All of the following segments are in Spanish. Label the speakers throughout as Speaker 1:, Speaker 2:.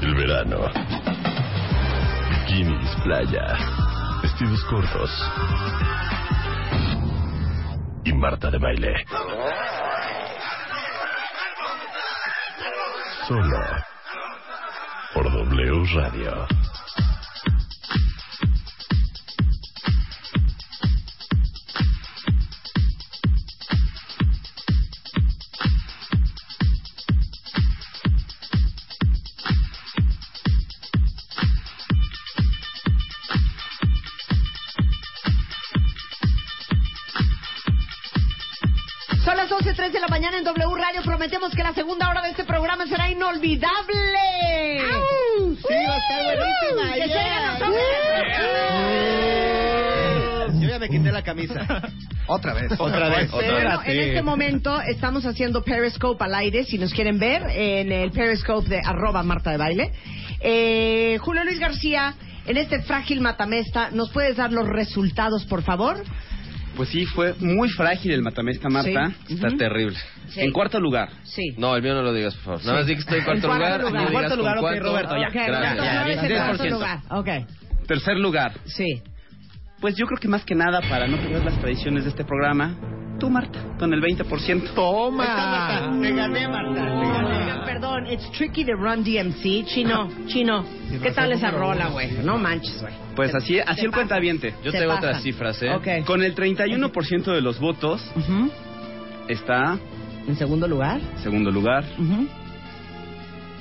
Speaker 1: El verano. Bikinis, playa. Vestidos cortos. Y Marta de Baile. Solo. Por W Radio.
Speaker 2: Son las 12.03 de la mañana en W Radio. Prometemos que la segunda hora de este programa será inolvidable.
Speaker 3: Sí, va a estar buenísima.
Speaker 2: ¡Que
Speaker 3: Yeah.
Speaker 2: salgan los hombres!
Speaker 3: Yo ya me quité la camisa. Otra vez. Otra vez.
Speaker 2: Bueno, en este momento estamos haciendo Periscope al aire, si nos quieren ver, en el Periscope de arroba Marta de Baile. Eh, Julio Luis García, en este frágil matamesta, ¿nos puedes dar los resultados, por favor?
Speaker 4: Pues sí, fue muy frágil el matamesta, Marta.
Speaker 2: Sí.
Speaker 4: Está
Speaker 2: Ujú.
Speaker 4: terrible.
Speaker 2: Sí.
Speaker 4: En cuarto lugar.
Speaker 2: Sí.
Speaker 5: No, el mío no lo digas, por favor. Nada más di que estoy en cuarto
Speaker 2: En cuarto lugar.
Speaker 5: lugar. no
Speaker 2: En
Speaker 5: digas
Speaker 3: cuarto
Speaker 5: con
Speaker 3: lugar, ok,
Speaker 5: cuánto.
Speaker 3: Roberto, ya.
Speaker 2: Ok,
Speaker 5: Gracias.
Speaker 2: Roberto
Speaker 5: Ya,
Speaker 2: Flores
Speaker 5: ya,
Speaker 2: en cuarto
Speaker 5: 10%.
Speaker 2: lugar. Ok,
Speaker 4: Tercer lugar.
Speaker 2: sí.
Speaker 4: Pues yo creo que más que nada, para no perder las tradiciones de este programa, tú, Marta, con el 20%.
Speaker 3: Marta. Te gané, Marta. Te
Speaker 2: Oigan,
Speaker 3: gané.
Speaker 2: perdón, it's tricky de Run DMC. Chino, chino. ¿Qué tal esa rola, güey? No manches, güey.
Speaker 4: Pues así, así
Speaker 2: Te
Speaker 4: el
Speaker 2: pasa.
Speaker 4: cuentaviente.
Speaker 5: Yo
Speaker 2: Se
Speaker 5: tengo
Speaker 2: pasan.
Speaker 5: otras cifras, ¿eh?
Speaker 2: Ok.
Speaker 4: Con el 31% de los votos
Speaker 2: Ujú.
Speaker 4: está,
Speaker 2: En segundo lugar.
Speaker 4: segundo lugar,
Speaker 2: Ujú.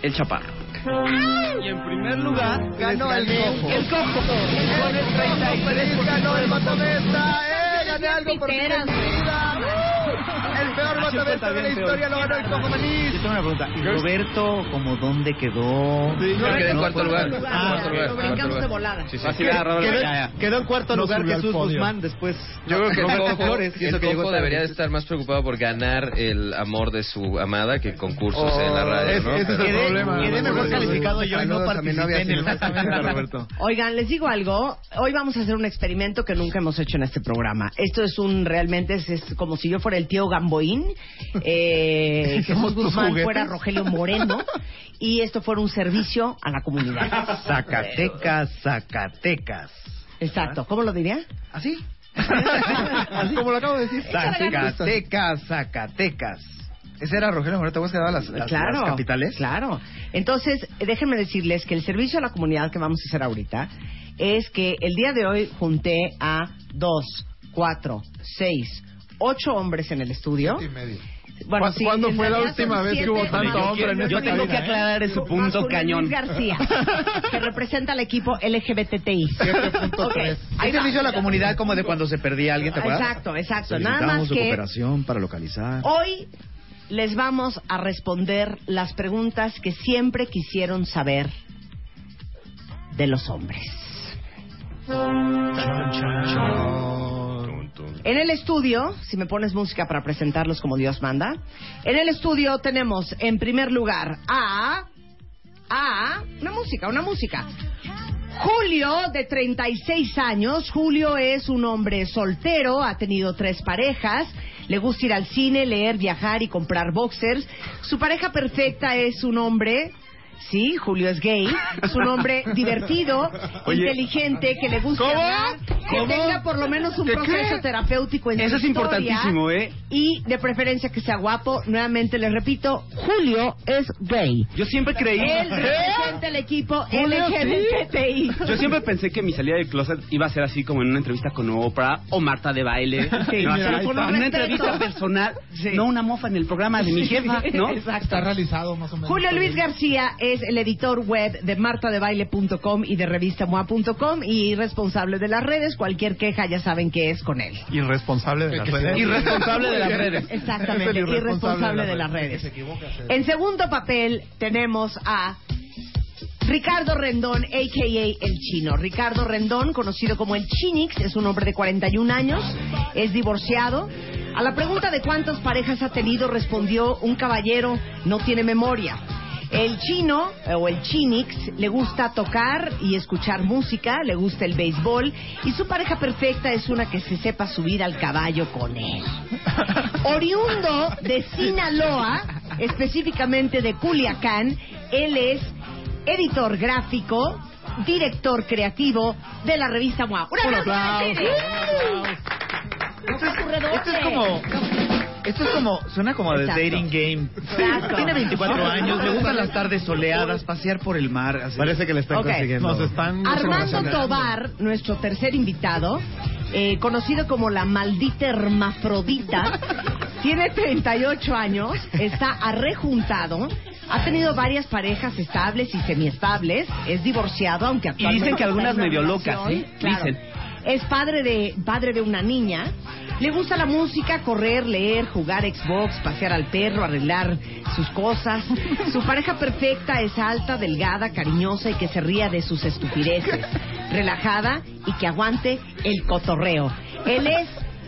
Speaker 4: el Chaparro. Y en primer lugar,
Speaker 3: Ganó el cojo.
Speaker 2: El cojo.
Speaker 3: Con el 33 ganó el matamesta. ¡Eh! Gané algo por mi
Speaker 2: Piteras, güey.
Speaker 3: vida. El
Speaker 6: Ah,
Speaker 3: peor matamesta de la historia lo ganó el cojo manís.
Speaker 6: Yo tengo una pregunta. ¿Y Roberto, como dónde quedó?
Speaker 5: Yo quedé en cuarto lugar.
Speaker 2: lugar.
Speaker 5: En cuarto lugar,
Speaker 2: Lo
Speaker 5: en cuarto
Speaker 2: brincamos
Speaker 5: lugar.
Speaker 2: de volada.
Speaker 5: Sí, sí.
Speaker 4: Así era, Robert.
Speaker 3: Ah, Quedó,
Speaker 4: Ya, ya.
Speaker 3: quedó en cuarto
Speaker 6: No
Speaker 3: lugar
Speaker 6: subió al
Speaker 3: Jesús
Speaker 6: podio.
Speaker 3: Guzmán después.
Speaker 5: Yo creo que el
Speaker 3: Roberto
Speaker 5: cojo,
Speaker 3: Flores, y eso
Speaker 5: el
Speaker 3: que llegó
Speaker 5: cojo
Speaker 3: tarde.
Speaker 5: debería de estar más preocupado por ganar el amor de su amada que concursos en la radio,
Speaker 6: Es-
Speaker 5: ¿no?
Speaker 6: Oh, ese es el
Speaker 5: Pero-
Speaker 6: problema.
Speaker 3: quedé mejor
Speaker 6: calificado yo y no participé en el Roberto.
Speaker 2: Oigan, les digo algo. Hoy vamos a hacer un experimento que nunca hemos hecho en este programa. Esto es un realmente es, es como si yo fuera el tío Gamboín, eh, Jesús
Speaker 6: Somos tus
Speaker 2: Guzmán
Speaker 6: juguetes.
Speaker 2: fuera Rogelio Moreno y esto fuera un servicio a la comunidad.
Speaker 6: Zacatecas, Zacatecas. ¿Ah,
Speaker 2: Exacto. ¿Cómo lo diría?
Speaker 6: ¿Así? Así como lo acabo de decir. Zacatecas, Zacatecas. Ese era Rogelio Moreno, ¿te acuerdas que daba las, las-
Speaker 2: claro,
Speaker 6: las capitales?
Speaker 2: Claro. Entonces, déjenme decirles que el servicio a la comunidad que vamos a hacer ahorita es que el día de hoy junté a dos, cuatro, seis, ocho hombres en el estudio. Bueno,
Speaker 6: ¿Cu- cuándo fue la
Speaker 2: en realidad
Speaker 6: última
Speaker 2: son
Speaker 6: vez que
Speaker 2: siete
Speaker 6: hubo tanto
Speaker 2: hombres.
Speaker 6: hombre en
Speaker 4: Yo
Speaker 6: esta
Speaker 4: tengo
Speaker 6: cabina, eh?
Speaker 4: que aclarar ese
Speaker 2: Más
Speaker 4: punto
Speaker 2: con
Speaker 4: cañón.
Speaker 2: Luis García, que representa al equipo LGBTI.
Speaker 6: 7.3.
Speaker 2: Ok, ahí
Speaker 6: Ahí
Speaker 2: va.
Speaker 6: servicio a la comunidad como de cuando se perdía alguien, ¿te acuerdas?
Speaker 2: Exacto, exacto. Nada
Speaker 6: Solicitamos
Speaker 2: más
Speaker 6: su
Speaker 2: que Oh.
Speaker 6: cooperación para localizar.
Speaker 2: Hoy les vamos a responder las preguntas que siempre quisieron saber de los hombres.
Speaker 6: Chan, chan.
Speaker 2: En el estudio, si me pones música para presentarlos como Dios manda, en el estudio tenemos en primer lugar a a una música, una música. Julio, de 36 años. Julio es un hombre soltero, ha tenido tres parejas. Le gusta ir al cine, leer, viajar y comprar boxers. Su pareja perfecta es un hombre. Sí, Julio es gay. Es un hombre divertido, inteligente, que le gusta
Speaker 4: ¿Cómo?
Speaker 2: hablar, que
Speaker 4: ¿Cómo?
Speaker 2: tenga por lo menos un
Speaker 4: ¿Qué,
Speaker 2: proceso
Speaker 4: qué?
Speaker 2: terapéutico en su
Speaker 4: Eso es
Speaker 2: historia.
Speaker 4: importantísimo, ¿eh?
Speaker 2: Y de preferencia que sea guapo. Nuevamente les repito, Julio es gay.
Speaker 4: Yo siempre creí...
Speaker 2: Él representa el equipo
Speaker 4: Julio,
Speaker 2: LGBTI.
Speaker 4: Yo siempre pensé que mi salida del closet iba a ser así como en una entrevista con Oprah o Marta de baile.
Speaker 2: Sí,
Speaker 4: No, así,
Speaker 2: pero con un
Speaker 4: una
Speaker 2: respeto.
Speaker 4: entrevista personal, no una mofa en el programa de mi jefa, ¿no?
Speaker 2: Exacto.
Speaker 6: Está realizado más o menos.
Speaker 2: Julio Luis García es el editor web de martadebaile.com y de revistamoa.com y responsable de las redes. Cualquier queja ya saben que es con él.
Speaker 6: Irresponsable de las redes.
Speaker 4: Irresponsable de las redes.
Speaker 2: Exactamente, irresponsable de las redes. En segundo papel tenemos a Ricardo Rendón, a.k.a. El Chino. Ricardo Rendón, conocido como El Chinix, es un hombre de 41 años, es divorciado. A la pregunta de cuántas parejas ha tenido, respondió un caballero, no tiene memoria. El chino eh, o el chinix le gusta tocar y escuchar música, le gusta el béisbol y su pareja perfecta es una que se sepa subir al caballo con él. Oriundo de Sinaloa, específicamente de Culiacán, él es editor gráfico, director creativo de la revista MOA. ¡Un aplauso! para el Chini!
Speaker 6: Esto es, esto es como. Esto es como. Suena como de
Speaker 2: Exacto.
Speaker 6: dating game.
Speaker 2: Exacto.
Speaker 6: Tiene 24 años, le gustan las tardes soleadas, pasear por el mar. así.
Speaker 3: que le están
Speaker 2: Ok. Ah,
Speaker 3: consiguiendo.
Speaker 6: Nos están-
Speaker 2: Armando Tobar, nuestro tercer invitado, eh, conocido como la maldita hermafrodita, tiene 38 años, está arrejuntado, ha tenido varias parejas estables y semiestables, es divorciado, aunque
Speaker 4: dicen
Speaker 2: actualmente
Speaker 4: que
Speaker 2: está
Speaker 4: algunas
Speaker 2: en una
Speaker 4: medio locas,
Speaker 2: relación.
Speaker 4: ¿sí?
Speaker 2: Claro.
Speaker 4: Dicen.
Speaker 2: Es padre de, padre de una niña. Le gusta la música, correr, leer, jugar Xbox, pasear al perro, arreglar sus cosas. Su pareja perfecta es alta, delgada, cariñosa y que se ría de sus estupideces. Relajada y que aguante el cotorreo. Él es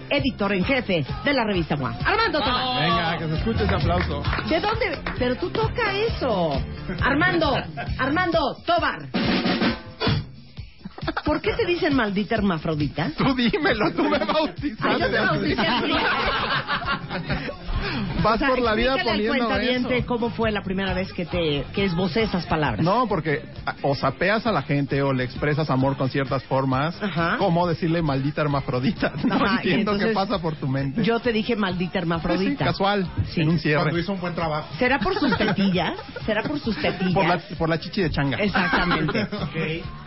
Speaker 2: editor en jefe de la revista Juan. Armando Tomás.
Speaker 3: Oh. Venga, que se escuche ese aplauso.
Speaker 2: ¿De dónde? Pero tú toca eso. Armando, Armando, Tobar. ¿Por qué te dicen maldita hermafrodita?
Speaker 3: Tú dímelo, tú me
Speaker 2: Ay, yo
Speaker 3: bautizaste.
Speaker 2: te bauticé así.
Speaker 3: Vas
Speaker 2: O sea,
Speaker 3: por la vida
Speaker 2: explícale al
Speaker 3: poniendo
Speaker 2: cuentaviente
Speaker 3: eso.
Speaker 2: cómo fue la primera vez que te que esbocé esas palabras.
Speaker 3: No, porque ah, o sapeas a la gente o le expresas amor con ciertas formas.
Speaker 2: Ajá.
Speaker 3: ¿Cómo decirle maldita hermafrodita? No
Speaker 2: Ajá, y
Speaker 3: entiendo qué
Speaker 2: entonces
Speaker 3: pasa por tu mente.
Speaker 2: Yo te dije maldita
Speaker 3: Pues sí,
Speaker 2: hermafrodita.
Speaker 3: casual,
Speaker 2: Sí.
Speaker 3: en un cierre.
Speaker 7: Cuando hizo un buen trabajo.
Speaker 2: ¿Será por sus tetillas? ¿Será por sus tetillas?
Speaker 3: Por la, por la chichi de changa.
Speaker 2: Exactamente.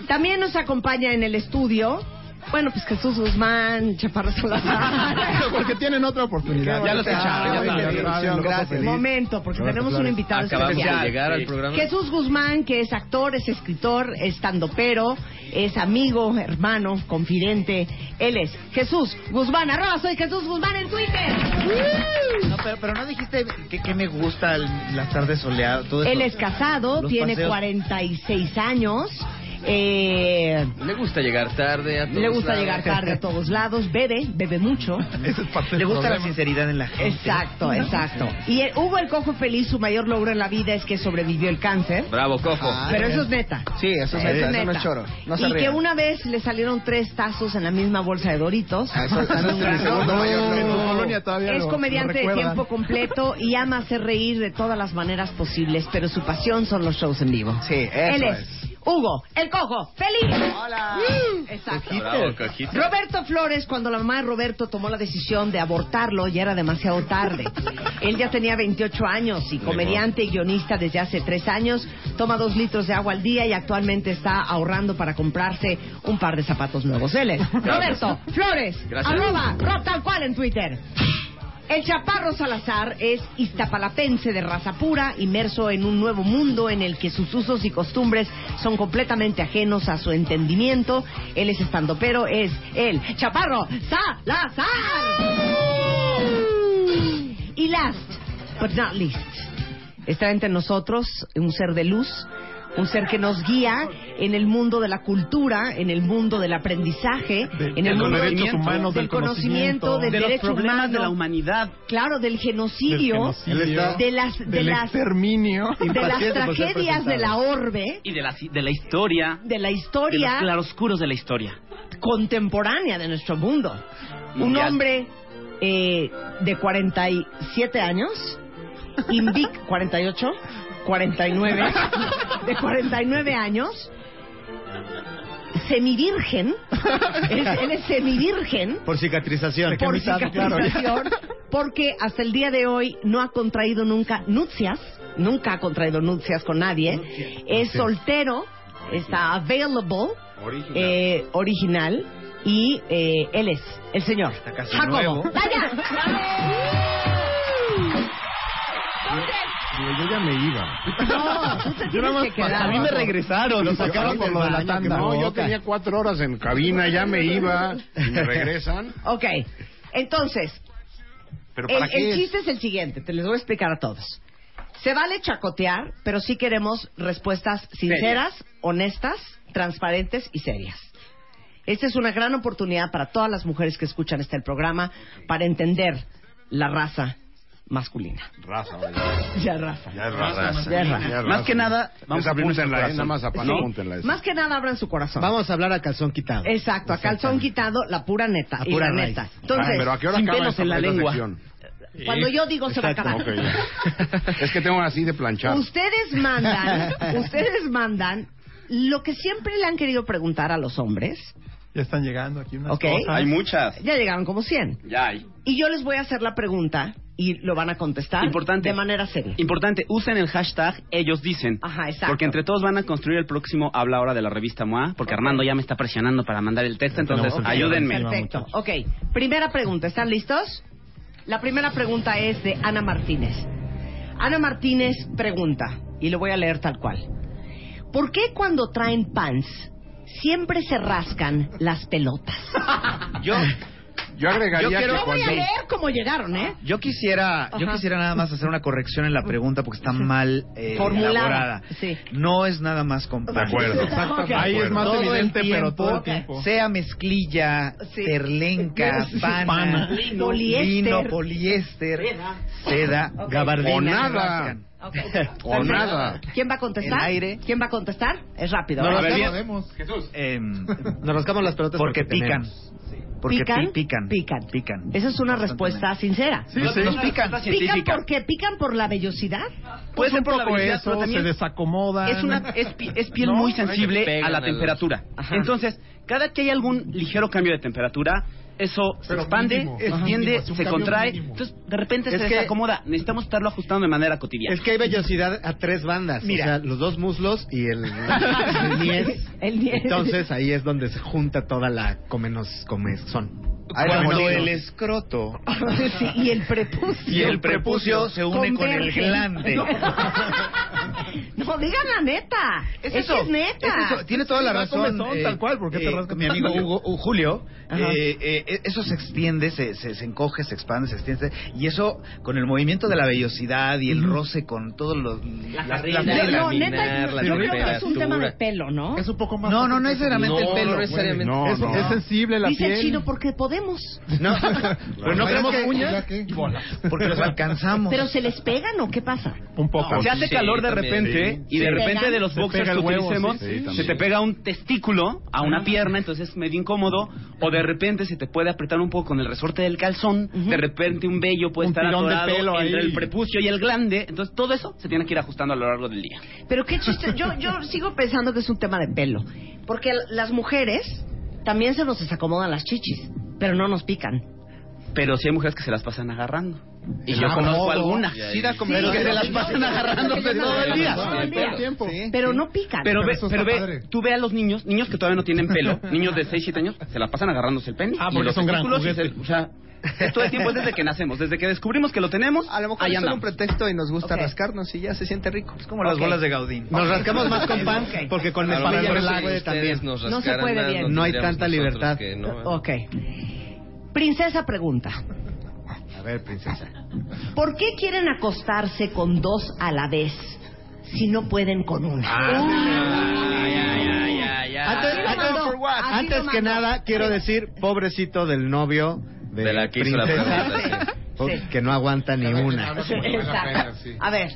Speaker 2: También nos acompaña en el estudio. Bueno, pues Jesús Guzmán, Chaparro Salazar.
Speaker 3: Porque tienen otra oportunidad. Ya los echaron, ya
Speaker 7: saben.
Speaker 3: saben.
Speaker 7: Gracias.
Speaker 2: Momento, porque
Speaker 3: Roberto
Speaker 2: tenemos un
Speaker 3: Flores.
Speaker 2: invitado
Speaker 5: Acabamos de
Speaker 2: especial.
Speaker 5: llegar al programa.
Speaker 2: Jesús Guzmán, que es actor, es escritor, es pero es amigo, hermano, confidente. Él es Jesús Guzmán, arroba soy Jesús Guzmán en Twitter.
Speaker 6: No, pero, pero no dijiste que, que me gusta el- las tardes soleadas, todo eso.
Speaker 2: Él es casado,
Speaker 6: Los
Speaker 2: tiene
Speaker 6: paseos.
Speaker 2: 46 años. eh,
Speaker 5: Le gusta llegar tarde a todos
Speaker 2: le gusta
Speaker 5: lados.
Speaker 2: llegar tarde a todos lados, bebe, bebe mucho.
Speaker 3: Ese es parte del
Speaker 6: Le gusta la
Speaker 3: problema.
Speaker 6: sinceridad en la gente.
Speaker 2: Exacto, exacto. Y eh, Hugo el Cojo Feliz, su mayor logro en la vida es que sobrevivió el cáncer.
Speaker 5: Bravo, cojo.
Speaker 2: Pero eso es neta.
Speaker 6: Sí, eso es neta, eso no es choro. No se
Speaker 2: y que
Speaker 6: rían.
Speaker 2: una vez le salieron tres tazos en la misma bolsa de Doritos.
Speaker 6: Ah, eso- eso es mi
Speaker 2: Claro.
Speaker 6: segundo mayor
Speaker 3: En tu
Speaker 6: logro.
Speaker 3: colonia todavía
Speaker 2: Es
Speaker 3: lo-
Speaker 2: comediante
Speaker 3: lo
Speaker 2: de
Speaker 3: recuerdan.
Speaker 2: tiempo completo y ama hacer reír de todas las maneras posibles, pero su pasión son los shows en vivo.
Speaker 6: Sí, eso
Speaker 2: Él es Hugo, el cojo, feliz.
Speaker 6: Hola.
Speaker 2: Mm, exacto.
Speaker 5: Bravo, cojito.
Speaker 2: Roberto Flores, cuando la mamá de Roberto tomó la decisión de abortarlo, ya era demasiado tarde. Él ya tenía 28 años y comediante y guionista desde hace tres años. Toma dos litros de agua al día y actualmente está ahorrando para comprarse un par de zapatos nuevos. Él es Roberto Flores,
Speaker 5: Gracias.
Speaker 2: arroba, Rob tal cual en Twitter. El Chaparro Salazar es iztapalapense de raza pura, inmerso en un nuevo mundo en el que sus usos y costumbres son completamente ajenos a su entendimiento. Él es estandopero, es el Chaparro Salazar. Y last but not least, está entre nosotros un ser de luz, un ser que nos guía en el mundo de la cultura, en el mundo del aprendizaje,
Speaker 3: De-
Speaker 2: en el
Speaker 3: de los
Speaker 2: mundo
Speaker 3: derechos humanos,
Speaker 2: del
Speaker 3: del
Speaker 2: conocimiento,
Speaker 3: conocimiento,
Speaker 2: del
Speaker 4: De los
Speaker 2: derecho
Speaker 4: problemas
Speaker 2: humano,
Speaker 4: de la humanidad.
Speaker 2: Claro, del genocidio,
Speaker 3: Del genocidio.
Speaker 2: de las de
Speaker 3: del
Speaker 2: las
Speaker 3: exterminio.
Speaker 2: de las
Speaker 8: pues,
Speaker 2: tragedias de la orbe,
Speaker 4: Y de la, de la historia.
Speaker 2: de la
Speaker 4: De los
Speaker 2: historia
Speaker 4: claroscuros de la historia.
Speaker 2: contemporánea de nuestro mundo. Un
Speaker 4: Mundial.
Speaker 2: hombre eh, de 47 años, Invic 48, 49, de 49 años, semivirgen, él es- él es semivirgen.
Speaker 7: Por cicatrización.
Speaker 2: por cicatrización, porque hasta el día de hoy no ha contraído nunca nupcias, nunca ha contraído nupcias con nadie, es soltero, está available, eh, original, y eh, él es el señor
Speaker 6: casi
Speaker 2: Jacobo.
Speaker 6: nuevo.
Speaker 2: ¡Vaya!
Speaker 7: Yo ya me iba.
Speaker 2: No, tú te tienes que quedar.
Speaker 7: A mí me regresaron. Lo
Speaker 3: sacaron por lo de la tanda.
Speaker 7: No, yo tenía cuatro horas en cabina, ya me iba. y me regresan.
Speaker 2: Ok, entonces,
Speaker 7: Pero
Speaker 2: el,
Speaker 7: ¿para
Speaker 2: el
Speaker 7: qué? es?
Speaker 2: chiste es el siguiente, te les voy a explicar a todos. Se vale chacotear, pero sí queremos respuestas sinceras, honestas, transparentes y serias. Esta es una gran oportunidad para todas las mujeres que escuchan este programa para entender la raza masculina.
Speaker 7: Raza, vaya.
Speaker 2: Ya raza.
Speaker 7: Ya es raza.
Speaker 2: Ya es raza.
Speaker 7: Ya es
Speaker 4: Más que nada, vamos
Speaker 7: Esa
Speaker 4: a punto
Speaker 7: apúntenla, eh,
Speaker 4: corazón.
Speaker 7: nada más apa-
Speaker 2: Sí.
Speaker 7: apúntenla esa.
Speaker 2: Más que nada abran su corazón.
Speaker 8: Vamos a hablar a calzón quitado.
Speaker 2: Exacto, a calzón quitado, la pura neta.
Speaker 8: La
Speaker 2: y
Speaker 8: pura
Speaker 2: la
Speaker 8: raíz.
Speaker 2: neta.
Speaker 7: Ah,
Speaker 2: Entonces,
Speaker 7: pero ¿a qué hora
Speaker 4: sin
Speaker 7: acaba
Speaker 4: pelos
Speaker 7: esta
Speaker 4: en la
Speaker 7: esta
Speaker 4: lengua.
Speaker 7: sección?
Speaker 2: cuando yo digo se va a
Speaker 8: Exacto.
Speaker 2: acabar.
Speaker 7: Ok, ya. es que tengo así de planchar.
Speaker 2: Ustedes mandan, ustedes mandan lo que siempre le han querido preguntar a los hombres.
Speaker 8: Ya están llegando aquí unas
Speaker 2: Ok. cosas.
Speaker 4: Hay muchas.
Speaker 2: Ya llegaron como 100.
Speaker 4: Ya hay.
Speaker 2: Y yo les voy a hacer la pregunta y lo van a contestar
Speaker 4: Importante.
Speaker 2: de manera seria.
Speaker 4: Importante, usen el hashtag ellos dicen.
Speaker 2: Ajá, exacto.
Speaker 4: Porque entre todos van a construir el próximo habla ahora de la revista MOA, porque Armando ya me está presionando para mandar el texto, entonces
Speaker 8: tenemos que
Speaker 4: ayúdenme.
Speaker 2: Perfecto. Ok, primera pregunta. ¿Están listos? La primera pregunta es de Ana Martínez. Ana Martínez pregunta, y lo voy a leer tal cual. ¿Por qué cuando traen pants siempre se rascan las pelotas?
Speaker 6: Yo, yo agregaría
Speaker 2: Yo
Speaker 6: que
Speaker 2: voy a
Speaker 6: cuando...
Speaker 2: leer cómo llegaron, ¿eh?
Speaker 6: Yo quisiera, yo
Speaker 2: Ajá.
Speaker 6: quisiera nada más hacer una corrección en la pregunta porque está mal eh,
Speaker 2: Formulada.
Speaker 6: elaborada.
Speaker 2: Sí.
Speaker 6: No es nada más con
Speaker 7: De acuerdo.
Speaker 2: Exacto.
Speaker 8: Ahí es más
Speaker 6: Todo el
Speaker 8: evidente, pero
Speaker 6: tiempo,
Speaker 8: todo el tiempo.
Speaker 6: Sea mezclilla,
Speaker 2: Sí.
Speaker 6: terlenca,
Speaker 8: Sí, sí,
Speaker 6: pana,
Speaker 8: pana.
Speaker 2: Lino, poliéster.
Speaker 6: lino, poliéster, seda,
Speaker 2: Ok.
Speaker 6: gabardina,
Speaker 7: O nada.
Speaker 6: rascan.
Speaker 2: Ok.
Speaker 7: O
Speaker 2: Perfecto.
Speaker 7: nada.
Speaker 2: ¿Quién va a contestar?
Speaker 6: El aire.
Speaker 2: ¿Quién va a contestar? Es rápido.
Speaker 8: Nos
Speaker 2: ¿eh?
Speaker 8: rascamos,
Speaker 6: Em,
Speaker 8: nos rascamos las pelotas
Speaker 6: porque pican. Porque
Speaker 2: ¿Pican?
Speaker 6: pi- pican.
Speaker 2: Pican.
Speaker 6: Pican.
Speaker 2: Esa es una respuesta sincera.
Speaker 8: Sí, sí.
Speaker 4: Nos pican.
Speaker 2: ¿Pican por qué? ¿Pican por la vellosidad?
Speaker 4: Puede ser
Speaker 8: un
Speaker 4: por la
Speaker 8: poco
Speaker 4: habilidad, pero
Speaker 8: eso, se
Speaker 4: también
Speaker 8: desacomoda.
Speaker 4: es, una, es, pi- es piel
Speaker 8: No,
Speaker 4: muy
Speaker 8: ahí te
Speaker 4: sensible
Speaker 5: pegan
Speaker 4: a
Speaker 5: a
Speaker 4: la
Speaker 5: los-
Speaker 4: temperatura.
Speaker 2: Ajá.
Speaker 4: Entonces, cada que hay algún ligero cambio de temperatura, eso se
Speaker 8: Pero
Speaker 4: expande,
Speaker 8: mínimo,
Speaker 4: se
Speaker 8: ajá.
Speaker 4: extiende,
Speaker 8: mínimo, es un
Speaker 4: se
Speaker 8: cambio
Speaker 4: contrae.
Speaker 8: mínimo.
Speaker 4: Entonces, de repente
Speaker 8: Es
Speaker 4: se
Speaker 8: que-
Speaker 4: desacomoda. Necesitamos estarlo ajustando de manera cotidiana.
Speaker 8: Es que hay vellosidad a tres bandas.
Speaker 6: Mira.
Speaker 8: O sea, los dos muslos y el, el niés.
Speaker 2: El niés.
Speaker 8: Entonces ahí es donde se junta toda la comenos, comezón.
Speaker 6: Ahora,
Speaker 8: Bueno,
Speaker 6: cuando
Speaker 8: bueno.
Speaker 6: el escroto
Speaker 2: Sí, y el prepucio.
Speaker 6: y el prepucio se une con el
Speaker 2: Convergen.
Speaker 6: glande.
Speaker 2: No, digan la neta.
Speaker 6: Es
Speaker 2: que
Speaker 6: eso,
Speaker 2: es neta.
Speaker 6: es eso. Tiene toda la
Speaker 8: Sí, va
Speaker 6: razón. eh,
Speaker 8: comezón, tal cual, ¿por qué te rascas
Speaker 6: mi amigo
Speaker 8: tanto?
Speaker 6: Hugo, uh, Julio,
Speaker 2: Ajá.
Speaker 6: eh, eh, eso se extiende, se, se, se encoge, se expande, se extiende. Y eso, con el movimiento de la vellosidad y el roce con todos los...
Speaker 5: La
Speaker 6: las-
Speaker 5: carrilla,
Speaker 2: No,
Speaker 6: las
Speaker 5: la
Speaker 6: telas.
Speaker 2: no, neta,
Speaker 5: laminar, la
Speaker 2: yo creo que es un
Speaker 5: temperatura.
Speaker 2: tema de pelo, ¿no?
Speaker 8: Es un poco más.
Speaker 6: no, no, no necesariamente
Speaker 5: No,
Speaker 6: el pelo.
Speaker 5: no necesariamente.
Speaker 7: No,
Speaker 8: es,
Speaker 7: no.
Speaker 8: es sensible la
Speaker 2: Dice
Speaker 8: piel.
Speaker 2: el chino porque podemos.
Speaker 6: No, pues no
Speaker 8: creemos
Speaker 6: creemos que...
Speaker 8: uñas y bolas.
Speaker 6: Porque los alcanzamos.
Speaker 2: Pero se les pegan o qué pasa?
Speaker 8: Un poco.
Speaker 4: se hace
Speaker 5: sí,
Speaker 4: calor de
Speaker 5: también,
Speaker 4: repente
Speaker 5: sí.
Speaker 4: y de
Speaker 2: Se
Speaker 4: repente
Speaker 2: pega.
Speaker 4: de los
Speaker 8: Se
Speaker 4: boxers
Speaker 8: pega
Speaker 4: que
Speaker 8: el huevo,
Speaker 4: utilicemos
Speaker 7: sí, sí,
Speaker 4: se
Speaker 7: también.
Speaker 4: te pega un testículo a
Speaker 5: Ah.
Speaker 4: una pierna entonces es medio incómodo o de repente se te puede apretar un poco con el resorte del calzón de repente un vello puede
Speaker 8: Un
Speaker 4: estar
Speaker 8: tirón de
Speaker 4: atorado
Speaker 8: pelo
Speaker 4: entre
Speaker 8: ahí.
Speaker 4: el prepucio y el glande entonces todo eso se tiene que ir ajustando a lo largo del día
Speaker 2: Pero qué chiste. Yo, yo sigo pensando que es un tema de pelo. Porque l- las mujeres también se nos desacomodan las chichis, pero no nos pican.
Speaker 4: pero sí hay mujeres que se las pasan agarrando y
Speaker 6: Se
Speaker 4: yo
Speaker 6: las
Speaker 4: conozco
Speaker 6: acomodo.
Speaker 4: algunas
Speaker 5: Pues Ya,
Speaker 6: Sí, da como-
Speaker 4: pero que se las
Speaker 6: Sí,
Speaker 4: pasan agarrándose todo el día
Speaker 5: Todo el día.
Speaker 8: tiempo.
Speaker 6: Sí.
Speaker 2: Pero no pican.
Speaker 4: pero ve,
Speaker 8: eso
Speaker 4: pero
Speaker 8: está
Speaker 4: ve,
Speaker 8: padre.
Speaker 4: tú ve a los niños, niños que todavía no tienen pelo, niños de 6, 7 años, se la pasan agarrándose el pene.
Speaker 8: Ah,
Speaker 4: y
Speaker 8: porque
Speaker 4: los
Speaker 8: es un gran
Speaker 4: testículos y se-
Speaker 8: juguete.
Speaker 4: o sea, es todo el tiempo es desde que nacemos, desde que descubrimos que lo tenemos,
Speaker 6: A lo mejor
Speaker 4: ahí
Speaker 6: es solo un
Speaker 4: andamos.
Speaker 6: pretexto y nos gusta
Speaker 2: Ok.
Speaker 6: rascarnos y ya se siente rico. Es como
Speaker 2: Ok.
Speaker 6: las bolas de Gaudín.
Speaker 8: Nos rascamos más con pan
Speaker 2: Ok.
Speaker 8: porque con
Speaker 5: A
Speaker 8: el
Speaker 5: lo
Speaker 8: pan
Speaker 5: mejor
Speaker 8: relajo
Speaker 5: si ustedes
Speaker 8: también.
Speaker 5: nos
Speaker 2: No se
Speaker 5: rascaran
Speaker 2: puede
Speaker 5: más,
Speaker 2: bien.
Speaker 5: nos
Speaker 8: No hay
Speaker 5: tendríamos
Speaker 8: tanta
Speaker 5: nosotros
Speaker 8: libertad.
Speaker 5: que no.
Speaker 2: Ok. Princesa pregunta.
Speaker 8: A ver, princesa.
Speaker 2: ¿Por qué quieren acostarse con dos a la vez si no pueden con
Speaker 8: Ah,
Speaker 2: una?
Speaker 8: Antes,
Speaker 2: Así lo
Speaker 8: antes-
Speaker 2: mandó,
Speaker 8: for what?
Speaker 2: así
Speaker 8: antes
Speaker 2: lo
Speaker 8: que
Speaker 2: mandó.
Speaker 8: nada, quiero decir, pobrecito del novio de,
Speaker 5: De la que hizo la
Speaker 8: princesa,
Speaker 5: pregunta,
Speaker 2: sí.
Speaker 8: que no aguanta ni una.
Speaker 2: Exacto. A ver.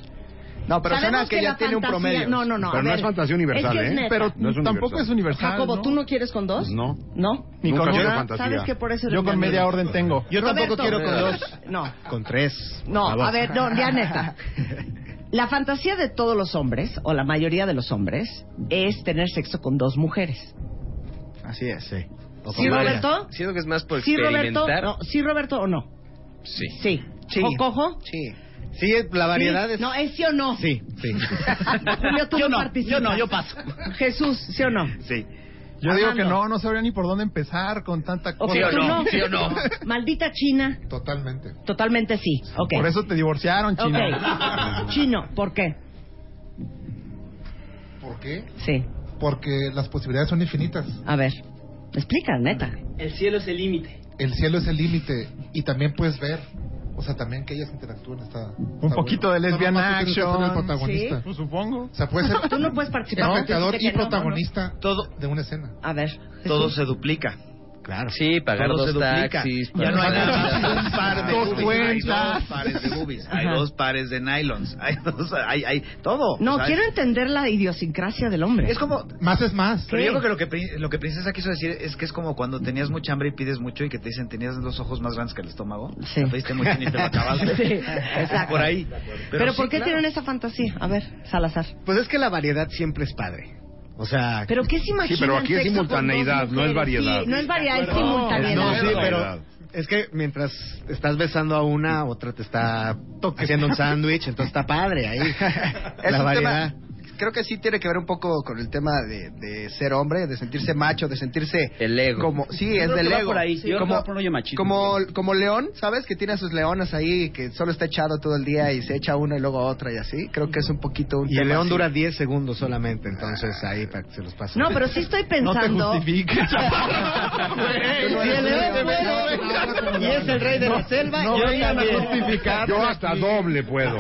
Speaker 6: No, pero
Speaker 2: sabemos
Speaker 6: suena que, ya
Speaker 2: la
Speaker 6: tiene un
Speaker 2: fantasía-
Speaker 6: promedio.
Speaker 2: No, no, no.
Speaker 7: Pero
Speaker 2: a
Speaker 7: no
Speaker 2: ver.
Speaker 7: es fantasía universal,
Speaker 2: Es que es
Speaker 7: ¿eh?
Speaker 2: neta.
Speaker 8: Pero
Speaker 7: No es
Speaker 8: tampoco
Speaker 7: universal.
Speaker 8: es universal.
Speaker 2: Ah, Jacobo,
Speaker 8: ¿no?
Speaker 2: ¿tú no quieres con dos?
Speaker 7: No.
Speaker 2: ¿No?
Speaker 8: Ni
Speaker 7: Nunca
Speaker 8: con
Speaker 7: quiero
Speaker 8: una.
Speaker 7: fantasía.
Speaker 2: ¿Sabes que por eso eres
Speaker 8: Yo
Speaker 2: mi
Speaker 8: con media
Speaker 2: amigo?
Speaker 8: orden tengo. Yo tampoco
Speaker 2: Roberto.
Speaker 8: quiero con dos.
Speaker 2: No.
Speaker 8: Con tres.
Speaker 2: No,
Speaker 8: Por favor.
Speaker 2: a ver, no, ya neta. La fantasía de todos los hombres, o la mayoría de los hombres, es tener sexo con dos mujeres.
Speaker 6: Así es.
Speaker 8: Sí. O
Speaker 2: ¿Sí,
Speaker 8: con varias.
Speaker 2: Roberto?
Speaker 5: Siento que es más por
Speaker 2: ¿Sí, Roberto?
Speaker 5: experimentar.
Speaker 2: No, ¿Sí, Roberto o no?
Speaker 5: Sí.
Speaker 2: Pues Sí.
Speaker 6: Sí.
Speaker 2: ¿O cojo?
Speaker 6: Sí.
Speaker 8: Sí, la variedad
Speaker 2: Sí.
Speaker 8: es.
Speaker 2: No, es sí o no.
Speaker 8: Sí, sí.
Speaker 2: Julio, tú
Speaker 4: Yo
Speaker 2: no
Speaker 4: no, yo
Speaker 2: participas.
Speaker 4: no, yo paso.
Speaker 2: Jesús, ¿sí o no?
Speaker 6: Sí.
Speaker 8: Yo digo que
Speaker 2: Armando.
Speaker 8: no, no sabría ni por dónde empezar con tanta
Speaker 2: Ok,
Speaker 8: cosa.
Speaker 2: tú no. Maldita China,
Speaker 7: Totalmente.
Speaker 2: totalmente sí. Ok.
Speaker 8: Por eso te divorciaron,
Speaker 2: Ok.
Speaker 8: chino.
Speaker 2: Chino, ¿por qué?
Speaker 7: ¿Por qué?
Speaker 2: Sí.
Speaker 7: Porque las posibilidades son infinitas.
Speaker 2: A ver. Explica, neta.
Speaker 4: El cielo es el límite.
Speaker 7: El cielo es el límite y también puedes ver.
Speaker 9: O sea, también que ellas interactúen está...
Speaker 6: Un poquito de lesbian action.
Speaker 9: protagonista.
Speaker 2: Sí.
Speaker 9: supongo. O sea, puede ser
Speaker 2: Tú no puedes participar. porque
Speaker 9: espectador
Speaker 2: dijiste
Speaker 9: y
Speaker 2: que no,
Speaker 9: protagonista
Speaker 3: Todo,
Speaker 9: de una escena.
Speaker 2: no, no. A ver.
Speaker 3: todo
Speaker 2: Jesús.
Speaker 3: se duplica.
Speaker 8: Claro.
Speaker 5: Sí, pagar
Speaker 3: Todo se
Speaker 5: dos
Speaker 3: duplica.
Speaker 5: taxis.
Speaker 3: Ya no hay
Speaker 5: pagar-
Speaker 3: nada. Un par de
Speaker 6: Dos
Speaker 3: boobies,
Speaker 6: cuentas.
Speaker 3: Hay dos pares de boobies. Hay
Speaker 2: Ajá.
Speaker 3: dos pares de nylons. Hay dos. Hay, hay todo.
Speaker 2: No,
Speaker 3: O sea,
Speaker 2: quiero entender la idiosincrasia del hombre.
Speaker 3: Es como.
Speaker 9: Más es más.
Speaker 3: Pero yo creo que lo, que Pri- lo que Princesa quiso decir es que es como cuando tenías mucha hambre y pides mucho y que te dicen tenías los ojos más grandes que el estómago.
Speaker 2: Sí.
Speaker 3: Te pediste mucho y ni te lo acabaste.
Speaker 2: Sí,
Speaker 3: Es
Speaker 2: exacto.
Speaker 3: Por ahí.
Speaker 2: Pero, ¿por
Speaker 3: sí,
Speaker 2: qué
Speaker 3: claro.
Speaker 2: tienen esa fantasía? A ver, Salazar.
Speaker 8: Pues es que la variedad siempre es padre. O sea,
Speaker 2: ¿Pero qué se imagina?
Speaker 7: pero aquí es simultaneidad, no es variedad.
Speaker 2: no es variedad, es
Speaker 7: No,
Speaker 2: simultaneidad.
Speaker 8: no, sí,
Speaker 7: Variedad.
Speaker 8: pero es que mientras estás besando a una, otra te está haciendo un sándwich, entonces está padre ahí.
Speaker 6: Es
Speaker 8: la
Speaker 6: un
Speaker 8: variedad.
Speaker 6: tema- creo que sí tiene que ver un poco con el tema de, de ser hombre, de sentirse macho, de sentirse
Speaker 5: El ego.
Speaker 6: como sí,
Speaker 4: Yo
Speaker 6: es
Speaker 4: creo
Speaker 6: del
Speaker 4: que va
Speaker 6: ego.
Speaker 4: por ahí. Yo creo que
Speaker 6: como,
Speaker 4: va por un rollo machismo.
Speaker 6: como como león, ¿sabes? Que tiene a sus leonas ahí que solo está echado todo el día y se echa una y luego otra y así. Creo que es un poquito un
Speaker 8: Y
Speaker 6: tema
Speaker 8: el león
Speaker 6: así.
Speaker 8: dura 10 segundos solamente, entonces ahí para que se los pasen.
Speaker 2: No, pero sí estoy pensando.
Speaker 8: justifiques.
Speaker 2: Si el león puede, y es el rey de la selva, yo también.
Speaker 7: Yo hasta doble puedo.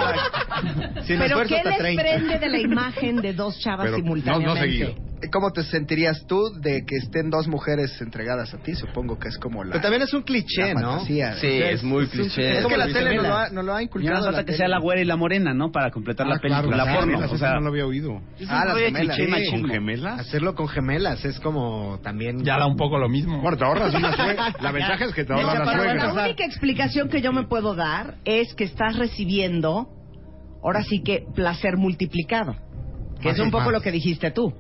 Speaker 8: Sin
Speaker 2: Pero
Speaker 8: esfuerzo
Speaker 2: ¿qué
Speaker 8: hasta
Speaker 2: les
Speaker 8: 30.
Speaker 2: prende de la imagen de dos chavas
Speaker 7: Pero no- no
Speaker 2: simultáneamente?
Speaker 7: seguido.
Speaker 6: ¿Cómo te sentirías tú de que estén dos mujeres entregadas a ti? Supongo que es como la
Speaker 8: Pero también es un cliché,
Speaker 6: la
Speaker 8: ¿no?
Speaker 6: fantasía.
Speaker 5: Sí, es muy cliché.
Speaker 3: eh,
Speaker 6: Es que la tele nos lo ha, nos lo ha
Speaker 4: Ya
Speaker 6: inculcado.
Speaker 4: nos falta
Speaker 6: la
Speaker 4: que
Speaker 6: tele.
Speaker 4: sea la güera y la morena, ¿no? Para completar la película, la porno.
Speaker 7: Gemelas,
Speaker 4: o
Speaker 7: esa
Speaker 4: sea,
Speaker 7: no lo había oído.
Speaker 6: Ah, las
Speaker 4: Oye,
Speaker 6: gemelas.
Speaker 4: cliché, machismo.
Speaker 7: ¿Con gemelas?
Speaker 8: Hacerlo con gemelas es como también.
Speaker 10: poco lo mismo.
Speaker 7: Bueno, te ahorras una suegra. La ventaja es que te ahorras la
Speaker 2: Pero la
Speaker 7: suegra.
Speaker 2: única explicación que yo me puedo dar es que estás recibiendo, ahora sí que, placer multiplicado. Que es un poco lo que dijiste tú.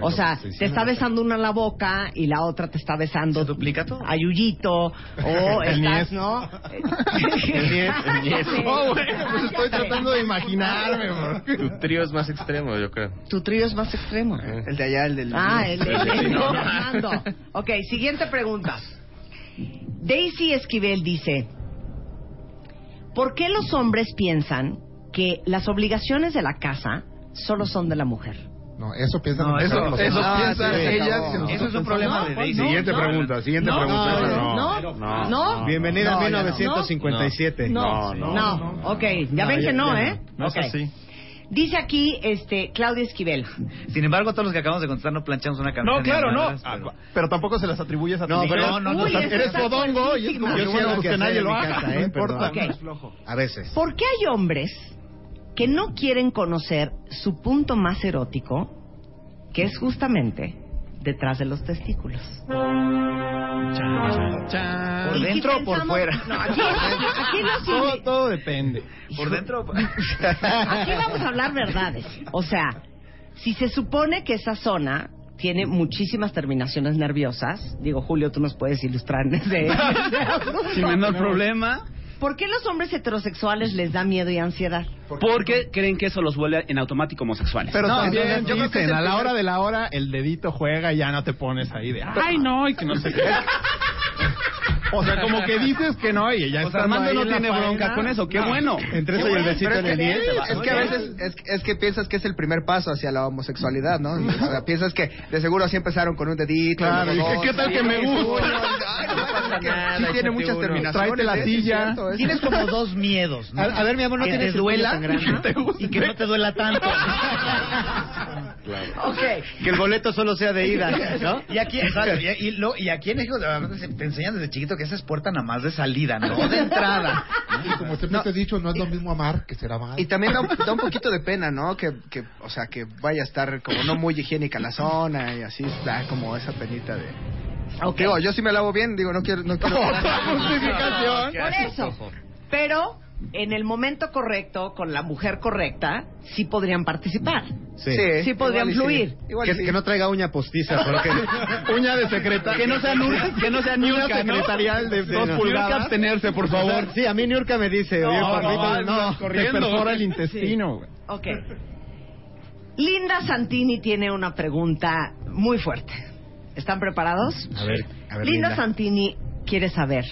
Speaker 2: O sea, te está besando una en la boca y la otra te está besando.
Speaker 3: duplica todo.
Speaker 2: A Yuyito. O estás, ¿no? El
Speaker 6: No, güey, pues estoy tratando de imaginarme, bro.
Speaker 5: Tu trío es más extremo, yo creo.
Speaker 2: Tu trío es más extremo.
Speaker 6: El de allá, el del.
Speaker 2: Ah, el de Fernando. Ok, siguiente pregunta. Daisy Esquivel dice, ¿por qué los hombres piensan que las obligaciones de la casa solo son de la mujer?
Speaker 9: No, eso piensan
Speaker 3: No,
Speaker 9: los
Speaker 3: eso-
Speaker 9: hombres.
Speaker 3: eso
Speaker 9: Ah,
Speaker 3: piensan
Speaker 9: sí, se
Speaker 3: ellas,
Speaker 9: acabó.
Speaker 3: que
Speaker 9: No.
Speaker 3: nosotros pues, Eso es un problema de Daisy.
Speaker 7: Siguiente pregunta, siguiente pregunta. Esa
Speaker 2: no, no, no,
Speaker 7: no.
Speaker 2: no.
Speaker 8: Bienvenida
Speaker 2: No,
Speaker 8: a
Speaker 2: ya no.
Speaker 8: 1957.
Speaker 2: No, no,
Speaker 7: No,
Speaker 2: ok, ya ven que no, ¿eh?
Speaker 10: No es
Speaker 2: Ok.
Speaker 10: así.
Speaker 2: Dice aquí este, Claudia Esquivel.
Speaker 3: Sin embargo, todos los que acabamos de contestar no planchamos una camiseta.
Speaker 10: No, claro,
Speaker 3: ni
Speaker 10: no.
Speaker 6: Ah,
Speaker 3: nada,
Speaker 7: Ah,
Speaker 3: pero-
Speaker 10: Ah, Pero tampoco se las atribuyes a
Speaker 8: No, pero-
Speaker 10: No, no, no.
Speaker 2: Uy, esa
Speaker 10: Eres
Speaker 2: está
Speaker 10: fodongo y es
Speaker 2: fuertísima.
Speaker 10: como que
Speaker 8: Yo
Speaker 10: bueno,
Speaker 8: quiero
Speaker 10: pues
Speaker 8: que
Speaker 10: que nadie
Speaker 8: hacer
Speaker 10: lo
Speaker 8: en mi
Speaker 10: haga.
Speaker 8: casa,
Speaker 10: no
Speaker 8: ¿eh?
Speaker 10: importa.
Speaker 2: Ok.
Speaker 8: A veces.
Speaker 2: ¿Por qué hay hombres que no quieren conocer su punto más erótico, que es justamente detrás de los testículos?
Speaker 3: ¿Por
Speaker 2: Y si
Speaker 3: dentro o por
Speaker 2: pensamos-
Speaker 3: fuera?
Speaker 2: No, aquí, aquí no
Speaker 10: Todo,
Speaker 2: sirve.
Speaker 10: todo depende.
Speaker 3: ¿Por dentro? o por-
Speaker 2: Aquí vamos a hablar verdades. O sea, si se supone que esa zona tiene muchísimas terminaciones nerviosas, digo, Julio, tú nos puedes ilustrar en ese- en ese asunto.
Speaker 4: Sin menor problema.
Speaker 2: ¿Por qué los hombres heterosexuales les da miedo y ansiedad?
Speaker 4: Porque creen que eso los vuelve en automático homosexuales.
Speaker 10: Pero
Speaker 6: No,
Speaker 10: también
Speaker 6: yo creo que es
Speaker 10: dicen,
Speaker 6: el
Speaker 10: a la
Speaker 6: primer-
Speaker 10: hora de la hora, el dedito juega y ya no te pones ahí de, ay, no, y que no sé qué. O sea, como que dices que no y ya
Speaker 4: O sea,
Speaker 10: está
Speaker 4: Armando no tiene bronca con eso, qué bueno.
Speaker 10: Entre eso y el besito
Speaker 6: Pero es
Speaker 10: en el
Speaker 6: que,
Speaker 10: diente.
Speaker 6: es que a veces es, es que piensas que es el primer paso hacia la homosexualidad, ¿no? O sea, piensas que de seguro así empezaron con un dedito.
Speaker 10: Claro,
Speaker 6: luego
Speaker 10: y
Speaker 6: dos,
Speaker 10: que, ¿qué tal que me
Speaker 6: uno,
Speaker 10: gusta?
Speaker 6: ay, no, es que
Speaker 5: nada,
Speaker 6: sí tiene
Speaker 5: échate
Speaker 6: muchas
Speaker 5: uno.
Speaker 6: terminaciones. ¿eh?
Speaker 10: Tráete la
Speaker 6: es
Speaker 10: silla.
Speaker 6: cierto, es-
Speaker 8: Tienes como dos miedos. A, a ver, mi amor, no
Speaker 2: Que
Speaker 8: tienes
Speaker 2: te
Speaker 8: el cuello
Speaker 2: duela
Speaker 8: tan grande.
Speaker 2: y que te
Speaker 8: y que no te duela tanto.
Speaker 2: Ok.
Speaker 8: que el boleto solo sea de ida, ¿no?
Speaker 3: Y aquí, exacto, y, y lo- y aquí en México la verdad, se- te enseñan desde chiquito que esa es puerta nada más de salida, no de entrada.
Speaker 9: Y como siempre te he dicho, no es lo mismo amar que ser amado.
Speaker 6: Y también da un, da un poquito de pena, ¿no? Que, que, o sea, que vaya a estar como no muy higiénica la zona y así está como esa penita de...
Speaker 2: Ok.
Speaker 6: Digo, yo sí me lavo bien, digo, no quiero... No quiero
Speaker 2: Por eso. Pero en el momento correcto, con la mujer correcta, sí podrían participar.
Speaker 8: Sí.
Speaker 2: Sí podrían
Speaker 6: igual y sí,
Speaker 2: fluir.
Speaker 6: igual y
Speaker 8: Que,
Speaker 6: sí.
Speaker 8: que no traiga uña postiza, porque uña de secretaria.
Speaker 4: Que no sea Nurka, que no sea
Speaker 8: Una
Speaker 4: Nurka, ¿no?
Speaker 8: secretarial de
Speaker 4: Sí,
Speaker 8: dos
Speaker 4: no.
Speaker 8: pulgadas.
Speaker 4: Nurka, abstenerse, por favor.
Speaker 8: Sí, a mí Niurka me dice, oye,
Speaker 4: No,
Speaker 8: papito,
Speaker 4: no,
Speaker 8: no,
Speaker 4: andas
Speaker 8: te
Speaker 4: corriendo.
Speaker 8: perfora el intestino, güey.
Speaker 2: Ok. Linda Santini tiene una pregunta muy fuerte. ¿Están preparados?
Speaker 8: A ver, a ver,
Speaker 2: Linda,
Speaker 8: Linda.
Speaker 2: Santini quiere saber,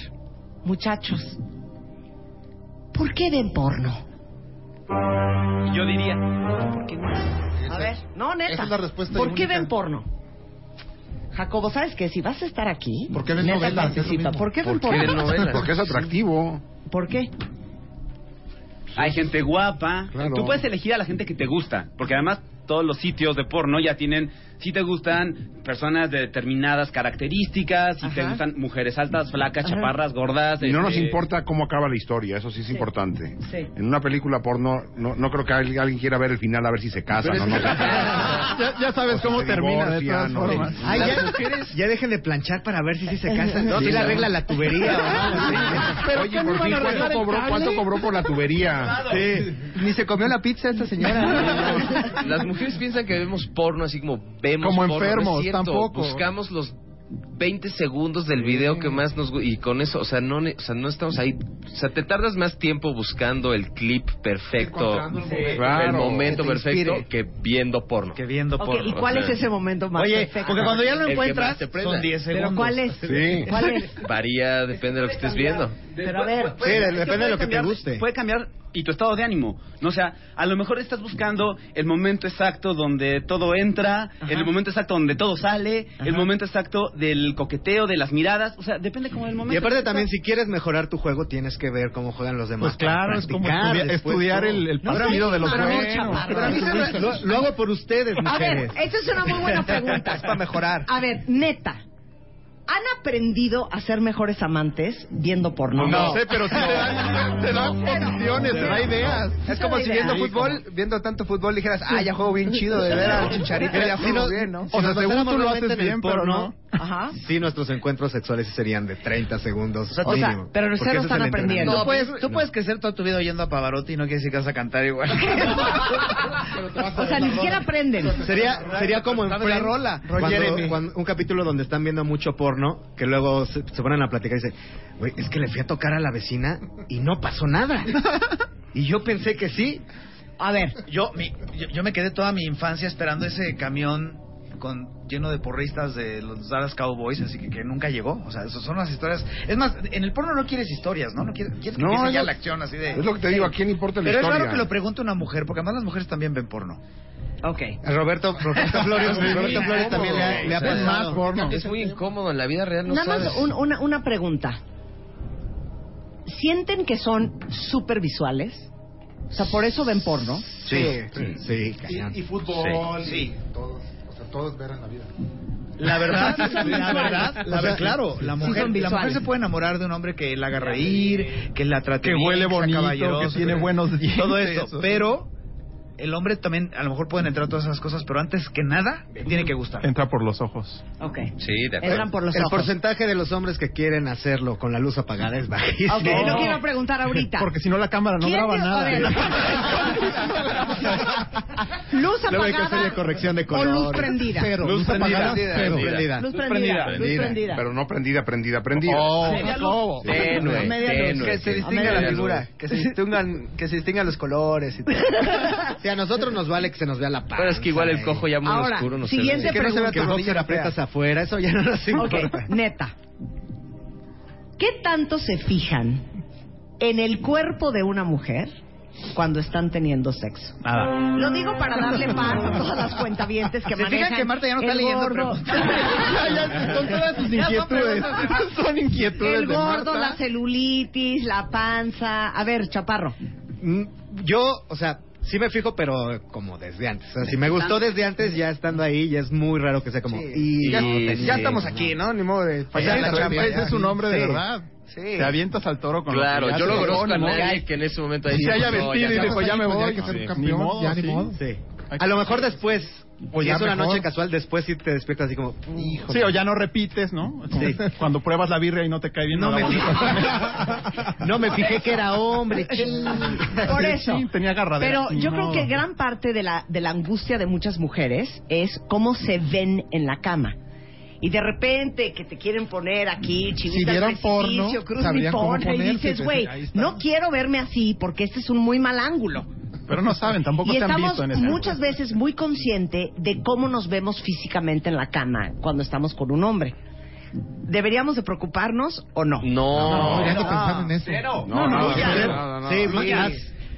Speaker 2: muchachos, ¿por qué ven porno?
Speaker 4: Yo diría, ¿por qué no?
Speaker 2: A ver, no, neta.
Speaker 9: esa es la respuesta
Speaker 2: ¿Por qué
Speaker 9: única.
Speaker 2: ven porno? Jacobo, ¿sabes qué? Si vas a estar aquí,
Speaker 9: ¿Por qué ven
Speaker 2: neta,
Speaker 9: novelas? Es lo
Speaker 2: participa.
Speaker 9: mismo.
Speaker 2: ¿Por qué ven
Speaker 5: ¿Por qué
Speaker 2: porno?
Speaker 5: ven novelas?
Speaker 7: Porque es atractivo.
Speaker 2: ¿Por qué?
Speaker 4: hay gente guapa.
Speaker 7: Claro.
Speaker 4: Tú puedes elegir a la gente que te gusta, porque además todos los sitios de porno ya tienen, si te gustan personas de determinadas características, si te
Speaker 2: Ajá.
Speaker 4: gustan mujeres altas, flacas,
Speaker 2: Ajá.
Speaker 4: chaparras, gordas.
Speaker 7: Y no nos
Speaker 4: este,
Speaker 7: importa cómo acaba la historia, eso sí es importante.
Speaker 2: Sí.
Speaker 7: En una película porno, no, no creo que alguien, alguien quiera ver el final a ver si se casan o no se casan.
Speaker 10: Ya, ya sabes
Speaker 7: O
Speaker 10: cómo
Speaker 7: se
Speaker 10: termina de todas
Speaker 7: divorcian, o-
Speaker 10: formas.
Speaker 8: Ay, ya, ya dejen de planchar para ver si sí se casan. No, si la arregla la tubería. o algo.
Speaker 10: Pero
Speaker 7: Oye,
Speaker 10: ¿qué, no
Speaker 7: por
Speaker 10: iban
Speaker 7: fin,
Speaker 10: a arreglar
Speaker 7: ¿cuánto
Speaker 10: el
Speaker 7: cobró,
Speaker 10: cable?
Speaker 7: cuánto cobró por la tubería?
Speaker 8: Ni se comió la pizza esta señora.
Speaker 5: Las mujeres piensan que vemos porno así como vemos
Speaker 10: Como
Speaker 5: porno, no es
Speaker 10: enfermos,
Speaker 5: cierto.
Speaker 10: tampoco.
Speaker 5: Buscamos los 20 segundos del video que más nos gu- y con eso, o sea, no ne- o sea, no estamos ahí, o sea, te tardas más tiempo buscando el clip perfecto, eh,
Speaker 9: Encontrando el
Speaker 5: el
Speaker 7: momento.
Speaker 5: el momento
Speaker 8: Que te
Speaker 5: perfecto
Speaker 8: inspire.
Speaker 5: que viendo porno.
Speaker 3: Que viendo
Speaker 2: Ok,
Speaker 3: porno.
Speaker 2: ¿y cuál
Speaker 5: o sea.
Speaker 2: es ese momento más
Speaker 3: Oye,
Speaker 2: perfecto?
Speaker 3: porque cuando ya
Speaker 5: El
Speaker 3: lo
Speaker 5: que
Speaker 3: encuentras,
Speaker 5: más te prenda.
Speaker 3: son 10 segundos.
Speaker 2: ¿Pero cuál es?
Speaker 7: Sí.
Speaker 2: ¿Cuál es?
Speaker 5: Varía, depende de lo que estés viendo.
Speaker 2: Pero a ver,
Speaker 4: Puede-
Speaker 8: Sí,
Speaker 4: es
Speaker 8: depende
Speaker 4: puede
Speaker 8: de lo que te
Speaker 4: cambiar-
Speaker 8: guste.
Speaker 4: Puede cambiar y tu estado de ánimo. No, o sea, a lo mejor estás buscando el momento exacto donde todo entra, el momento exacto donde todo sale, el momento exacto del coqueteo, de las miradas. O sea, depende como del momento.
Speaker 8: Y aparte también, si quieres mejorar tu juego, tienes que ver cómo juegan los demás.
Speaker 10: Pues claro, es como
Speaker 8: Practicar
Speaker 10: estudia-
Speaker 8: después
Speaker 10: estudiar
Speaker 8: todo.
Speaker 10: el, el
Speaker 2: No,
Speaker 10: partido
Speaker 2: sí,
Speaker 10: de los
Speaker 2: para mí,
Speaker 10: buenos.
Speaker 2: chaparro.
Speaker 8: Pero a mí se me- lo, lo hago por ustedes,
Speaker 2: A ver,
Speaker 8: mujeres.
Speaker 2: esta es una muy buena pregunta.
Speaker 8: Es para mejorar.
Speaker 2: A ver, neta. ¿Han aprendido a ser mejores amantes viendo porno?
Speaker 10: No sé, pero sí te dan, te dan posiciones, te da ideas.
Speaker 8: Es como si viendo
Speaker 2: Sí,
Speaker 8: fútbol, viendo tanto fútbol, dijeras, ah, ya juego bien chido, de ver al chicharito, ya
Speaker 10: Si
Speaker 8: juego
Speaker 10: no-
Speaker 8: bien, ¿no?
Speaker 10: O sea, según tú lo haces bien, pero no.
Speaker 2: Ajá.
Speaker 8: Sí, nuestros encuentros sexuales sí serían de 30 segundos.
Speaker 2: O sea,
Speaker 8: mínimo,
Speaker 2: pero
Speaker 8: porque
Speaker 2: ustedes
Speaker 8: ese es
Speaker 2: están
Speaker 8: el
Speaker 2: aprendiendo.
Speaker 3: Tú
Speaker 8: entrenamiento.
Speaker 3: puedes, tú puedes crecer toda tu vida oyendo a Pavarotti y no quiere decir que vas a cantar igual.
Speaker 2: O sea, ni siquiera aprenden.
Speaker 8: Sería, sería como en
Speaker 3: Sabe la
Speaker 8: Friends,
Speaker 3: rola.
Speaker 8: cuando-
Speaker 3: Roger Jeremy.
Speaker 8: cuando- un capítulo donde están viendo mucho porno, que luego se, se ponen a platicar y dicen, güey, es que le fui a tocar a la vecina y no pasó nada. y yo pensé que sí.
Speaker 2: A ver,
Speaker 3: Yo, mi- yo, yo me quedé toda mi infancia esperando ese camión con lleno de porristas de los Dallas Cowboys, así que, que nunca llegó. O sea, esas son las historias. Es más, en el porno no quieres historias, ¿no? No quieres, quieres que
Speaker 7: No,
Speaker 3: empiece ya
Speaker 7: es lo-
Speaker 3: la acción así de.
Speaker 7: Es lo que te digo, ¿a quién importa la
Speaker 3: Pero es
Speaker 7: historia?
Speaker 3: raro que lo pregunte una mujer, porque además las mujeres también ven porno.
Speaker 2: ok.
Speaker 8: Roberto, Roberto Flores, Roberto Flores también le ha, le ha
Speaker 5: O sea,
Speaker 8: pasado.
Speaker 5: Es muy incómodo en la vida real, no
Speaker 2: Nada
Speaker 5: sabes.
Speaker 2: más un- una, una pregunta. ¿Sienten que son súper visuales? O sea, por eso ven porno.
Speaker 8: Sí, sí, sí, cañón.
Speaker 9: Y, y fútbol,
Speaker 3: Sí. Sí.
Speaker 9: y todos. O sea, todos ver en la vida.
Speaker 3: La verdad,
Speaker 2: Sí son
Speaker 3: la
Speaker 2: visuales.
Speaker 3: verdad, la
Speaker 8: O sea,
Speaker 3: ver- claro, la
Speaker 2: sí
Speaker 3: mujer,
Speaker 2: son
Speaker 3: la mujer
Speaker 2: visuales.
Speaker 3: se puede enamorar de un hombre que la haga reír, que la trate
Speaker 10: Que
Speaker 3: bien,
Speaker 10: huele
Speaker 3: sea
Speaker 10: bonito, que
Speaker 3: caballeroso,
Speaker 10: tiene
Speaker 3: que-
Speaker 10: buenos dientes.
Speaker 3: todo esto, pero el hombre también, a lo mejor pueden entrar todas esas cosas, pero antes que nada, tiene que gustar.
Speaker 10: Entra por los ojos.
Speaker 2: Ok.
Speaker 5: Sí, de acuerdo.
Speaker 2: Entran por los
Speaker 8: el
Speaker 2: ojos.
Speaker 8: porcentaje de los hombres que quieren hacerlo con la luz apagada es bajísimo.
Speaker 2: Ok, lo quiero preguntar ahorita.
Speaker 10: Porque si no la cámara no
Speaker 2: ¿Quién
Speaker 10: graba
Speaker 2: te-
Speaker 10: nada.
Speaker 2: a ver. luz
Speaker 8: Luego hay que
Speaker 2: apagada
Speaker 8: hacerle corrección de
Speaker 2: o luz
Speaker 8: colores.
Speaker 2: prendida.
Speaker 10: Cero.
Speaker 7: Luz
Speaker 10: Luz apagada,
Speaker 7: prendida,
Speaker 10: cero.
Speaker 8: Prendida.
Speaker 2: Luz prendida. Luz prendida.
Speaker 7: Pero no prendida, prendida, prendida.
Speaker 10: Oh,
Speaker 5: Tenue, tenue,
Speaker 8: Que se
Speaker 5: tenue.
Speaker 8: distinga
Speaker 5: Media
Speaker 8: la
Speaker 5: luz.
Speaker 8: figura, que se distingan, que se distingan los colores y todo. Si a nosotros nos vale que se nos vea la panza.
Speaker 5: Pero es que igual el
Speaker 8: y-
Speaker 5: cojo ya muy
Speaker 2: Ahora,
Speaker 5: oscuro no
Speaker 2: siguiente
Speaker 5: se ve.
Speaker 8: Que no se vea
Speaker 2: Que
Speaker 8: tu
Speaker 2: el
Speaker 8: boxer aprietas afuera, eso ya no nos
Speaker 2: Ok,
Speaker 8: importa.
Speaker 2: neta. ¿Qué tanto se fijan en el cuerpo de una mujer cuando están teniendo sexo?
Speaker 3: Nada.
Speaker 2: Lo digo para darle paz a todas las cuentavientes que
Speaker 3: ¿Se fijan
Speaker 2: manejan
Speaker 3: que Marta ya no está
Speaker 2: el
Speaker 3: leyendo
Speaker 2: gordo,
Speaker 10: Con todas sus
Speaker 3: Ya son
Speaker 10: inquietudes.
Speaker 3: preguntas
Speaker 10: Son inquietudes
Speaker 2: el
Speaker 10: de
Speaker 2: gordo, la
Speaker 10: Marta.
Speaker 2: celulitis, la panza. A ver, chaparro.
Speaker 8: Mm, Yo, o sea, sí me fijo, pero como desde antes. O sea, si me gustó desde antes, ya estando ahí, ya es muy raro que sea como. Y,
Speaker 5: Ya- ya
Speaker 8: estamos aquí, ¿no? Pues Ni modo de
Speaker 10: Oye,
Speaker 8: fallar la
Speaker 10: pero
Speaker 8: chamba.
Speaker 10: ese es un hombre de verdad.
Speaker 8: Sí.
Speaker 10: Te avientas al toro con lo
Speaker 5: Claro,
Speaker 10: que
Speaker 5: yo
Speaker 10: ya
Speaker 5: no
Speaker 10: se
Speaker 5: conozco a
Speaker 10: pone, ¿no?
Speaker 5: nadie que en ese momento haya
Speaker 10: Y se haya
Speaker 5: dicho, no,
Speaker 10: vestido
Speaker 5: ya
Speaker 10: y
Speaker 5: no.
Speaker 10: dijo, ya me
Speaker 9: Pues ya
Speaker 10: voy.
Speaker 9: hay que ser un
Speaker 10: Sí.
Speaker 9: campeón, ya ni modo.
Speaker 8: Sí. A lo mejor después,
Speaker 9: O
Speaker 8: si
Speaker 9: ya
Speaker 8: es una
Speaker 9: mejor.
Speaker 8: noche casual, después sí te despiertas así como, hijo.
Speaker 10: Sí, o ya no repites, ¿no?
Speaker 8: Sí.
Speaker 10: Cuando pruebas la birria y no te cae bien.
Speaker 8: No
Speaker 10: la
Speaker 8: me
Speaker 10: bonita.
Speaker 8: No me fijé que era hombre. ching.
Speaker 2: Por eso.
Speaker 10: Sí, tenía agarradera.
Speaker 2: Pero
Speaker 10: Ni
Speaker 2: yo creo
Speaker 10: modo.
Speaker 2: que gran parte de la, de la angustia de muchas mujeres es cómo se ven en la cama. Y de repente que te quieren poner aquí,
Speaker 9: Si
Speaker 2: chivita,
Speaker 9: vieran porno,
Speaker 2: cruz
Speaker 9: sabrían cómo
Speaker 2: nipona, y
Speaker 9: ponerse,
Speaker 2: dices, güey,
Speaker 9: pues, ahí está.
Speaker 2: no quiero verme así porque este es un muy mal ángulo.
Speaker 10: Pero no saben, tampoco
Speaker 2: Y
Speaker 10: te han
Speaker 2: estamos
Speaker 10: visto en ese
Speaker 2: muchas veces muy consciente de cómo nos vemos físicamente en la cama cuando estamos con un hombre. ¿Deberíamos de preocuparnos o no?
Speaker 5: No.
Speaker 9: No, ya no pensaban en eso.
Speaker 7: No, no,
Speaker 10: no,
Speaker 7: no,
Speaker 10: ya.
Speaker 7: no, no, no.
Speaker 8: Sí, más.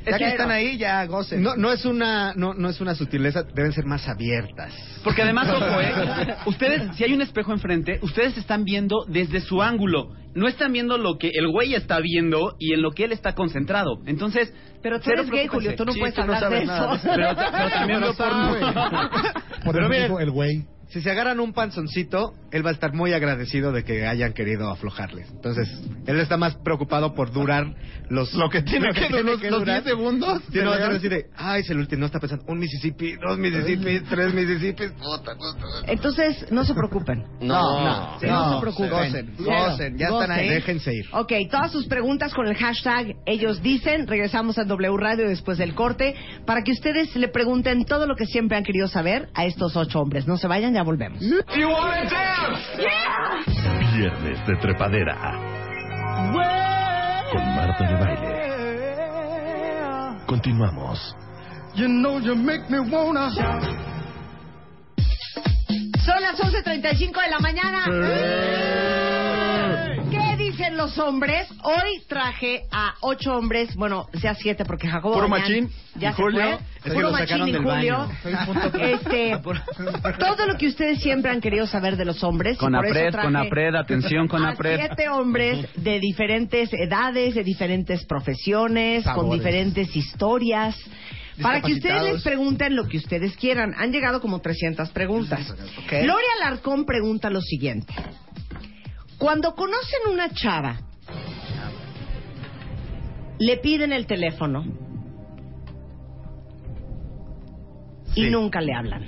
Speaker 3: Es que están ahí, ya gocen.
Speaker 8: No, no es una, no, no es una sutileza, deben ser más abiertas.
Speaker 4: Porque además, ojo, ¿eh? Ustedes, si hay un espejo enfrente, ustedes están viendo desde su ángulo. No están viendo lo que el güey está viendo y en lo que él está concentrado. Entonces,
Speaker 2: Pero tú
Speaker 4: cero
Speaker 2: eres gay, Julio,
Speaker 4: preocúpense.
Speaker 2: tú no
Speaker 4: Sí,
Speaker 2: puedes hablar de
Speaker 4: sabes nada
Speaker 2: eso.
Speaker 4: Pero, pero también veo porno.
Speaker 9: Por
Speaker 8: Pero
Speaker 9: eso
Speaker 8: miren-
Speaker 9: digo, el güey.
Speaker 8: Si se agarran un panzoncito, él va a estar muy agradecido de que hayan querido aflojarles. Entonces, él está más preocupado por durar los...
Speaker 10: Lo que tiene que- los- los 10
Speaker 8: segundos. Si
Speaker 10: de
Speaker 8: no va a ser
Speaker 10: león.
Speaker 8: así de, ay, es el último, no está pensando, un Mississippi, dos Mississippis, tres Mississippis, puta, puta.
Speaker 2: Entonces, no se preocupen.
Speaker 5: No,
Speaker 2: Sí, no, se preocupen.
Speaker 3: Gocen,
Speaker 2: Cero.
Speaker 3: gocen, ya están ahí.
Speaker 8: Déjense ir.
Speaker 2: Ok, todas sus preguntas con el hashtag ellos dicen. Regresamos a W Radio después del corte para que ustedes le pregunten todo lo que siempre han querido saber a estos ocho hombres. No se vayan, ya volvemos.
Speaker 1: Viernes de Trepadera. Con Marta de Baile. Continuamos.
Speaker 2: Son las 11.35 de la mañana. ¿Qué dicen los hombres? Hoy traje a ocho hombres, bueno, ya siete porque Jacobo
Speaker 10: Puro
Speaker 2: Dañán
Speaker 10: machín
Speaker 2: ya
Speaker 10: y
Speaker 2: se
Speaker 10: Julio.
Speaker 2: fue.
Speaker 8: Es que
Speaker 2: Puro
Speaker 8: lo sacaron
Speaker 2: machín y
Speaker 8: del
Speaker 2: Julio.
Speaker 8: baño.
Speaker 2: Este, todo lo que ustedes siempre han querido saber de los hombres. y
Speaker 4: Con
Speaker 2: por eso
Speaker 4: apred,
Speaker 2: traje
Speaker 4: con apred, atención, con
Speaker 2: a
Speaker 4: apred.
Speaker 2: Ah, siete hombres de diferentes edades, de diferentes profesiones, con
Speaker 8: Sabores.
Speaker 2: diferentes historias. Para que ustedes
Speaker 8: Discapacitados.
Speaker 2: les pregunten lo que ustedes quieran. Han llegado como 300 preguntas. Gloria Alarcón pregunta lo siguiente. Cuando conocen una chava, le piden el teléfono y
Speaker 8: Sí.
Speaker 2: nunca le hablan.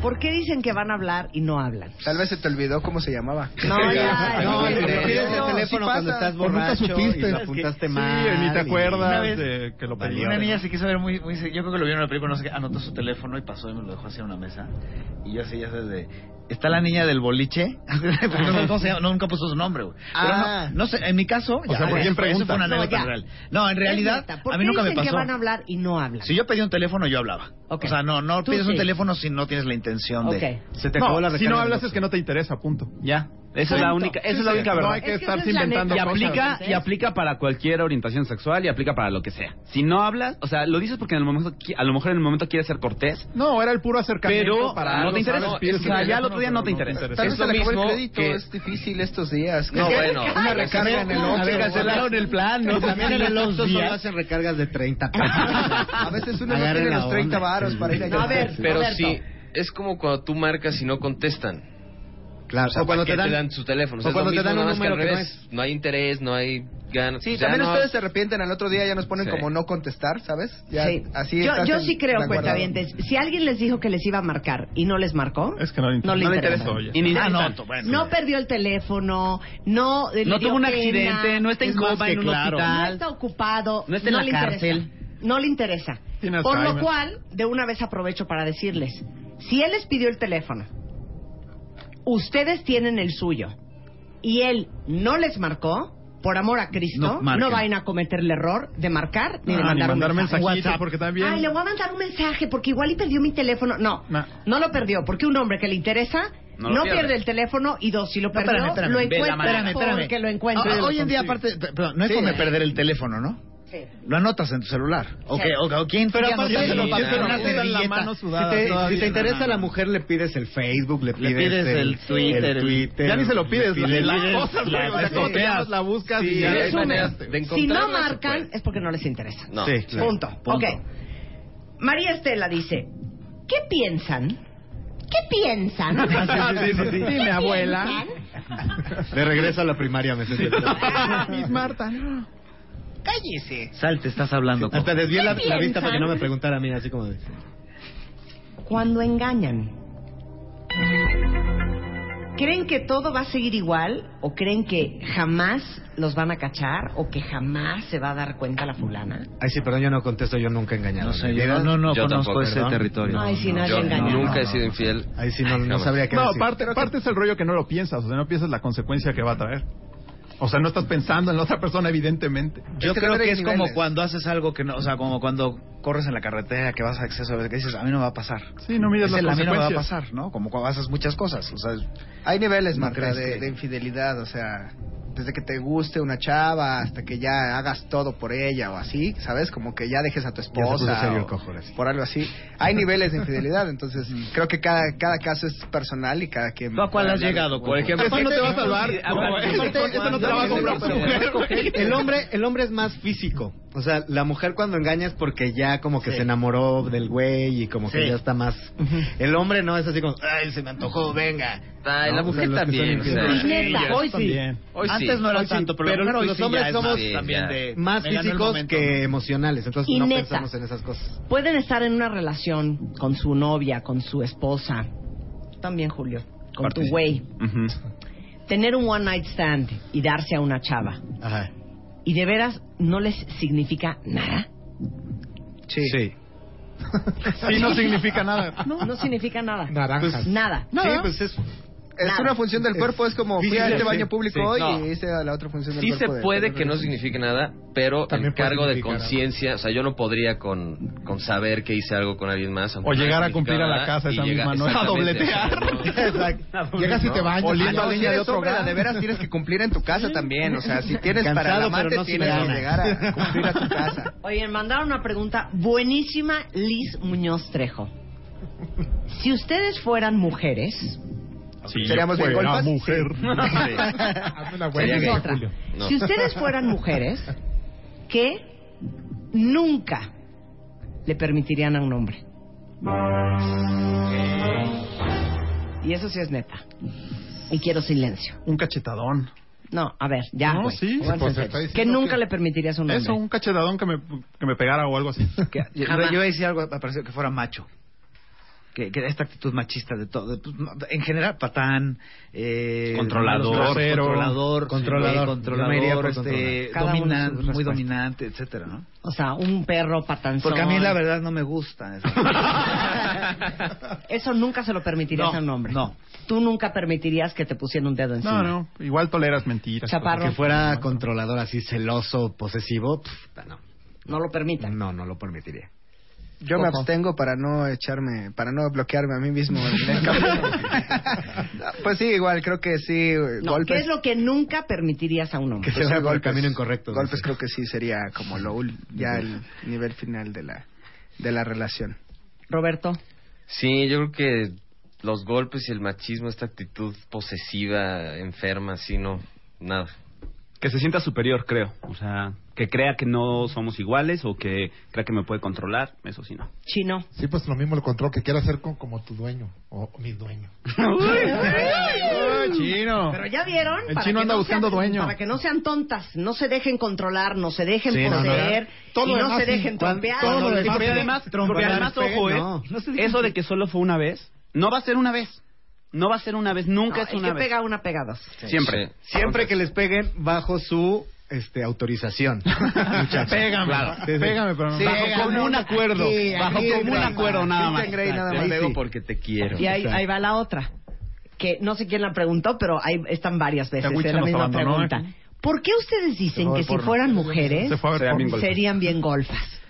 Speaker 2: ¿Por qué dicen que van a hablar y no hablan?
Speaker 3: Tal vez se te olvidó cómo se llamaba.
Speaker 2: No, ya,
Speaker 8: No,
Speaker 2: no,
Speaker 8: y
Speaker 2: no,
Speaker 8: te pides
Speaker 2: no,
Speaker 8: el teléfono
Speaker 3: sí
Speaker 8: cuando
Speaker 3: pasa.
Speaker 8: estás
Speaker 9: Pues nunca
Speaker 8: borracho y
Speaker 9: supiste.
Speaker 8: lo apuntaste
Speaker 10: Sí,
Speaker 8: mal.
Speaker 10: ni te
Speaker 8: y-
Speaker 3: Una
Speaker 10: acuerdas
Speaker 3: vez-
Speaker 10: de que lo pedí.
Speaker 3: Una niña se quiso ver muy, muy... Yo creo que lo vieron en la película, no sé qué. Anotó su teléfono y pasó y me lo dejó así en una mesa. Y yo así, ya sabes, de... Está la niña del boliche. Pero no sé cómo se llama, no, nunca puso su nombre, güey. Pero
Speaker 8: Ah.
Speaker 3: no, no sé, en mi caso... ya,
Speaker 10: sea, ¿por quién
Speaker 3: eso fue- Eso
Speaker 10: preguntas?
Speaker 3: fue una anécdota
Speaker 2: No, ya.
Speaker 3: real. No, en
Speaker 2: Es
Speaker 3: realidad,
Speaker 2: neta, ¿Por
Speaker 3: a mí
Speaker 2: qué
Speaker 3: nunca me
Speaker 2: dicen
Speaker 3: pasó.
Speaker 2: que van a hablar y no hablan?
Speaker 3: Si yo pedía un teléfono, yo hablaba.
Speaker 2: Ok.
Speaker 3: O sea, no, no
Speaker 2: Tú
Speaker 3: pides
Speaker 2: sí.
Speaker 3: un teléfono si no tienes la intención de...
Speaker 2: Ok.
Speaker 8: Se te acabó la
Speaker 10: No, si
Speaker 8: recarga
Speaker 10: no
Speaker 8: de
Speaker 10: hablas
Speaker 8: los-
Speaker 10: es que no te interesa, punto.
Speaker 4: Ya. Esa es la única, esa es la única
Speaker 10: No
Speaker 4: verdad.
Speaker 10: hay que
Speaker 2: Es que
Speaker 10: estarse
Speaker 2: esa es la
Speaker 10: inventando
Speaker 4: Y
Speaker 2: neta.
Speaker 10: cosas.
Speaker 4: aplica,
Speaker 2: ¿eh?
Speaker 4: y aplica para cualquier orientación sexual y aplica para lo que sea. Si no hablas, o sea, lo dices porque en el momento, qui- a lo mejor en el momento quieres ser cortés,
Speaker 10: No, era el puro acercamiento
Speaker 4: pero
Speaker 10: para
Speaker 4: no te interesa.
Speaker 10: sabes, pides
Speaker 4: O sea,
Speaker 10: un
Speaker 4: ya al otro día
Speaker 10: teléfono,
Speaker 4: no te
Speaker 10: pero
Speaker 4: interesa.
Speaker 5: Tal vez
Speaker 10: Es
Speaker 5: se
Speaker 10: lo
Speaker 5: le acabó el
Speaker 10: mismo
Speaker 5: crédito,
Speaker 10: que-
Speaker 5: es
Speaker 6: difícil estos días.
Speaker 5: No, bueno.
Speaker 2: Una recarga en el
Speaker 4: Se cancelaron el plan, ¿no?
Speaker 8: También en los
Speaker 4: Solo
Speaker 8: días
Speaker 4: hacen-
Speaker 8: hacen recargas de 30 pesos. A
Speaker 6: veces uno no tiene los 30 varos para ir a-
Speaker 2: A ver,
Speaker 5: Pero
Speaker 2: Roberto,
Speaker 5: sí, es como cuando tú marcas y no contestan.
Speaker 8: Claro, o cuando
Speaker 5: ¿Para qué
Speaker 8: te dan,
Speaker 5: su teléfono. O sea,
Speaker 8: o
Speaker 5: es lo
Speaker 8: cuando te
Speaker 5: mismo,
Speaker 8: dan
Speaker 5: nada
Speaker 8: un
Speaker 5: más que al
Speaker 8: número que no
Speaker 5: revés. no, hay interés, no hay ganas.
Speaker 6: Sí,
Speaker 5: O sea,
Speaker 6: también
Speaker 5: no-
Speaker 6: ustedes se arrepienten al otro día, ya nos ponen
Speaker 5: Sí.
Speaker 6: como no contestar, ¿sabes? Ya,
Speaker 2: sí.
Speaker 6: así
Speaker 2: yo,
Speaker 6: estás
Speaker 2: yo
Speaker 6: en-
Speaker 2: sí creo,
Speaker 6: tan guardado.
Speaker 2: cuentavientes. Si alguien les dijo que les iba a marcar y no les marcó,
Speaker 10: Es que no le interesa.
Speaker 2: No le interesa.
Speaker 10: Oye.
Speaker 4: Y ni
Speaker 3: Ah,
Speaker 4: tanto.
Speaker 3: no, bueno.
Speaker 2: no perdió el teléfono, no. eh, le
Speaker 4: No
Speaker 2: dio
Speaker 4: tuvo un
Speaker 2: pena,
Speaker 4: accidente, no está en
Speaker 8: Es más
Speaker 4: coma
Speaker 8: que
Speaker 4: en un
Speaker 8: claro.
Speaker 2: no
Speaker 4: hospital.
Speaker 2: está ocupado,
Speaker 4: No está en la
Speaker 2: le
Speaker 4: cárcel.
Speaker 2: interesa, no le interesa.
Speaker 10: Tiene
Speaker 2: Por lo
Speaker 10: Alzheimer.
Speaker 2: cual, de una vez aprovecho para decirles, si él les pidió el teléfono, ustedes tienen el suyo y él no les marcó, por amor a Cristo,
Speaker 3: No,
Speaker 2: no,
Speaker 3: marquen.
Speaker 2: vayan a cometer el error de marcar ni de
Speaker 10: Ah, ni
Speaker 2: mandar, un
Speaker 10: mandar
Speaker 2: mensaje.
Speaker 10: mensajito, porque también-
Speaker 2: Ay, le voy a mandar un mensaje porque igual y perdió mi teléfono. No, no,
Speaker 10: No.
Speaker 2: lo perdió porque un hombre que le interesa no,
Speaker 4: No lo
Speaker 2: pierde.
Speaker 4: pierde.
Speaker 2: el teléfono y dos, si lo
Speaker 3: No,
Speaker 2: perdió,
Speaker 3: espérame, espérame,
Speaker 2: lo
Speaker 3: ve la
Speaker 2: encuentra
Speaker 3: manera. Espérame,
Speaker 2: porque
Speaker 3: espérame.
Speaker 2: lo encuentra.
Speaker 3: Ah, hoy en día, aparte, p- perdón, no es como perder el teléfono, ¿no?
Speaker 2: Sí.
Speaker 3: Lo anotas en tu celular. O,
Speaker 2: Sí.
Speaker 3: que- o, o quién
Speaker 8: Pero
Speaker 3: sigue
Speaker 8: aparte
Speaker 3: anotando?
Speaker 8: se lo
Speaker 3: Yo
Speaker 8: pasan,
Speaker 3: con una
Speaker 8: ¿no? Usan la
Speaker 3: servilleta.
Speaker 10: mano
Speaker 8: Si
Speaker 10: sudada
Speaker 8: te,
Speaker 10: todavía.
Speaker 8: si te interesa
Speaker 10: No, no,
Speaker 8: la
Speaker 10: no.
Speaker 8: mujer, le pides el Facebook, le pides,
Speaker 3: pides el Twitter.
Speaker 8: el Twitter.
Speaker 10: Ya ni se lo
Speaker 8: le
Speaker 10: pides, la-
Speaker 8: pides-
Speaker 10: la
Speaker 8: le
Speaker 10: cosa,
Speaker 8: pides-
Speaker 10: güey, o sea,
Speaker 8: sí.
Speaker 10: ¿cómo te llamas? La buscas
Speaker 5: Sí,
Speaker 10: y ya
Speaker 5: hay
Speaker 10: la
Speaker 5: maneras
Speaker 10: encontraste.
Speaker 5: de
Speaker 2: Si no
Speaker 5: encontrarlas,
Speaker 2: marcan,
Speaker 5: pues.
Speaker 2: es porque no les interesa.
Speaker 5: No.
Speaker 8: Sí, claro.
Speaker 2: Punto. Ok. María Estela dice, ¿qué piensan? ¿Qué piensan?
Speaker 6: Ah,
Speaker 10: sí, sí, sí.
Speaker 2: ¿Qué
Speaker 10: Dime, abuela.
Speaker 2: piensan?
Speaker 8: De regreso a la primaria, me sentí.
Speaker 10: Miss Marta.
Speaker 2: Cállese.
Speaker 3: Sal, te estás hablando. cojo.
Speaker 8: Hasta desvié la,
Speaker 2: ¿Qué
Speaker 8: la vista
Speaker 2: piensan?
Speaker 8: para que no me preguntara a mí, así como de...
Speaker 2: Cuando engañan. ¿Creen que todo va a seguir igual o creen que jamás los van a cachar o que jamás se va a dar cuenta la fulana?
Speaker 8: Ay, sí, perdón, yo no contesto, yo nunca he engañado.
Speaker 3: No sé,
Speaker 8: ¿Me
Speaker 3: yo no,
Speaker 8: entiendes?
Speaker 3: no, no
Speaker 5: Yo
Speaker 3: conozco
Speaker 5: tampoco,
Speaker 3: ese
Speaker 5: perdón.
Speaker 3: territorio.
Speaker 2: Ay, sí, nadie
Speaker 5: Yo
Speaker 2: engaña.
Speaker 5: nunca he
Speaker 2: No,
Speaker 5: sido infiel.
Speaker 8: Ahí sí no, no
Speaker 5: Jamás.
Speaker 8: sabría qué
Speaker 10: No,
Speaker 8: decir.
Speaker 10: parte, parte es el rollo que no lo piensas, o sea, no piensas la consecuencia que va a traer. O sea, no estás pensando en la otra persona, evidentemente.
Speaker 3: Yo
Speaker 6: Es que
Speaker 3: creo
Speaker 6: no
Speaker 3: que
Speaker 6: eres
Speaker 3: es como
Speaker 6: niveles.
Speaker 3: cuando haces algo que no, o sea, como cuando corres en la carretera, que vas a exceso, a veces que dices, a mí no me va a pasar.
Speaker 10: Sí, no mides
Speaker 3: Es
Speaker 10: las
Speaker 3: el, a mí no me va a
Speaker 10: consecuencias.
Speaker 3: pasar, ¿no? Como cuando haces muchas cosas, o sea,
Speaker 6: Hay niveles,
Speaker 3: ¿No
Speaker 6: Marta,
Speaker 3: crees
Speaker 6: de,
Speaker 3: que-
Speaker 6: de infidelidad, o sea... desde que te guste una chava hasta que ya hagas todo por ella o así, ¿sabes? Como que ya dejes a tu
Speaker 8: puso
Speaker 6: esposa
Speaker 8: serio
Speaker 6: o
Speaker 8: el cojo, ahora sí. Mm.
Speaker 6: por algo así. Hay niveles de infidelidad, entonces creo que cada cada caso es personal y cada quien.
Speaker 4: ¿Tú a cuál has
Speaker 6: puede hablar de-
Speaker 4: llegado, por ejemplo?
Speaker 10: Eso no te va a salvar.
Speaker 4: Sí, aparte,
Speaker 10: No,
Speaker 4: aparte,
Speaker 10: eso- eso no te la va a comprar tu mujer, güey.
Speaker 8: El hombre, el hombre es más físico. O sea, la mujer cuando engaña es porque ya como que se enamoró del güey y como que
Speaker 6: Sí.
Speaker 8: ya está más. El hombre no es así como, ay, se me antojó, venga.
Speaker 5: Ay, la
Speaker 8: No,
Speaker 5: mujer
Speaker 8: los que
Speaker 5: también.
Speaker 8: son
Speaker 5: o sea,
Speaker 8: infieles.
Speaker 2: Neta.
Speaker 10: Hoy sí.
Speaker 5: Hoy sí.
Speaker 3: Antes no era
Speaker 8: Hoy sí,
Speaker 3: tanto, pero,
Speaker 8: pero
Speaker 3: lo
Speaker 8: los hombres somos
Speaker 5: también
Speaker 3: de...
Speaker 8: Más
Speaker 3: me ganó el
Speaker 8: físicos
Speaker 3: momento.
Speaker 8: que emocionales. Entonces
Speaker 2: Y
Speaker 8: no
Speaker 2: neta.
Speaker 8: pensamos en esas cosas.
Speaker 2: Pueden estar en una relación con su novia, con su esposa, también Julio, con tu güey. Tener un one night stand y darse a una chava.
Speaker 8: Ajá.
Speaker 2: Y de veras no les significa nada.
Speaker 8: Sí.
Speaker 10: Sí, no significa nada.
Speaker 2: No, significa nada.
Speaker 9: Naranjas.
Speaker 2: Nada.
Speaker 3: Ah.
Speaker 8: Sí, pues es.
Speaker 6: Es
Speaker 2: Nada.
Speaker 6: una función del cuerpo, es como fui a
Speaker 8: Sí,
Speaker 6: este
Speaker 8: sí,
Speaker 6: baño
Speaker 8: sí,
Speaker 6: público
Speaker 8: sí.
Speaker 6: hoy
Speaker 5: No.
Speaker 6: y hice a la otra función del
Speaker 5: Sí se
Speaker 6: cuerpo. de-
Speaker 8: este".
Speaker 5: puede que no signifique nada, pero
Speaker 9: También
Speaker 5: el cargo
Speaker 9: puede
Speaker 5: de
Speaker 9: significar
Speaker 5: conciencia, o sea, yo no podría con, con saber que hice algo con alguien más. aunque
Speaker 10: O
Speaker 5: no
Speaker 10: llegar a
Speaker 5: significara
Speaker 10: cumplir a la
Speaker 5: nada,
Speaker 10: casa
Speaker 5: y
Speaker 10: esa
Speaker 5: llegar-
Speaker 10: misma noche a
Speaker 5: exactamente,
Speaker 10: dobletear.
Speaker 5: o sea, no.
Speaker 9: Llegas y te bañas.
Speaker 10: Oliendo
Speaker 6: Ah,
Speaker 10: a
Speaker 6: no, si
Speaker 10: leña de
Speaker 6: eres
Speaker 10: otro
Speaker 6: hombre, la
Speaker 10: hogar.
Speaker 6: de veras tienes que cumplir en tu casa también. O sea, si tienes para el
Speaker 8: Cansado,
Speaker 6: amante,
Speaker 8: pero no
Speaker 6: tienes que
Speaker 8: soberana.
Speaker 6: llegar a cumplir a tu casa.
Speaker 2: Oye, mandaron una pregunta buenísima, Liz Muñoz Trejo. Si ustedes fueran mujeres,
Speaker 10: Sí,
Speaker 6: Seríamos bien
Speaker 10: fuera
Speaker 6: golfas.
Speaker 10: mujer.
Speaker 9: Hazme la buena.
Speaker 5: Sería gay.
Speaker 2: es otra.
Speaker 10: Julio.
Speaker 5: No.
Speaker 2: Si ustedes fueran mujeres, ¿qué nunca le permitirían a un hombre? Y eso sí es neta. Y quiero silencio.
Speaker 10: Un cachetadón.
Speaker 2: No, a ver, ya.
Speaker 10: No,
Speaker 2: güey,
Speaker 10: sí.
Speaker 2: pónganse
Speaker 9: Pues
Speaker 2: en
Speaker 9: está
Speaker 2: serio.
Speaker 9: diciendo
Speaker 2: que nunca
Speaker 9: que-
Speaker 2: le permitirías a un hombre.
Speaker 10: Eso, un cachetadón que me, que me pegara o algo así.
Speaker 3: Que- yo,
Speaker 2: Jamás.
Speaker 3: yo iba a decir algo parecido que fuera macho. Que, que esta actitud machista de todo, de- pues, no, en general, patán, eh,
Speaker 10: Controlador.
Speaker 3: malos tratos,
Speaker 10: Grosero.
Speaker 3: controlador,
Speaker 8: Controlador.
Speaker 3: eh,
Speaker 8: Yo me
Speaker 3: controlador,
Speaker 8: iría por
Speaker 3: este,
Speaker 2: controlador. Cada uno
Speaker 3: dominan-
Speaker 2: sus
Speaker 3: muy
Speaker 2: respuestas.
Speaker 3: dominante, etcétera, ¿no?
Speaker 2: O sea, un perro patanzón.
Speaker 3: Porque a mí la verdad no me gusta. eso.
Speaker 2: Eso nunca se lo permitirías
Speaker 10: No,
Speaker 2: a un hombre.
Speaker 3: no.
Speaker 2: Tú nunca permitirías que te pusieran un dedo encima.
Speaker 10: No, no. Igual toleras mentiras.
Speaker 2: Chaparro.
Speaker 8: Que fuera controlador así celoso, posesivo, pff, no.
Speaker 2: No lo permitan.
Speaker 8: No, no lo permitiría.
Speaker 6: Yo me abstengo para no echarme, para no bloquearme a mí mismo en el camino. pues sí, igual, creo que sí,
Speaker 2: No,
Speaker 6: golpes.
Speaker 2: ¿Qué es lo que nunca permitirías a un hombre?
Speaker 8: Que se
Speaker 6: Pues sí,
Speaker 8: vaya por el
Speaker 6: golpes.
Speaker 8: camino incorrecto.
Speaker 6: Golpes
Speaker 8: dice.
Speaker 6: creo que sí sería como lo ul- ya el nivel final de la de la relación.
Speaker 2: Roberto.
Speaker 5: Sí, yo creo que los golpes y el machismo, esta actitud posesiva, enferma, sí, no, nada.
Speaker 4: Que se sienta superior, creo. O sea, que crea que no somos iguales o que crea que me puede controlar, eso sí no.
Speaker 2: Chino.
Speaker 9: Sí, pues lo mismo el control que quiero hacer con como tu dueño o mi dueño.
Speaker 10: Ay, chino.
Speaker 2: Pero ya vieron.
Speaker 10: El
Speaker 2: para
Speaker 10: chino
Speaker 2: que
Speaker 10: anda
Speaker 2: no
Speaker 10: buscando
Speaker 2: sean-
Speaker 10: dueño.
Speaker 2: Para que no sean tontas, no se dejen controlar, no se dejen
Speaker 8: Sí, no, no,
Speaker 2: poseer,
Speaker 9: Todo
Speaker 2: y
Speaker 9: lo
Speaker 2: no
Speaker 9: demás
Speaker 2: se
Speaker 9: sí,
Speaker 2: dejen
Speaker 9: cuan-
Speaker 2: trompear.
Speaker 9: todo lo
Speaker 2: No, porque
Speaker 9: demás
Speaker 4: Porque
Speaker 9: sí.
Speaker 2: además-
Speaker 4: además,
Speaker 8: Trompa,
Speaker 4: porque además,
Speaker 8: peguen,
Speaker 4: ojo, ¿eh?
Speaker 8: no.
Speaker 4: Eso de que solo fue una vez, no va a ser una vez. No va a ser una vez, nunca
Speaker 2: no,
Speaker 4: es
Speaker 2: el
Speaker 4: una
Speaker 2: que
Speaker 4: vez.
Speaker 2: pega una, pega dos.
Speaker 4: Siempre.
Speaker 8: Siempre que les peguen bajo su este, autorización. Muchachos.
Speaker 10: Pégame.
Speaker 8: Claro. Sí, sí.
Speaker 10: Pégame, pero no.
Speaker 6: Sí,
Speaker 4: Bajo
Speaker 6: pégame.
Speaker 4: común acuerdo.
Speaker 6: Sí,
Speaker 4: Bajo
Speaker 6: aquí,
Speaker 4: común
Speaker 6: Grey,
Speaker 4: acuerdo, nada más.
Speaker 6: Christian Grey, nada
Speaker 5: Te
Speaker 6: más.
Speaker 5: pego porque te quiero.
Speaker 2: Y ahí, ahí va la otra, que no sé quién la preguntó, pero ahí están varias veces,
Speaker 10: Tawicha
Speaker 2: es la
Speaker 10: nos
Speaker 2: misma
Speaker 10: abandonó, ¿eh?
Speaker 2: pregunta. ¿Por qué ustedes dicen que si fueran mujeres
Speaker 10: Se fue a ver porno.
Speaker 2: serían bien golfas?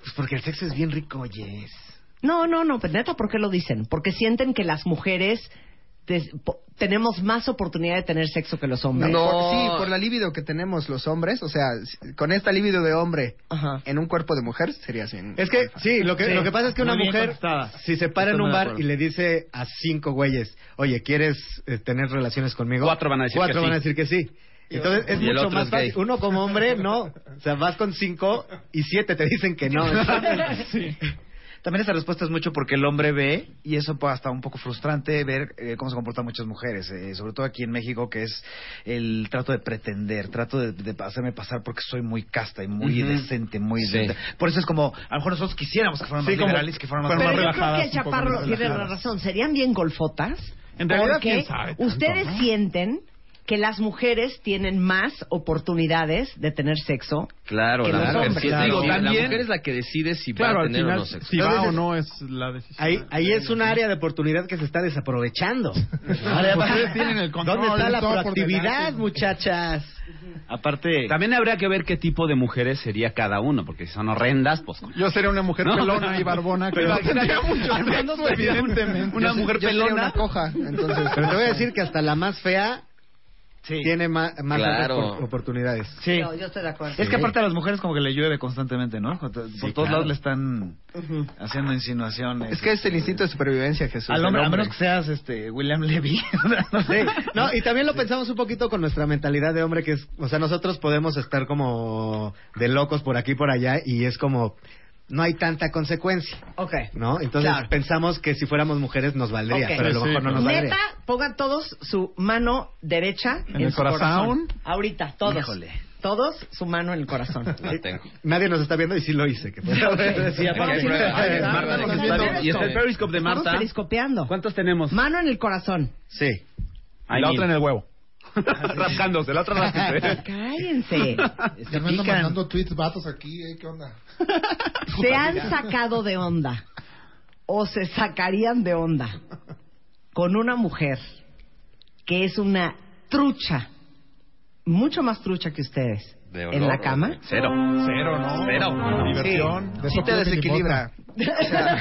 Speaker 8: Pues porque el sexo es bien rico, oyes.
Speaker 2: No, no, no, pero neta, ¿por qué lo dicen? Porque sienten que las mujeres des- po- tenemos más oportunidad de tener sexo que los hombres.
Speaker 5: No.
Speaker 6: Por- sí, por la libido que tenemos los hombres, o sea, s- con esta libido de hombre
Speaker 2: Ajá.
Speaker 6: en un cuerpo de mujer sería bien.
Speaker 8: Es que, sí, lo que,
Speaker 10: Sí.
Speaker 8: lo que pasa es que
Speaker 10: Muy
Speaker 8: una
Speaker 10: bien
Speaker 8: mujer,
Speaker 10: contestada.
Speaker 8: si se para
Speaker 4: Estoy
Speaker 8: en un
Speaker 4: muy de
Speaker 8: bar y
Speaker 4: acuerdo.
Speaker 8: le dice a cinco güeyes, oye, ¿quieres eh, tener relaciones conmigo?
Speaker 4: Cuatro van a decir
Speaker 8: Cuatro
Speaker 4: que
Speaker 8: van a
Speaker 4: sí.
Speaker 8: decir que sí. Entonces es
Speaker 5: Y el
Speaker 8: mucho
Speaker 5: otro
Speaker 8: más
Speaker 5: es gay.
Speaker 8: fácil. Uno como hombre, no. O sea, vas con cinco y siete te dicen que no.
Speaker 3: También esta respuesta es mucho porque el hombre ve, y eso puede hasta un poco frustrante, ver eh, cómo se comportan muchas mujeres, eh, sobre todo aquí en México, que es el trato de pretender, trato de, de hacerme pasar porque soy muy casta y muy
Speaker 5: Ujú.
Speaker 3: decente, muy...
Speaker 5: Sí.
Speaker 3: decente. Por eso es como, a lo mejor nosotros quisiéramos que fueran más
Speaker 10: Sí, como-
Speaker 3: liberales, que fueran más...
Speaker 10: pero
Speaker 2: Pero
Speaker 10: más
Speaker 2: yo creo
Speaker 10: relajadas,
Speaker 2: que el
Speaker 10: un poco
Speaker 2: chaparro
Speaker 10: más
Speaker 2: tiene la
Speaker 10: relajadas.
Speaker 2: razón. ¿Serían bien golfotas?
Speaker 10: En realidad,
Speaker 2: porque
Speaker 10: quién sabe tanto,
Speaker 2: ustedes
Speaker 10: ¿no?
Speaker 2: sienten que las mujeres tienen más oportunidades de tener sexo.
Speaker 5: Claro,
Speaker 2: Que
Speaker 5: la
Speaker 2: los
Speaker 5: mujer,
Speaker 2: hombres,
Speaker 5: sí,
Speaker 2: claro.
Speaker 5: digo,
Speaker 2: Sí,
Speaker 5: la
Speaker 10: también-
Speaker 5: mujer es la que decide si
Speaker 10: Claro,
Speaker 5: va a
Speaker 10: al
Speaker 5: tener o no
Speaker 10: final,
Speaker 5: sexo.
Speaker 10: si va o no es la decisión.
Speaker 8: Ahí, ahí es un área de oportunidad que se está desaprovechando.
Speaker 10: Ustedes tienen el control.
Speaker 8: ¿Dónde está la
Speaker 9: todo por
Speaker 8: proactividad,
Speaker 9: delante.
Speaker 8: muchachas?
Speaker 4: Aparte, también habría que ver qué tipo de mujeres sería cada uno, porque si son horrendas, pues.
Speaker 10: Yo sería una mujer
Speaker 4: No.
Speaker 10: pelona y barbona que
Speaker 4: Pero
Speaker 10: no
Speaker 4: imagínate,
Speaker 10: tendría mucho sexo, evidentemente.
Speaker 4: Una mujer
Speaker 6: Yo sería
Speaker 4: pelona.
Speaker 6: una coja, entonces.
Speaker 8: Pero te voy a decir que hasta la más fea tiene ma- más,
Speaker 5: Claro.
Speaker 8: altas por- oportunidades.
Speaker 3: Sí.
Speaker 2: No, yo estoy de acuerdo.
Speaker 3: Es que aparte a las mujeres como que le llueve constantemente, ¿no? Por todos
Speaker 8: claro.
Speaker 3: lados le están
Speaker 2: Ujú.
Speaker 3: haciendo insinuaciones.
Speaker 6: Es que es el instinto de supervivencia, Jesús.
Speaker 3: Al hombre,
Speaker 6: del
Speaker 3: a
Speaker 6: hombre.
Speaker 3: menos que seas este William Levy. no
Speaker 8: Sí.
Speaker 3: sé.
Speaker 8: No, y también lo pensamos un poquito con nuestra mentalidad de hombre, que es, o sea, nosotros podemos estar como de locos por aquí y por allá, y es como, no hay tanta consecuencia,
Speaker 2: Ok.
Speaker 8: ¿no? Entonces
Speaker 2: Claro.
Speaker 8: pensamos que si fuéramos mujeres nos valdría,
Speaker 2: Ok.
Speaker 8: pero a lo
Speaker 10: Sí,
Speaker 8: mejor
Speaker 10: sí.
Speaker 8: no nos valdría.
Speaker 2: Neta, pongan todos su mano derecha en,
Speaker 10: En el
Speaker 2: su corazón.
Speaker 10: corazón.
Speaker 2: Ahorita, todos.
Speaker 3: Híjole.
Speaker 2: Todos su mano en el corazón.
Speaker 5: La tengo.
Speaker 8: Nadie nos está viendo y sí lo hice. que-
Speaker 2: Sí, aparte-
Speaker 5: Hay pruebas.
Speaker 2: Ay,
Speaker 5: Marta nos
Speaker 2: Marta,
Speaker 5: está viendo.
Speaker 2: Marta,
Speaker 5: Y está el
Speaker 4: Periscope de
Speaker 2: Estamos
Speaker 4: Marta.
Speaker 2: periscopeando.
Speaker 4: ¿Cuántos tenemos?
Speaker 2: Mano en el corazón.
Speaker 8: Sí.
Speaker 4: Ay,
Speaker 10: la
Speaker 4: mil.
Speaker 10: otra en el huevo.
Speaker 4: Rascándose, la otra rascándose.
Speaker 2: Cállense.
Speaker 9: Ya me ando mandando tweets vatos aquí, ¿eh? ¿Qué onda?
Speaker 2: ¿Se han sacado de onda o se sacarían de onda con una mujer que es una trucha, mucho más trucha que ustedes,
Speaker 5: De
Speaker 2: en
Speaker 5: olor,
Speaker 2: la cama?
Speaker 5: Cero.
Speaker 10: Cero, ¿no?
Speaker 5: Cero.
Speaker 10: Diversión.
Speaker 6: Sí te desequilibra. O sea,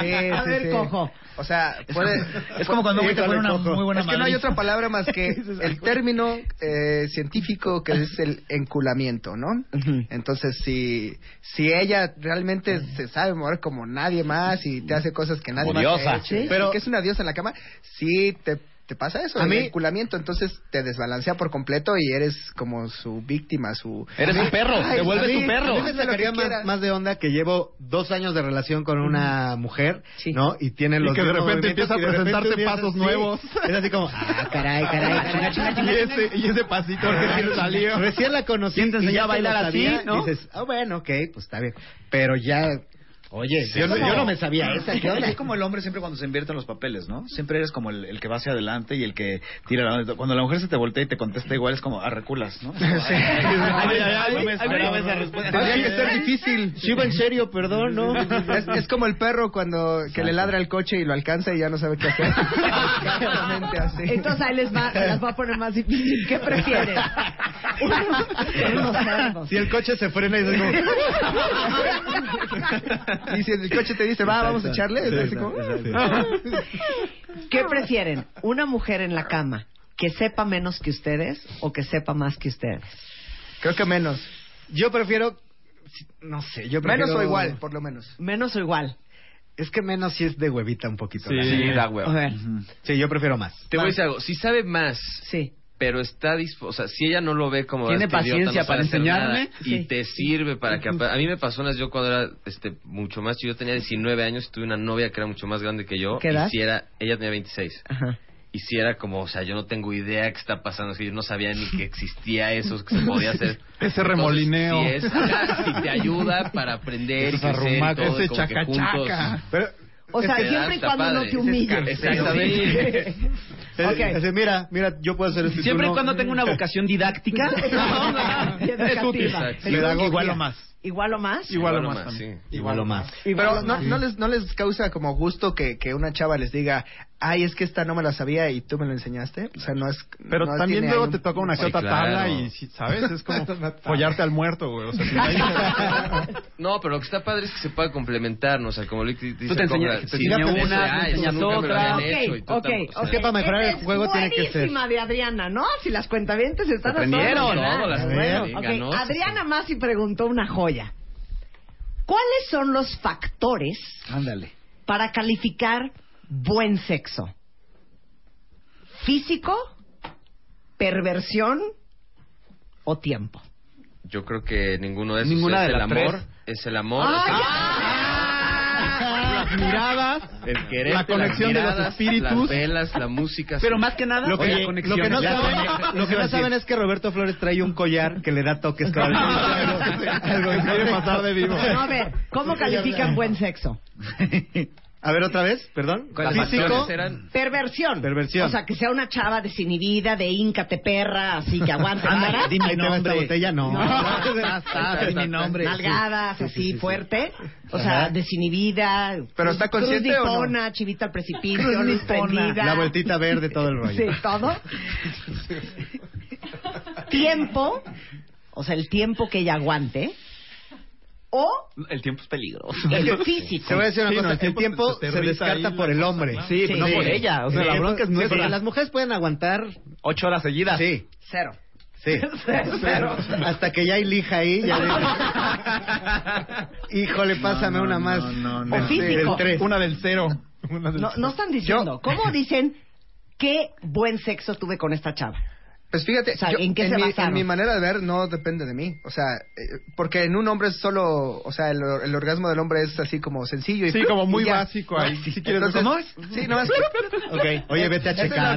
Speaker 6: sí,
Speaker 2: A
Speaker 6: sí,
Speaker 2: ver,
Speaker 6: sí.
Speaker 2: cojo.
Speaker 6: O sea, puede-
Speaker 3: Es como cuando un güey te pone una muy buena
Speaker 6: es que no hay
Speaker 3: madriza.
Speaker 6: otra palabra más que el término eh, científico que es el enculamiento, ¿no?
Speaker 2: Ujú.
Speaker 6: Entonces, si, si ella realmente se sabe mover como nadie más y te hace cosas que nadie
Speaker 5: Como
Speaker 6: más te ha
Speaker 5: diosa.
Speaker 6: hecho,
Speaker 2: Sí.
Speaker 6: pero que es una diosa en la cama, sí te, te pasa eso,
Speaker 8: A
Speaker 6: el
Speaker 8: mí-
Speaker 6: enculamiento, entonces te desbalancea por completo y eres como su víctima, su...
Speaker 5: Eres un perro.
Speaker 6: Ay,
Speaker 5: Te
Speaker 6: a
Speaker 5: vuelves
Speaker 6: mí-
Speaker 5: un
Speaker 8: A mí
Speaker 5: perro.
Speaker 8: me
Speaker 6: Haz lo que
Speaker 8: sacaría más,
Speaker 6: quieras.
Speaker 8: más de onda que llevo dos años de relación con una mujer,
Speaker 2: Sí.
Speaker 8: ¿no? Y tiene los
Speaker 10: que de
Speaker 8: mismos
Speaker 10: repente
Speaker 8: movimientos
Speaker 10: empieza a
Speaker 8: y de repente
Speaker 10: presentarte
Speaker 8: empiezas-
Speaker 10: pasos
Speaker 8: sí.
Speaker 10: nuevos.
Speaker 8: Es así como,
Speaker 2: Ah, caray, caray, caray, caray,
Speaker 10: Y
Speaker 2: caray.
Speaker 10: ese, y ese pasito
Speaker 8: Porque
Speaker 10: recién salió.
Speaker 8: Recién la conocí.
Speaker 4: ¿Quién te
Speaker 8: y
Speaker 4: enseñó
Speaker 8: ya
Speaker 4: a
Speaker 8: te lo
Speaker 4: bailar así,
Speaker 8: sabía,
Speaker 4: no?
Speaker 8: Dices, ah, bueno, ok, pues está bien. Pero ya. Oye, yo, no-
Speaker 3: como-
Speaker 8: yo no me sabía esa. ¿qué onda?
Speaker 3: Es como el hombre siempre cuando se invierten los papeles, ¿no? Siempre eres como el, el que va hacia adelante y el que tira la onda. Cuando la mujer se te voltea y te contesta igual es como, ah, reculas, ¿no?
Speaker 6: Tendría que ser difícil.
Speaker 8: Chiva, ¿eh? en serio, perdón, ¿no?
Speaker 6: Es, es como el perro cuando que le ladra el coche y lo alcanza y ya no sabe qué hacer. Exactamente así.
Speaker 2: Entonces ahí les va, las va a poner más difícil. ¿Qué prefieren? Unos- unos cerdos.
Speaker 8: Si el coche se frena y es como...
Speaker 6: y si el coche te dice, va, vamos a
Speaker 8: Exacto.
Speaker 6: echarle, es así como, "Ah".
Speaker 2: ¿Qué prefieren? ¿Una mujer en la cama que sepa menos que ustedes o que sepa más que ustedes?
Speaker 6: creo que menos.
Speaker 8: Yo prefiero... No sé, yo prefiero...
Speaker 6: Menos o igual, por lo menos.
Speaker 2: Menos o igual.
Speaker 8: Es que menos si es de huevita un poquito.
Speaker 10: Sí.
Speaker 8: la neta.
Speaker 5: Sí, da
Speaker 2: A
Speaker 5: huevo.
Speaker 2: ver,
Speaker 8: Sí, yo prefiero más.
Speaker 5: Te voy a decir algo. Si sabe más,
Speaker 2: sí.
Speaker 5: pero está dispuesta, o sea, si ella no lo ve como
Speaker 4: Tiene
Speaker 5: "Este idiota
Speaker 4: paciencia
Speaker 5: no sabe
Speaker 4: para
Speaker 5: hacer
Speaker 4: enseñarme".
Speaker 5: nada", y
Speaker 2: Sí.
Speaker 5: te sirve para que a mí me pasó unas yo cuando era este mucho más chico, yo tenía 19 años, y tuve una novia que era mucho más grande que yo
Speaker 2: ¿Qué edad?
Speaker 5: y si era ella tenía 26.
Speaker 2: Ajá.
Speaker 5: Y si era como, o sea, yo no tengo idea qué está pasando, es que yo no sabía ni que existía eso, que se podía hacer.
Speaker 10: Ese remolineo.
Speaker 5: Entonces, sí es, ajá, sí te ayuda para aprender y
Speaker 10: Esos
Speaker 5: crecer y todo,
Speaker 10: arrumacos.
Speaker 5: y
Speaker 10: Ese
Speaker 5: como que juntos-
Speaker 10: chacachaca.
Speaker 8: Pero...
Speaker 2: O sea,
Speaker 5: Este,
Speaker 2: siempre y
Speaker 5: está
Speaker 2: cuando no
Speaker 5: padre.
Speaker 2: te humilles.
Speaker 5: Exactamente.
Speaker 8: es- es- mira, mira, yo puedo hacer esto. y tú
Speaker 4: Siempre y
Speaker 8: no.
Speaker 4: cuando tenga una vocación didáctica.
Speaker 2: Es útil.
Speaker 5: Exacto.
Speaker 10: Igual o más.
Speaker 2: Igual o más.
Speaker 10: Igual
Speaker 5: Igual
Speaker 10: o
Speaker 5: o
Speaker 10: más.
Speaker 5: más,
Speaker 10: también.
Speaker 5: sí.
Speaker 8: Igual o más.
Speaker 6: Pero no, no, les, no les causa como gusto que, que una chava les diga, ay, es que esta no me la sabía y tú me la enseñaste. O sea, no es...
Speaker 10: Pero
Speaker 6: no
Speaker 10: también
Speaker 6: tiene
Speaker 10: luego
Speaker 6: ahí
Speaker 10: te
Speaker 6: un-
Speaker 10: toca una
Speaker 5: Sí,
Speaker 10: que otra
Speaker 5: claro.
Speaker 10: tabla y, si- ¿sabes? Es como follarte al muerto, güey. O sea, si hay-
Speaker 5: No, pero lo que está padre es que se pueda complementar, ¿no? O sea, como Luis dice...
Speaker 4: Tú te enseñas-
Speaker 5: Conrad,
Speaker 4: te
Speaker 5: sí,
Speaker 4: enseña
Speaker 5: no,
Speaker 4: una,
Speaker 5: eso,
Speaker 4: te
Speaker 5: ah, eso
Speaker 4: enseñas
Speaker 5: nunca me lo
Speaker 4: otra.
Speaker 5: habían hecho
Speaker 2: Ok,
Speaker 5: y tú
Speaker 2: ok.
Speaker 5: tampoco, o
Speaker 2: ok.
Speaker 5: sea,
Speaker 8: que para mejorar el
Speaker 2: Esta es
Speaker 8: juego tiene que ser-
Speaker 2: buenísima de Adriana, ¿no? Si las cuentavientes están
Speaker 5: Aprendieron,
Speaker 2: a
Speaker 5: ¿no? Las
Speaker 2: Bueno,
Speaker 5: aprendieron.
Speaker 2: ok.
Speaker 5: Ganó.
Speaker 2: Adriana Masi preguntó una joya. ¿Cuáles son los factores
Speaker 3: Ándale.
Speaker 2: para calificar buen sexo? ¿Físico, perversión o tiempo?
Speaker 5: Yo creo que ninguno de esos
Speaker 4: Ninguna
Speaker 5: es
Speaker 4: de
Speaker 5: el
Speaker 4: las
Speaker 5: amor,
Speaker 4: tres.
Speaker 5: es el amor,
Speaker 2: Ah,
Speaker 10: Las miradas.
Speaker 5: es el querer,
Speaker 10: La conexión
Speaker 5: las
Speaker 10: de los
Speaker 5: miradas,
Speaker 10: espíritus.
Speaker 5: las velas, la música.
Speaker 4: Pero
Speaker 5: sí.
Speaker 4: más que nada,
Speaker 8: Lo que,
Speaker 4: la
Speaker 8: lo
Speaker 4: conexión.
Speaker 8: que no
Speaker 4: Ya
Speaker 8: saben, lo que no saben es que Roberto Flores trae un collar que le da toques cada vez que dice algo, algo
Speaker 10: Quiere pasar de vivo.
Speaker 2: No, a ver, ¿cómo califican buen sexo?
Speaker 8: A ver, otra vez, perdón.
Speaker 5: ¿Cuáles
Speaker 8: Físico.
Speaker 5: factores eran?
Speaker 2: Perversión.
Speaker 8: Perversión.
Speaker 2: O sea, que sea una chava desinhibida, de íncate perra, así que aguante vara.
Speaker 8: Ahí te va esta botella, no.
Speaker 3: Di mi nombre.
Speaker 2: Nalgadas, así, fuerte. O sea,
Speaker 8: Ajá.
Speaker 2: desinhibida.
Speaker 6: ¿Pero está consciente
Speaker 2: cruz
Speaker 6: o no?
Speaker 2: nipona, chivita al precipicio,
Speaker 3: Cruz
Speaker 2: luz
Speaker 3: nipona.
Speaker 2: prendida.
Speaker 8: La vueltita verde, todo el rollo.
Speaker 2: Sí, todo. tiempo. O sea, el tiempo que ella aguante. O
Speaker 4: El tiempo es peligroso.
Speaker 2: el físico.
Speaker 8: Te voy a decir una
Speaker 10: Sí, no,
Speaker 8: cosa, el
Speaker 10: el tiempo
Speaker 8: tiempo
Speaker 10: se
Speaker 8: se,
Speaker 10: aterriza ahí
Speaker 8: descarta
Speaker 10: la
Speaker 8: por el hombre.
Speaker 10: cosa,
Speaker 2: Sí, pues no por
Speaker 4: ella, o sea, la bronca es
Speaker 8: sí,
Speaker 4: nuestra.
Speaker 8: porque las mujeres pueden aguantar
Speaker 4: ¿Ocho horas seguidas?
Speaker 8: Sí,
Speaker 2: Cero.
Speaker 8: sí.
Speaker 2: Cero.
Speaker 8: Hasta que ya hay lija ahí, ya le- Híjole, pásame una más.
Speaker 2: no. O físico.
Speaker 10: Del tres. Una del cero. Una del
Speaker 2: No,
Speaker 10: cero.
Speaker 2: no están diciendo.
Speaker 10: Yo-
Speaker 2: ¿Cómo dicen qué buen sexo tuve con esta chava?
Speaker 6: Pues fíjate,
Speaker 2: O sea,
Speaker 6: yo-
Speaker 2: ¿en
Speaker 6: ¿en,
Speaker 2: qué se
Speaker 6: mi,
Speaker 2: basaron?
Speaker 6: en mi manera de ver no depende de mí. O sea, eh, porque en un hombre es solo, o sea, el, or- el orgasmo del hombre es así como sencillo y
Speaker 10: Sí, como
Speaker 6: y
Speaker 10: muy
Speaker 6: ya.
Speaker 10: básico ahí. Si quieres
Speaker 6: Entonces,
Speaker 10: ver-
Speaker 6: no es, sí, no es
Speaker 8: Ok, oye, vete a checar.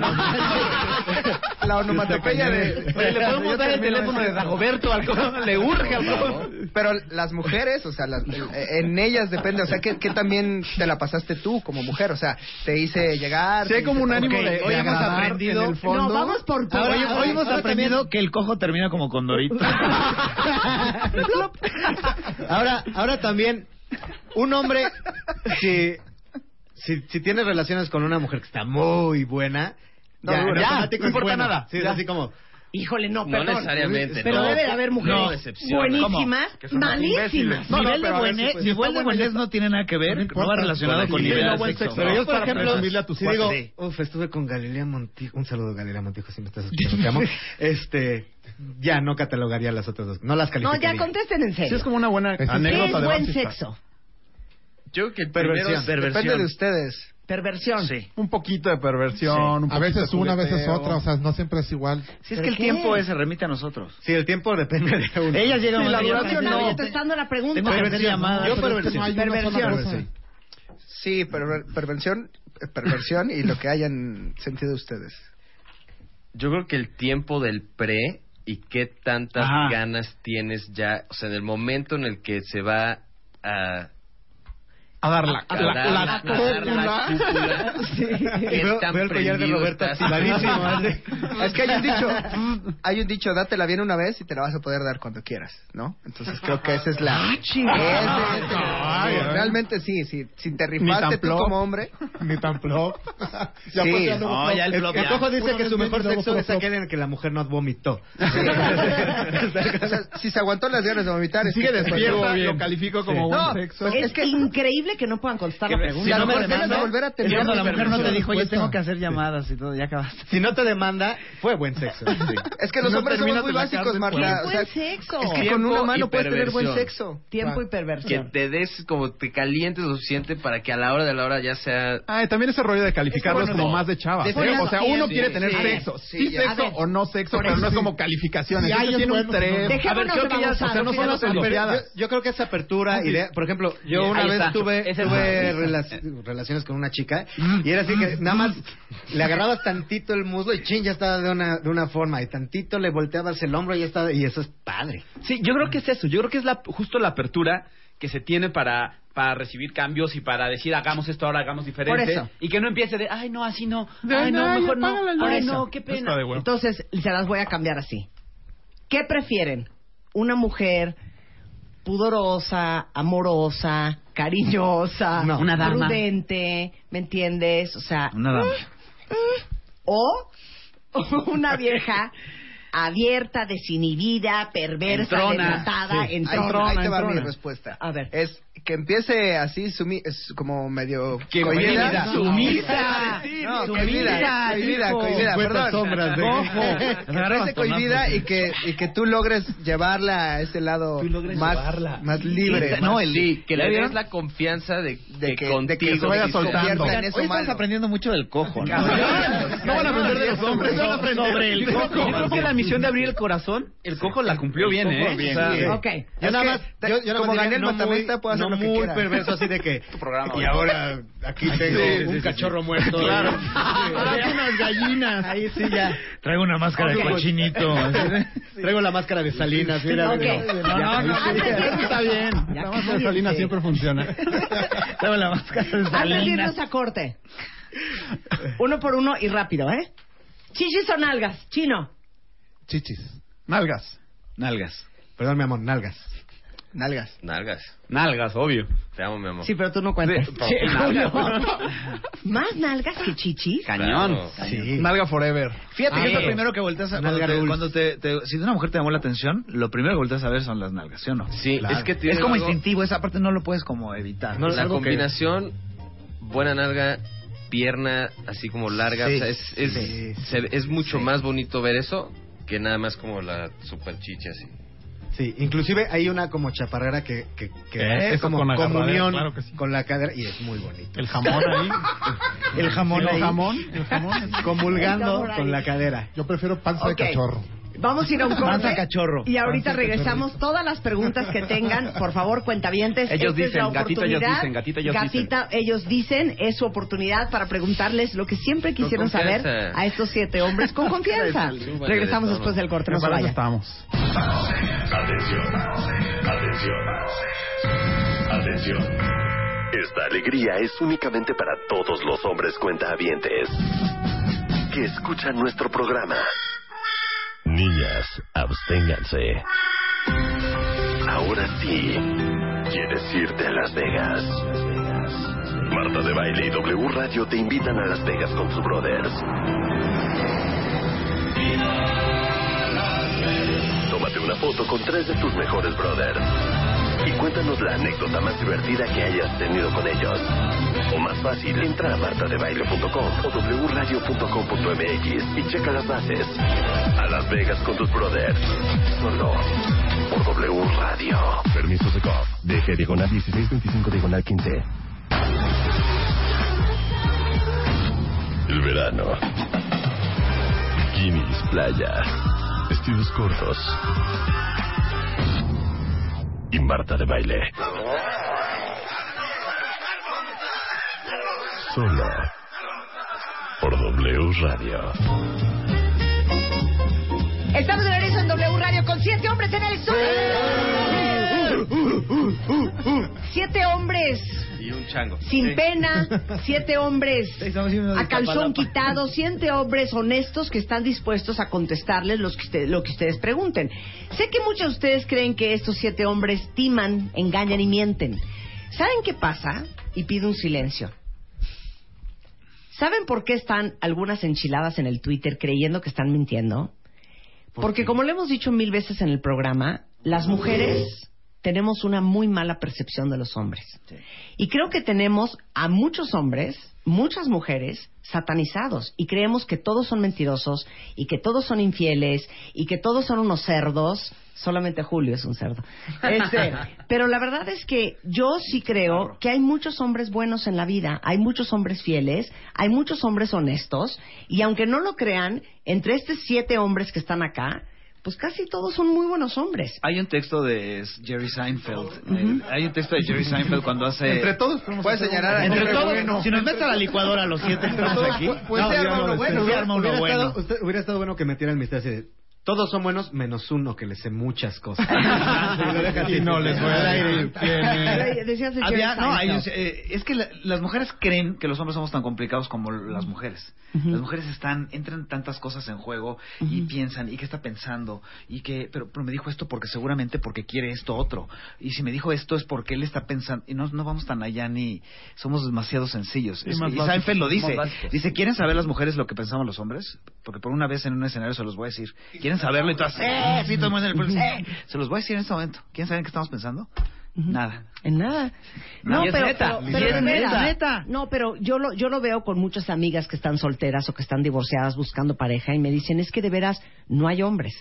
Speaker 6: la onomatopeya de...
Speaker 4: Oye, le
Speaker 6: Yo
Speaker 4: podemos dar el
Speaker 6: termino
Speaker 4: teléfono de
Speaker 6: esto.
Speaker 4: Dagoberto al co- le urge, bro.
Speaker 6: Pero las mujeres, o sea, las- en ellas depende, o sea, que, que también te la pasaste tú como mujer, o sea, te hice llegar.
Speaker 10: Sí,
Speaker 6: te
Speaker 10: hay como
Speaker 6: hice-
Speaker 10: un ánimo
Speaker 6: Ok,
Speaker 10: de-
Speaker 6: hoy
Speaker 10: de
Speaker 6: hemos
Speaker 10: agradar
Speaker 6: aprendido.
Speaker 10: en el fondo.
Speaker 2: No, vamos por
Speaker 10: Ahora-
Speaker 2: por-
Speaker 10: ahora- ahora
Speaker 3: que el cojo termina como condorito.
Speaker 8: Ahora, ahora también, un hombre, si, si, si tiene relaciones con una mujer que está muy buena,
Speaker 6: No,
Speaker 8: ya,
Speaker 6: dura.
Speaker 8: en
Speaker 3: Ah,
Speaker 6: Ya,
Speaker 8: automático
Speaker 4: no
Speaker 8: es
Speaker 4: importa
Speaker 8: bueno.
Speaker 4: nada.
Speaker 8: Sí, es
Speaker 4: Ya.
Speaker 8: así como,
Speaker 2: Híjole, no,
Speaker 5: No
Speaker 2: perdón.
Speaker 5: necesariamente,
Speaker 2: Pero
Speaker 5: no.
Speaker 2: debe de haber
Speaker 5: No,
Speaker 2: mujeres
Speaker 5: excepción.
Speaker 2: buenísimas,
Speaker 9: Que son unos
Speaker 2: malísimas.
Speaker 9: imbéciles.
Speaker 3: No,
Speaker 9: No, no, pero
Speaker 3: nivel de
Speaker 9: a ver si
Speaker 3: buenés,
Speaker 9: puede-
Speaker 3: nivel de buenés no tiene nada que ver, no, va relacionado con
Speaker 4: Con
Speaker 3: nivel
Speaker 4: el
Speaker 3: de
Speaker 4: buen
Speaker 3: sexo.
Speaker 4: sexo.
Speaker 8: Pero yo,
Speaker 4: No,
Speaker 8: por
Speaker 4: para
Speaker 8: ejemplo,
Speaker 4: presumirle a tus
Speaker 8: si digo, uff, estuve con Galilea Montijo, un saludo Galilea Montijo, si me estás escuchando, te amo. Este, ya no catalogaría las otras dos, no las
Speaker 2: No,
Speaker 8: calificaría.
Speaker 2: ya contesten en
Speaker 10: Sí,
Speaker 2: serio.
Speaker 10: es como una buena
Speaker 9: Entonces,
Speaker 2: ¿Qué es
Speaker 10: anécdota de
Speaker 2: buen
Speaker 10: Bansista.
Speaker 2: sexo?
Speaker 5: Yo creo que el primero
Speaker 8: Perversión.
Speaker 5: es perversión.
Speaker 6: Depende de ustedes.
Speaker 2: Perversión.
Speaker 10: Un poquito de perversión. un
Speaker 9: A
Speaker 10: poquito
Speaker 9: veces
Speaker 10: de
Speaker 9: una, a veces
Speaker 10: jugueteo.
Speaker 9: otra, o sea, no siempre es igual.
Speaker 3: Si es que
Speaker 2: ¿Pero
Speaker 3: el
Speaker 2: qué?
Speaker 3: tiempo se remite a nosotros.
Speaker 8: Sí, el tiempo depende de uno.
Speaker 3: Ellas llegan
Speaker 2: Sí,
Speaker 3: a
Speaker 2: la
Speaker 3: una
Speaker 2: duración
Speaker 3: conclusión.
Speaker 2: no. Te están dando la pregunta.
Speaker 3: Tengo que hacer
Speaker 2: Perversión.
Speaker 3: llamadas.
Speaker 9: Pero
Speaker 8: Yo
Speaker 9: es que no
Speaker 8: perversión.
Speaker 9: hay una sola
Speaker 2: Perversión.
Speaker 6: Sí, pero perversión, eh, perversión y lo que hayan sentido ustedes.
Speaker 5: Yo creo que el tiempo del pre y qué tantas
Speaker 3: Ajá.
Speaker 5: ganas tienes ya, o sea, en el momento en el que se va a
Speaker 10: A dar la,
Speaker 5: a
Speaker 10: la-
Speaker 5: dar
Speaker 10: la
Speaker 5: a dar la cúpula, qué
Speaker 8: Veo-
Speaker 5: tan
Speaker 8: veo el collar de
Speaker 5: prendido
Speaker 8: Roberto
Speaker 5: estás.
Speaker 8: activadísimo, así.
Speaker 6: Es que hay un dicho, hay un dicho, dátela bien una vez y te la vas a poder dar cuando quieras, ¿no? Entonces creo que esa es la... Esa es la-
Speaker 10: Ay,
Speaker 6: sí,
Speaker 10: ay.
Speaker 6: realmente sí, sí, si te
Speaker 10: Ni
Speaker 6: rifaste
Speaker 10: tan
Speaker 6: tú
Speaker 10: plop.
Speaker 6: como hombre...
Speaker 9: Ni tan plop. ya
Speaker 6: Sí.
Speaker 9: pues, ya luego
Speaker 4: No,
Speaker 9: plop.
Speaker 4: ya el flop
Speaker 8: El
Speaker 4: ya.
Speaker 8: cojo dice
Speaker 9: Uno
Speaker 8: que
Speaker 9: no
Speaker 8: su mejor
Speaker 9: entiende,
Speaker 8: sexo
Speaker 9: luego
Speaker 8: es
Speaker 9: flop.
Speaker 8: aquel en el que la mujer no vomitó.
Speaker 6: O sea, si se aguantó las ganas de vomitar... es
Speaker 10: Sigue
Speaker 6: que-
Speaker 10: despierta, lo califico como
Speaker 6: Sí.
Speaker 10: buen
Speaker 6: No,
Speaker 10: sexo.
Speaker 6: pues,
Speaker 2: Es increíble que no puedan contestar la
Speaker 6: Si
Speaker 2: pregunta.
Speaker 6: a
Speaker 3: no
Speaker 6: lo
Speaker 3: me
Speaker 6: mejor tienes
Speaker 3: demanda,
Speaker 6: que volver a
Speaker 3: Y
Speaker 6: terminar
Speaker 3: cuando la mujer no te dijo, oye,
Speaker 9: respuesta.
Speaker 3: tengo que hacer llamadas y todo, ya acabaste.
Speaker 8: Si no te demanda, fue buen sexo.
Speaker 6: Es que los
Speaker 8: No,
Speaker 6: hombres somos
Speaker 8: termínate
Speaker 6: muy
Speaker 8: la
Speaker 6: básicos,
Speaker 8: cárcel,
Speaker 6: Marta.
Speaker 2: pues.
Speaker 6: o sea,
Speaker 2: Es buen sexo.
Speaker 6: Es que con
Speaker 5: Tiempo
Speaker 6: una
Speaker 5: y
Speaker 6: mano puedes tener buen
Speaker 5: perversión.
Speaker 6: sexo.
Speaker 2: Tiempo y
Speaker 5: que
Speaker 2: perversión.
Speaker 5: te des como te calientes lo suficiente para que a la hora de la hora ya sea
Speaker 10: Ah, y también ese rollo de calificarlos
Speaker 5: Está bueno,
Speaker 10: como
Speaker 5: no.
Speaker 10: más de chavas. ¿eh?
Speaker 2: Definido.
Speaker 10: O sea, uno
Speaker 2: Sí,
Speaker 10: quiere
Speaker 5: sí,
Speaker 10: tener
Speaker 5: sí.
Speaker 10: sexo.
Speaker 6: Sí,
Speaker 10: Sí,
Speaker 6: ya.
Speaker 2: A ver,
Speaker 10: sexo o no sexo,
Speaker 2: por
Speaker 10: pero no
Speaker 2: eso.
Speaker 10: es como calificaciones.
Speaker 9: Si
Speaker 8: Este
Speaker 10: Entonces
Speaker 9: hay un
Speaker 10: tiene un
Speaker 9: bueno, no.
Speaker 10: 3.
Speaker 2: Dejémonos de
Speaker 10: ya, o sea, no
Speaker 2: babosadas,
Speaker 10: son las
Speaker 2: dejémonos de
Speaker 10: apropiadas.
Speaker 8: Yo, yo creo que esa apertura, y de- por ejemplo, yo
Speaker 4: Ahí
Speaker 8: una vez
Speaker 4: está.
Speaker 8: tuve,
Speaker 4: Ese
Speaker 8: tuve relac- relaciones con una chica y era así que nada más le agarrabas tantito el muslo y chin, ya estaba de una, de una forma, y tantito le volteabas el hombro y ya estaba, y eso es padre.
Speaker 4: Sí, yo creo que es eso. Yo creo que es la, justo la apertura que se tiene para, para recibir cambios y para decir hagamos esto ahora, hagamos diferente.
Speaker 2: Por eso.
Speaker 4: Y que no empiece de, ay, no, así no.
Speaker 10: De,
Speaker 4: ay, no,
Speaker 10: "Ay,
Speaker 4: mejor
Speaker 10: apaga
Speaker 4: no.
Speaker 10: la luz".
Speaker 4: Ay,
Speaker 2: Por
Speaker 4: no,
Speaker 2: eso.
Speaker 4: qué
Speaker 10: Está
Speaker 4: pena.
Speaker 10: de huevo.
Speaker 2: Entonces, se las voy a cambiar así. ¿Qué prefieren? ¿Una mujer pudorosa, amorosa, cariñosa,
Speaker 8: No.
Speaker 4: Una dama.
Speaker 2: prudente, ¿me entiendes? O sea, ¿eh?
Speaker 3: Una dama.
Speaker 2: o una vieja abierta, desinhibida, perversa,
Speaker 4: Entrona.
Speaker 2: levantada,
Speaker 8: Sí.
Speaker 6: Ahí,
Speaker 2: entrona.
Speaker 6: ahí te va mi
Speaker 2: entrona.
Speaker 6: respuesta. Eh,
Speaker 2: A ver.
Speaker 6: Es que empiece así, sumi- es como medio.
Speaker 4: Que
Speaker 6: cohibida.
Speaker 4: cohibida.
Speaker 2: Sumisa.
Speaker 6: No,
Speaker 2: Sumisa,
Speaker 6: cohibida, cohibida,
Speaker 2: hijo.
Speaker 6: cohibida, perdón.
Speaker 8: sombras de-
Speaker 6: Ojo. Que empiece cohibida y que, y que tú logres llevarla a ese lado más, más libre.
Speaker 5: no
Speaker 6: más-
Speaker 5: el sí, que le
Speaker 6: ¿Ya
Speaker 5: des
Speaker 6: vieron?
Speaker 5: la confianza de,
Speaker 6: de que,
Speaker 5: contigo
Speaker 6: de que se
Speaker 5: sí
Speaker 6: vaya
Speaker 5: convierta
Speaker 6: soltando.
Speaker 5: en
Speaker 6: En eso malo.
Speaker 3: aprendiendo mucho del cojo, ¿no?
Speaker 4: No van a aprender de los hombres, van a aprender sobre el coco. Yo creo que la misión de abrir el corazón, el cojo la cumplió bien, ¿eh? O sea,
Speaker 6: Sí.
Speaker 2: Ok.
Speaker 8: Yo
Speaker 6: Es
Speaker 8: nada
Speaker 6: que,
Speaker 8: más,
Speaker 6: te-
Speaker 8: yo, yo nada
Speaker 6: como
Speaker 8: más diría,
Speaker 6: Daniel
Speaker 8: no muy,
Speaker 6: Matamesta, puedo hacer
Speaker 8: no
Speaker 6: lo que
Speaker 8: muy
Speaker 6: quiera.
Speaker 8: perverso así de que,
Speaker 4: programa,
Speaker 8: y
Speaker 4: güey.
Speaker 8: ahora aquí tengo
Speaker 4: sí,
Speaker 8: un
Speaker 4: sí, sí,
Speaker 8: cachorro muerto.
Speaker 4: Claro.
Speaker 8: Sí.
Speaker 4: Ahora unas gallinas.
Speaker 8: Ahí sí ya.
Speaker 3: Traigo una máscara de cochinito.
Speaker 8: Traigo la máscara de Salinas, mira.
Speaker 2: Ok.
Speaker 8: mira.
Speaker 2: No, no, no,
Speaker 10: Sí, eso está bien.
Speaker 2: Ya
Speaker 10: Nada más la salina
Speaker 2: cállense.
Speaker 10: siempre funciona.
Speaker 3: Traigo la máscara de
Speaker 2: Antes de
Speaker 3: Salinas.
Speaker 2: irnos a corte. Uno por uno y rápido, ¿eh? Chichis o nalgas, chino.
Speaker 10: Chichis. Nalgas.
Speaker 4: Nalgas.
Speaker 8: Perdón, mi amor, nalgas.
Speaker 6: Nalgas.
Speaker 5: nalgas.
Speaker 4: Nalgas, obvio.
Speaker 5: Te amo, mi amor.
Speaker 2: Sí, pero tú no cuentas.
Speaker 5: Sí,
Speaker 2: Sí,
Speaker 4: nalgas.
Speaker 2: Julio. Más nalgas que chichis.
Speaker 4: Cañón.
Speaker 5: Claro.
Speaker 8: Sí.
Speaker 10: Nalga forever.
Speaker 3: Fíjate
Speaker 4: Ah,
Speaker 3: que es
Speaker 2: Sí.
Speaker 3: lo primero que volteas a cuando,
Speaker 8: Nalga
Speaker 3: te,
Speaker 8: rules.
Speaker 3: cuando te, te- Si una mujer te llamó la atención, lo primero que volteas a ver son las nalgas, ¿sí o no?
Speaker 5: Sí, es que tiene
Speaker 3: Es como
Speaker 5: algo-
Speaker 3: instintivo, esa parte no lo puedes como evitar.
Speaker 5: la combinación buena nalga pierna así como larga.
Speaker 4: Sí,
Speaker 5: o sea, es, es,
Speaker 4: sí,
Speaker 5: se ve- es mucho más bonito ver eso que nada más como la super chicha así.
Speaker 8: Sí, inclusive hay una como chaparrera que, que, que
Speaker 5: Eso,
Speaker 8: es como
Speaker 5: con agarradera,
Speaker 8: comunión
Speaker 5: claro
Speaker 8: con la cadera y es muy bonito.
Speaker 10: El jamón ahí.
Speaker 8: el jamón
Speaker 10: ¿El
Speaker 8: ahí.
Speaker 10: jamón? ¿El jamón?
Speaker 2: El
Speaker 8: Comulgando
Speaker 2: jamón ahí.
Speaker 8: con la cadera.
Speaker 9: Yo prefiero panza
Speaker 2: de Ok. cachorro. Vamos a ir a un corte.
Speaker 8: Panza cachorro.
Speaker 2: Y ahorita
Speaker 8: Panza
Speaker 2: regresamos. Todas las preguntas que tengan, por favor, cuentavientes.
Speaker 4: Ellos
Speaker 2: esta es la
Speaker 4: dicen, gatito, ellos
Speaker 2: oportunidad.
Speaker 4: dicen, gatito, ellos
Speaker 2: Gatita, ellos dicen. Es su oportunidad para preguntarles lo que siempre quisieron saber
Speaker 4: confianza.
Speaker 2: a estos siete hombres con confianza.
Speaker 1: Súbanle
Speaker 2: regresamos
Speaker 1: de
Speaker 2: después
Speaker 1: tono.
Speaker 2: del corte. No se
Speaker 1: Para eso
Speaker 2: vayan.
Speaker 10: Estamos.
Speaker 1: Atención, atención, atención. Esta alegría es únicamente para todos los hombres cuentavientes que escuchan nuestro programa. Niñas, absténganse. Ahora sí, ¿quieres irte a Las Vegas? Marta de Baile y W Radio te invitan a Las Vegas con sus brothers. Tómate una foto con tres de tus mejores brothers. Y cuéntanos la anécdota más divertida que hayas tenido con ellos. O más fácil, entra a martadebaile.com o wradio.com.mx y checa las bases. A Las Vegas con tus brothers. Solo por W Radio. Permiso de COF. DG diagonal 1625 diagonal 15. El verano. Bikinis, playa. Vestidos cortos. Y Marta de baile. Solo por W Radio.
Speaker 2: Estamos de regreso en W Radio con siete hombres en el estudio. Siete hombres
Speaker 5: Y un chango.
Speaker 2: sin pena, siete hombres
Speaker 5: de
Speaker 2: a calzón
Speaker 5: Iztapalapa.
Speaker 2: quitado, siete hombres honestos que están dispuestos a contestarles los que usted- lo que ustedes pregunten. Sé que muchos de ustedes creen que estos siete hombres timan, engañan y mienten. ¿Saben qué pasa? Y pido un silencio. ¿Saben por qué están algunas enchiladas en el Twitter creyendo que están mintiendo? Porque como lo hemos dicho mil veces en el programa, las mujeres tenemos una muy mala percepción de los hombres. Y creo que tenemos a muchos hombres, muchas mujeres, satanizados. Y creemos que todos son mentirosos, y que todos son infieles, y que todos son unos cerdos. Solamente Julio es un cerdo. Este, pero la verdad es que yo sí creo que hay muchos hombres buenos en la vida, hay muchos hombres fieles, hay muchos hombres honestos, y aunque no lo crean, entre estos siete hombres que están acá, pues casi todos son muy buenos hombres.
Speaker 3: Hay un texto de Jerry Seinfeld.
Speaker 2: Ujú.
Speaker 3: eh, Hay un texto de Jerry Seinfeld cuando hace.
Speaker 6: Entre todos podemos
Speaker 3: puedes
Speaker 6: hacer uno.
Speaker 3: Entre
Speaker 6: Entre
Speaker 3: todos.
Speaker 6: todos,
Speaker 3: Si nos metes a la licuadora los siete
Speaker 6: Entre todos,
Speaker 8: pues,
Speaker 6: pu- puede ser arma uno bueno,
Speaker 3: Se arma uno
Speaker 8: hubiera,
Speaker 3: bueno.
Speaker 8: Estado, usted- hubiera estado bueno que metiera el misterio así de, Todos son buenos menos uno que le sé muchas cosas. Y lo deja así,
Speaker 10: Y no
Speaker 8: sí,
Speaker 10: les
Speaker 8: sí.
Speaker 10: voy a decir quién es.
Speaker 2: Decías de
Speaker 3: Había-
Speaker 2: Jerry
Speaker 3: no, hay un-
Speaker 2: Seinfeld.
Speaker 3: eh, es que la- las mujeres creen que los hombres somos tan complicados como las mujeres.
Speaker 2: Ujú.
Speaker 3: Las mujeres están, entran tantas cosas en juego y
Speaker 2: Ujú.
Speaker 3: piensan, ¿y qué está pensando? Y que, pero, pero me dijo esto porque seguramente porque quiere esto otro. Y si me dijo esto es porque él está pensando. Y no, no vamos tan allá ni somos demasiado sencillos.
Speaker 10: Y
Speaker 3: Es-
Speaker 10: más
Speaker 3: y
Speaker 10: básicos,
Speaker 3: Seinfeld lo
Speaker 10: más
Speaker 3: dice.
Speaker 10: básicos.
Speaker 3: Dice, ¿quieren saber las mujeres lo que pensamos los hombres? Porque por una vez en un escenario se los voy a decir. ¿Quieren saberlo? Y tú haces, "Eh", sí, todo el mundo en el público, "Eh". Se los voy a decir en este momento. ¿Quieren saber en qué estamos pensando?
Speaker 2: Ujú.
Speaker 3: Nada.
Speaker 2: En nada. No,
Speaker 3: No, y es
Speaker 2: pero,
Speaker 3: neta,
Speaker 2: pero-
Speaker 3: y
Speaker 2: pero
Speaker 3: es
Speaker 2: espera,
Speaker 3: neta.
Speaker 2: No, pero yo lo, yo lo veo con muchas amigas que están solteras o que están divorciadas buscando pareja y me dicen, es que de veras no hay hombres.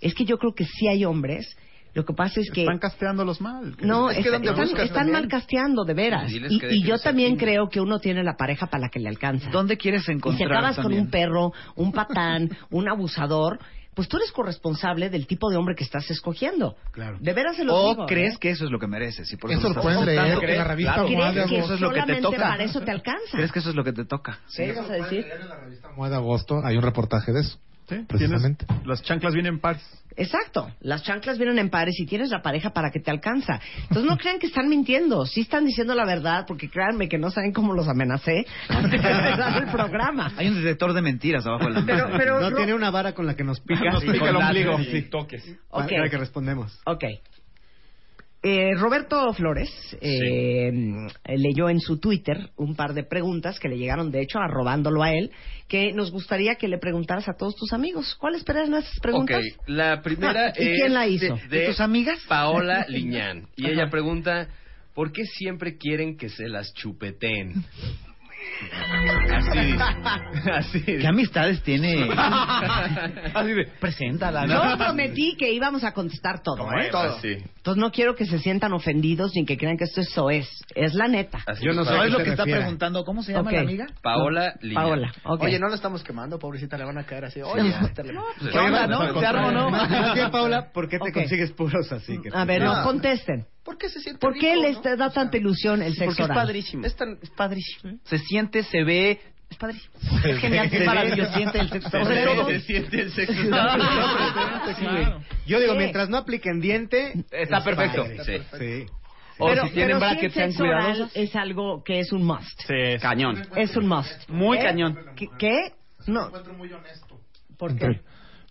Speaker 2: Es que yo creo que sí hay hombres. Lo que pasa es que...
Speaker 10: Están casteándolos mal.
Speaker 2: No,
Speaker 6: Es
Speaker 2: es-
Speaker 6: que donde
Speaker 2: están,
Speaker 6: buscas
Speaker 2: están
Speaker 6: también.
Speaker 2: mal casteando, de veras.
Speaker 5: Diles
Speaker 2: Y,
Speaker 5: que
Speaker 2: y
Speaker 5: dejen
Speaker 2: yo
Speaker 5: esa
Speaker 2: también
Speaker 5: tienda.
Speaker 2: creo que uno tiene la pareja para la que le alcanza.
Speaker 3: ¿Dónde quieres
Speaker 2: Y si
Speaker 3: encontrar
Speaker 2: acabas
Speaker 3: también?
Speaker 2: con un perro, un patán, un abusador, pues tú eres corresponsable del tipo de hombre que estás escogiendo.
Speaker 3: Claro.
Speaker 2: De veras se lo
Speaker 3: o
Speaker 2: digo, ¿eh?
Speaker 3: crees que eso es lo que mereces. Y por
Speaker 9: Eso
Speaker 3: eso
Speaker 9: lo
Speaker 3: estás
Speaker 9: pueden
Speaker 3: soltando.
Speaker 9: leer en
Speaker 3: ¿Crees?
Speaker 9: la revista
Speaker 3: Claro.
Speaker 9: Moda.
Speaker 2: ¿Crees que
Speaker 3: Eso es lo que te
Speaker 2: solamente
Speaker 3: toca.
Speaker 2: para eso te alcanza?
Speaker 3: ¿Crees que eso es lo que te toca?
Speaker 2: ¿Qué ibas a decir?
Speaker 9: En la revista Moda Agosto hay un reportaje de eso.
Speaker 10: Sí,
Speaker 9: Precisamente.
Speaker 10: tienes- Las chanclas vienen pares.
Speaker 2: Exacto. Las chanclas vienen en pares y tienes la pareja para que te alcanza. Entonces no crean que están mintiendo. Sí están diciendo la verdad, porque créanme que no saben cómo los amenacé antes de empezar el programa.
Speaker 3: Hay un detector de mentiras abajo de la mesa.
Speaker 2: Pero- pero-
Speaker 8: no
Speaker 2: lo-
Speaker 8: tiene una vara con la que nos pica.
Speaker 10: Nos
Speaker 8: y
Speaker 10: pica
Speaker 8: con
Speaker 10: el
Speaker 8: láser
Speaker 10: ombligo.
Speaker 8: y- para-
Speaker 2: Ok.
Speaker 8: para que respondemos.
Speaker 2: Ok. Eh, Roberto Flores eh, leyó en su Twitter un par de preguntas que le llegaron, de hecho, arrobándolo a él, que nos gustaría que le preguntaras a todos tus amigos. ¿Cuáles eran esas preguntas?
Speaker 5: Ok, la primera
Speaker 2: ¿Y
Speaker 5: es
Speaker 2: quién la hizo?
Speaker 5: De,
Speaker 2: ¿De tus amigas?
Speaker 5: Paola Liñán. Y ella pregunta, ¿por qué siempre quieren que se las chupeteen?
Speaker 4: Así. Así.
Speaker 3: ¿Qué amistades tiene?
Speaker 4: Así de,
Speaker 3: preséntala,
Speaker 2: Yo prometí que íbamos a contestar todo,
Speaker 4: Como
Speaker 2: ¿eh?
Speaker 4: es,
Speaker 2: Todo.
Speaker 4: así.
Speaker 2: Entonces no quiero que se sientan ofendidos ni que crean que esto es soez. Es la neta.
Speaker 5: Yo no sé a
Speaker 3: ¿Sabes
Speaker 5: qué
Speaker 3: lo
Speaker 5: se
Speaker 3: que está
Speaker 5: refiere.
Speaker 3: preguntando? ¿Cómo se llama
Speaker 2: Ok.
Speaker 3: la amiga?
Speaker 5: Paola Lina.
Speaker 2: Paola, ok.
Speaker 6: Oye, no lo estamos quemando, pobrecita, le van a caer así. Oye, métele.
Speaker 5: Pues,
Speaker 3: ¿Qué onda,
Speaker 5: vamos a
Speaker 3: no? ¿Te
Speaker 5: contar.
Speaker 3: armo, no?
Speaker 8: Más bien, Paula, ¿por qué te
Speaker 2: Ok.
Speaker 8: consigues puros así? Que
Speaker 2: A ver,
Speaker 8: no.
Speaker 2: no contesten.
Speaker 6: ¿Por qué se siente
Speaker 2: ¿Por qué
Speaker 6: rico,
Speaker 2: les
Speaker 6: no?
Speaker 2: da tanta ilusión el sexo
Speaker 4: Porque es
Speaker 2: oral?
Speaker 4: padrísimo.
Speaker 6: Es tan- es padrísimo.
Speaker 4: Se siente, se ve. Es padrísimo. Es genial, es maravilloso. Siente el sexo.
Speaker 2: Se ve, se
Speaker 4: siente el sexo.
Speaker 8: Yo digo,
Speaker 2: ¿Qué?
Speaker 8: mientras no apliquen diente,
Speaker 5: Está
Speaker 8: es
Speaker 5: perfecto.
Speaker 8: padre.
Speaker 5: Sí.
Speaker 8: Sí.
Speaker 4: O
Speaker 2: pero
Speaker 4: si tienen
Speaker 2: pero sí
Speaker 4: brackets,
Speaker 2: el
Speaker 4: sean
Speaker 2: sexo oral
Speaker 4: cuidadosos.
Speaker 2: es algo que es un must.
Speaker 10: Sí,
Speaker 4: Cañón.
Speaker 2: Es un must.
Speaker 4: Muy
Speaker 2: ¿Eh?
Speaker 4: cañón.
Speaker 2: ¿Qué? ¿Qué? No. ¿Por qué?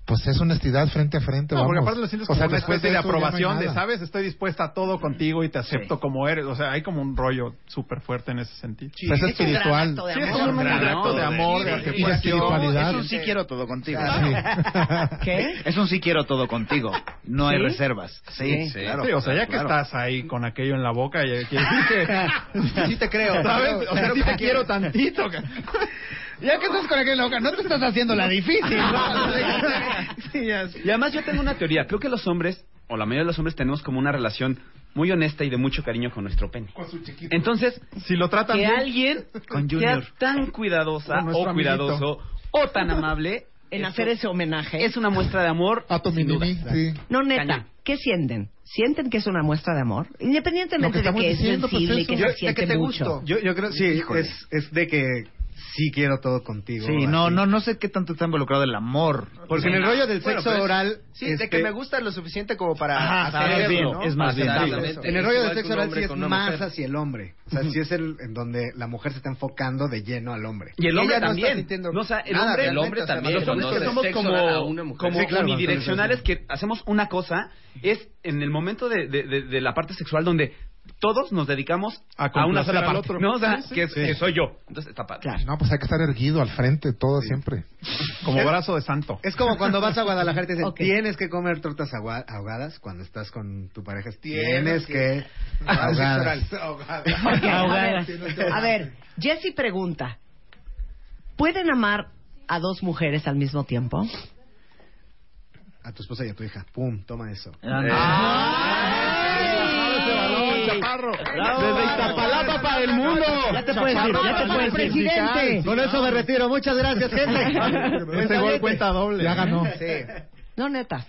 Speaker 9: Pues es honestidad frente a frente.
Speaker 10: No,
Speaker 9: vamos.
Speaker 10: porque aparte lo sientes
Speaker 9: O sea,
Speaker 10: como una
Speaker 9: después
Speaker 10: especie de
Speaker 9: de eso ya no hay
Speaker 10: aprobación de,
Speaker 9: nada.
Speaker 10: ¿sabes? Estoy dispuesta a todo contigo y te acepto como eres. O sea, hay como un rollo súper fuerte en ese sentido.
Speaker 9: O sea, es espiritual.
Speaker 10: Sí, es como un acto de amor,
Speaker 9: Y
Speaker 10: de
Speaker 9: de
Speaker 10: aceptación.
Speaker 9: espiritualidad.
Speaker 3: Es un sí quiero todo contigo.
Speaker 2: ¿Qué?
Speaker 3: Es un sí quiero todo contigo. No hay
Speaker 2: ¿Sí?
Speaker 3: reservas.
Speaker 2: Sí.
Speaker 5: Sí. pues,
Speaker 10: Sí, o sea, ya que estás ahí con aquello en la boca, ya quiere decir que...
Speaker 6: Sí te creo.
Speaker 10: ¿Sabes? O sea, sí te quiero tantito. ca-
Speaker 3: Ya que estás con aquel loca, no te estás haciendo la difícil.
Speaker 4: Y además yo tengo una teoría. Creo que los hombres, o la mayoría de los hombres, tenemos como una relación muy honesta y de mucho cariño con nuestro pene. Entonces,
Speaker 10: Si lo tratan
Speaker 4: que
Speaker 10: bien...
Speaker 4: alguien
Speaker 3: Con
Speaker 4: sea
Speaker 3: Junior.
Speaker 4: tan cuidadosa
Speaker 10: Con nuestro
Speaker 4: o cuidadoso o tan amable
Speaker 2: En
Speaker 4: eso
Speaker 2: hacer ese homenaje.
Speaker 4: es una muestra de amor
Speaker 10: Ah, pues,
Speaker 9: A tu
Speaker 4: sin duda.
Speaker 9: mimimi, sí.
Speaker 2: No, neta,
Speaker 4: Cañón.
Speaker 2: ¿qué sienten? ¿Sienten que es una muestra de amor? Independientemente
Speaker 9: Lo que
Speaker 2: de que
Speaker 9: estamos
Speaker 2: es
Speaker 9: diciendo, pues,
Speaker 2: sensible y
Speaker 9: eso.
Speaker 2: que
Speaker 9: Yo-
Speaker 2: se
Speaker 9: de
Speaker 2: siente
Speaker 9: que te
Speaker 2: mucho.
Speaker 9: gusto.
Speaker 8: Yo, yo creo, sí,
Speaker 9: Híjole.
Speaker 8: es, es de que sí quiero todo contigo.
Speaker 3: Sí, no,
Speaker 8: así.
Speaker 3: no, no sé qué tanto está involucrado el amor.
Speaker 8: Porque en el rollo del sexo
Speaker 6: pero es-
Speaker 8: oral...
Speaker 6: Sí,
Speaker 8: este,
Speaker 6: de que me gusta lo suficiente como para
Speaker 3: Ajá,
Speaker 6: hacer
Speaker 3: es bien,
Speaker 6: ¿no?
Speaker 3: es más bien.
Speaker 5: Ah,
Speaker 8: Sí,
Speaker 5: la mente.
Speaker 8: en el
Speaker 5: Es
Speaker 8: rollo del
Speaker 5: igual que
Speaker 8: sexo
Speaker 5: un
Speaker 8: oral
Speaker 5: hombre
Speaker 8: sí es
Speaker 5: con una
Speaker 8: más
Speaker 5: mujer.
Speaker 8: hacia el hombre. O sea, sí es el en donde la mujer se está enfocando de lleno al hombre.
Speaker 4: Y el
Speaker 6: Ella
Speaker 4: hombre
Speaker 6: no está
Speaker 4: también.
Speaker 6: sintiendo
Speaker 4: No, o sea, el
Speaker 6: nada
Speaker 4: hombre,
Speaker 5: El hombre
Speaker 6: realmente, o sea,
Speaker 5: también.
Speaker 4: Los hombres
Speaker 5: cuando
Speaker 4: que
Speaker 5: le
Speaker 4: somos
Speaker 5: sexo
Speaker 4: como,
Speaker 5: a una mujer.
Speaker 4: como
Speaker 8: Sí, claro,
Speaker 4: unidireccionales que hacemos una cosa, es en el momento de, de- de- de la parte sexual donde todos nos dedicamos
Speaker 10: A
Speaker 4: a,
Speaker 10: complacer
Speaker 4: una sola
Speaker 10: al
Speaker 4: parte.
Speaker 10: otro.
Speaker 4: No, o sea,
Speaker 10: Sí, sí.
Speaker 4: que, es-
Speaker 10: Sí.
Speaker 4: que soy yo. Entonces está padre.
Speaker 2: Claro.
Speaker 9: No, pues hay que estar erguido al frente, todo siempre.
Speaker 10: Como brazo de santo.
Speaker 8: Es como cuando vas a Guadalajara y te dicen,
Speaker 2: Ok.
Speaker 8: tienes que comer tortas agua- ahogadas cuando estás con tu pareja.
Speaker 9: Tienes
Speaker 8: Tienes, que...
Speaker 6: Ah,
Speaker 9: Ahogadas.
Speaker 8: ahogadas.
Speaker 2: Ok, a ver, a ver, Jessy pregunta, ¿pueden amar a dos mujeres al mismo tiempo?
Speaker 8: A tu esposa y a tu hija. Pum, toma eso.
Speaker 4: Eh, Desde Iztapalapa para el mundo.
Speaker 2: Ya te puedes ir, ya te puedes ir. Presidente.
Speaker 8: Con eso me retiro. Muchas gracias, gente.
Speaker 10: Ese gol cuenta doble.
Speaker 9: Ya ganó.
Speaker 6: Sí.
Speaker 2: No, neta.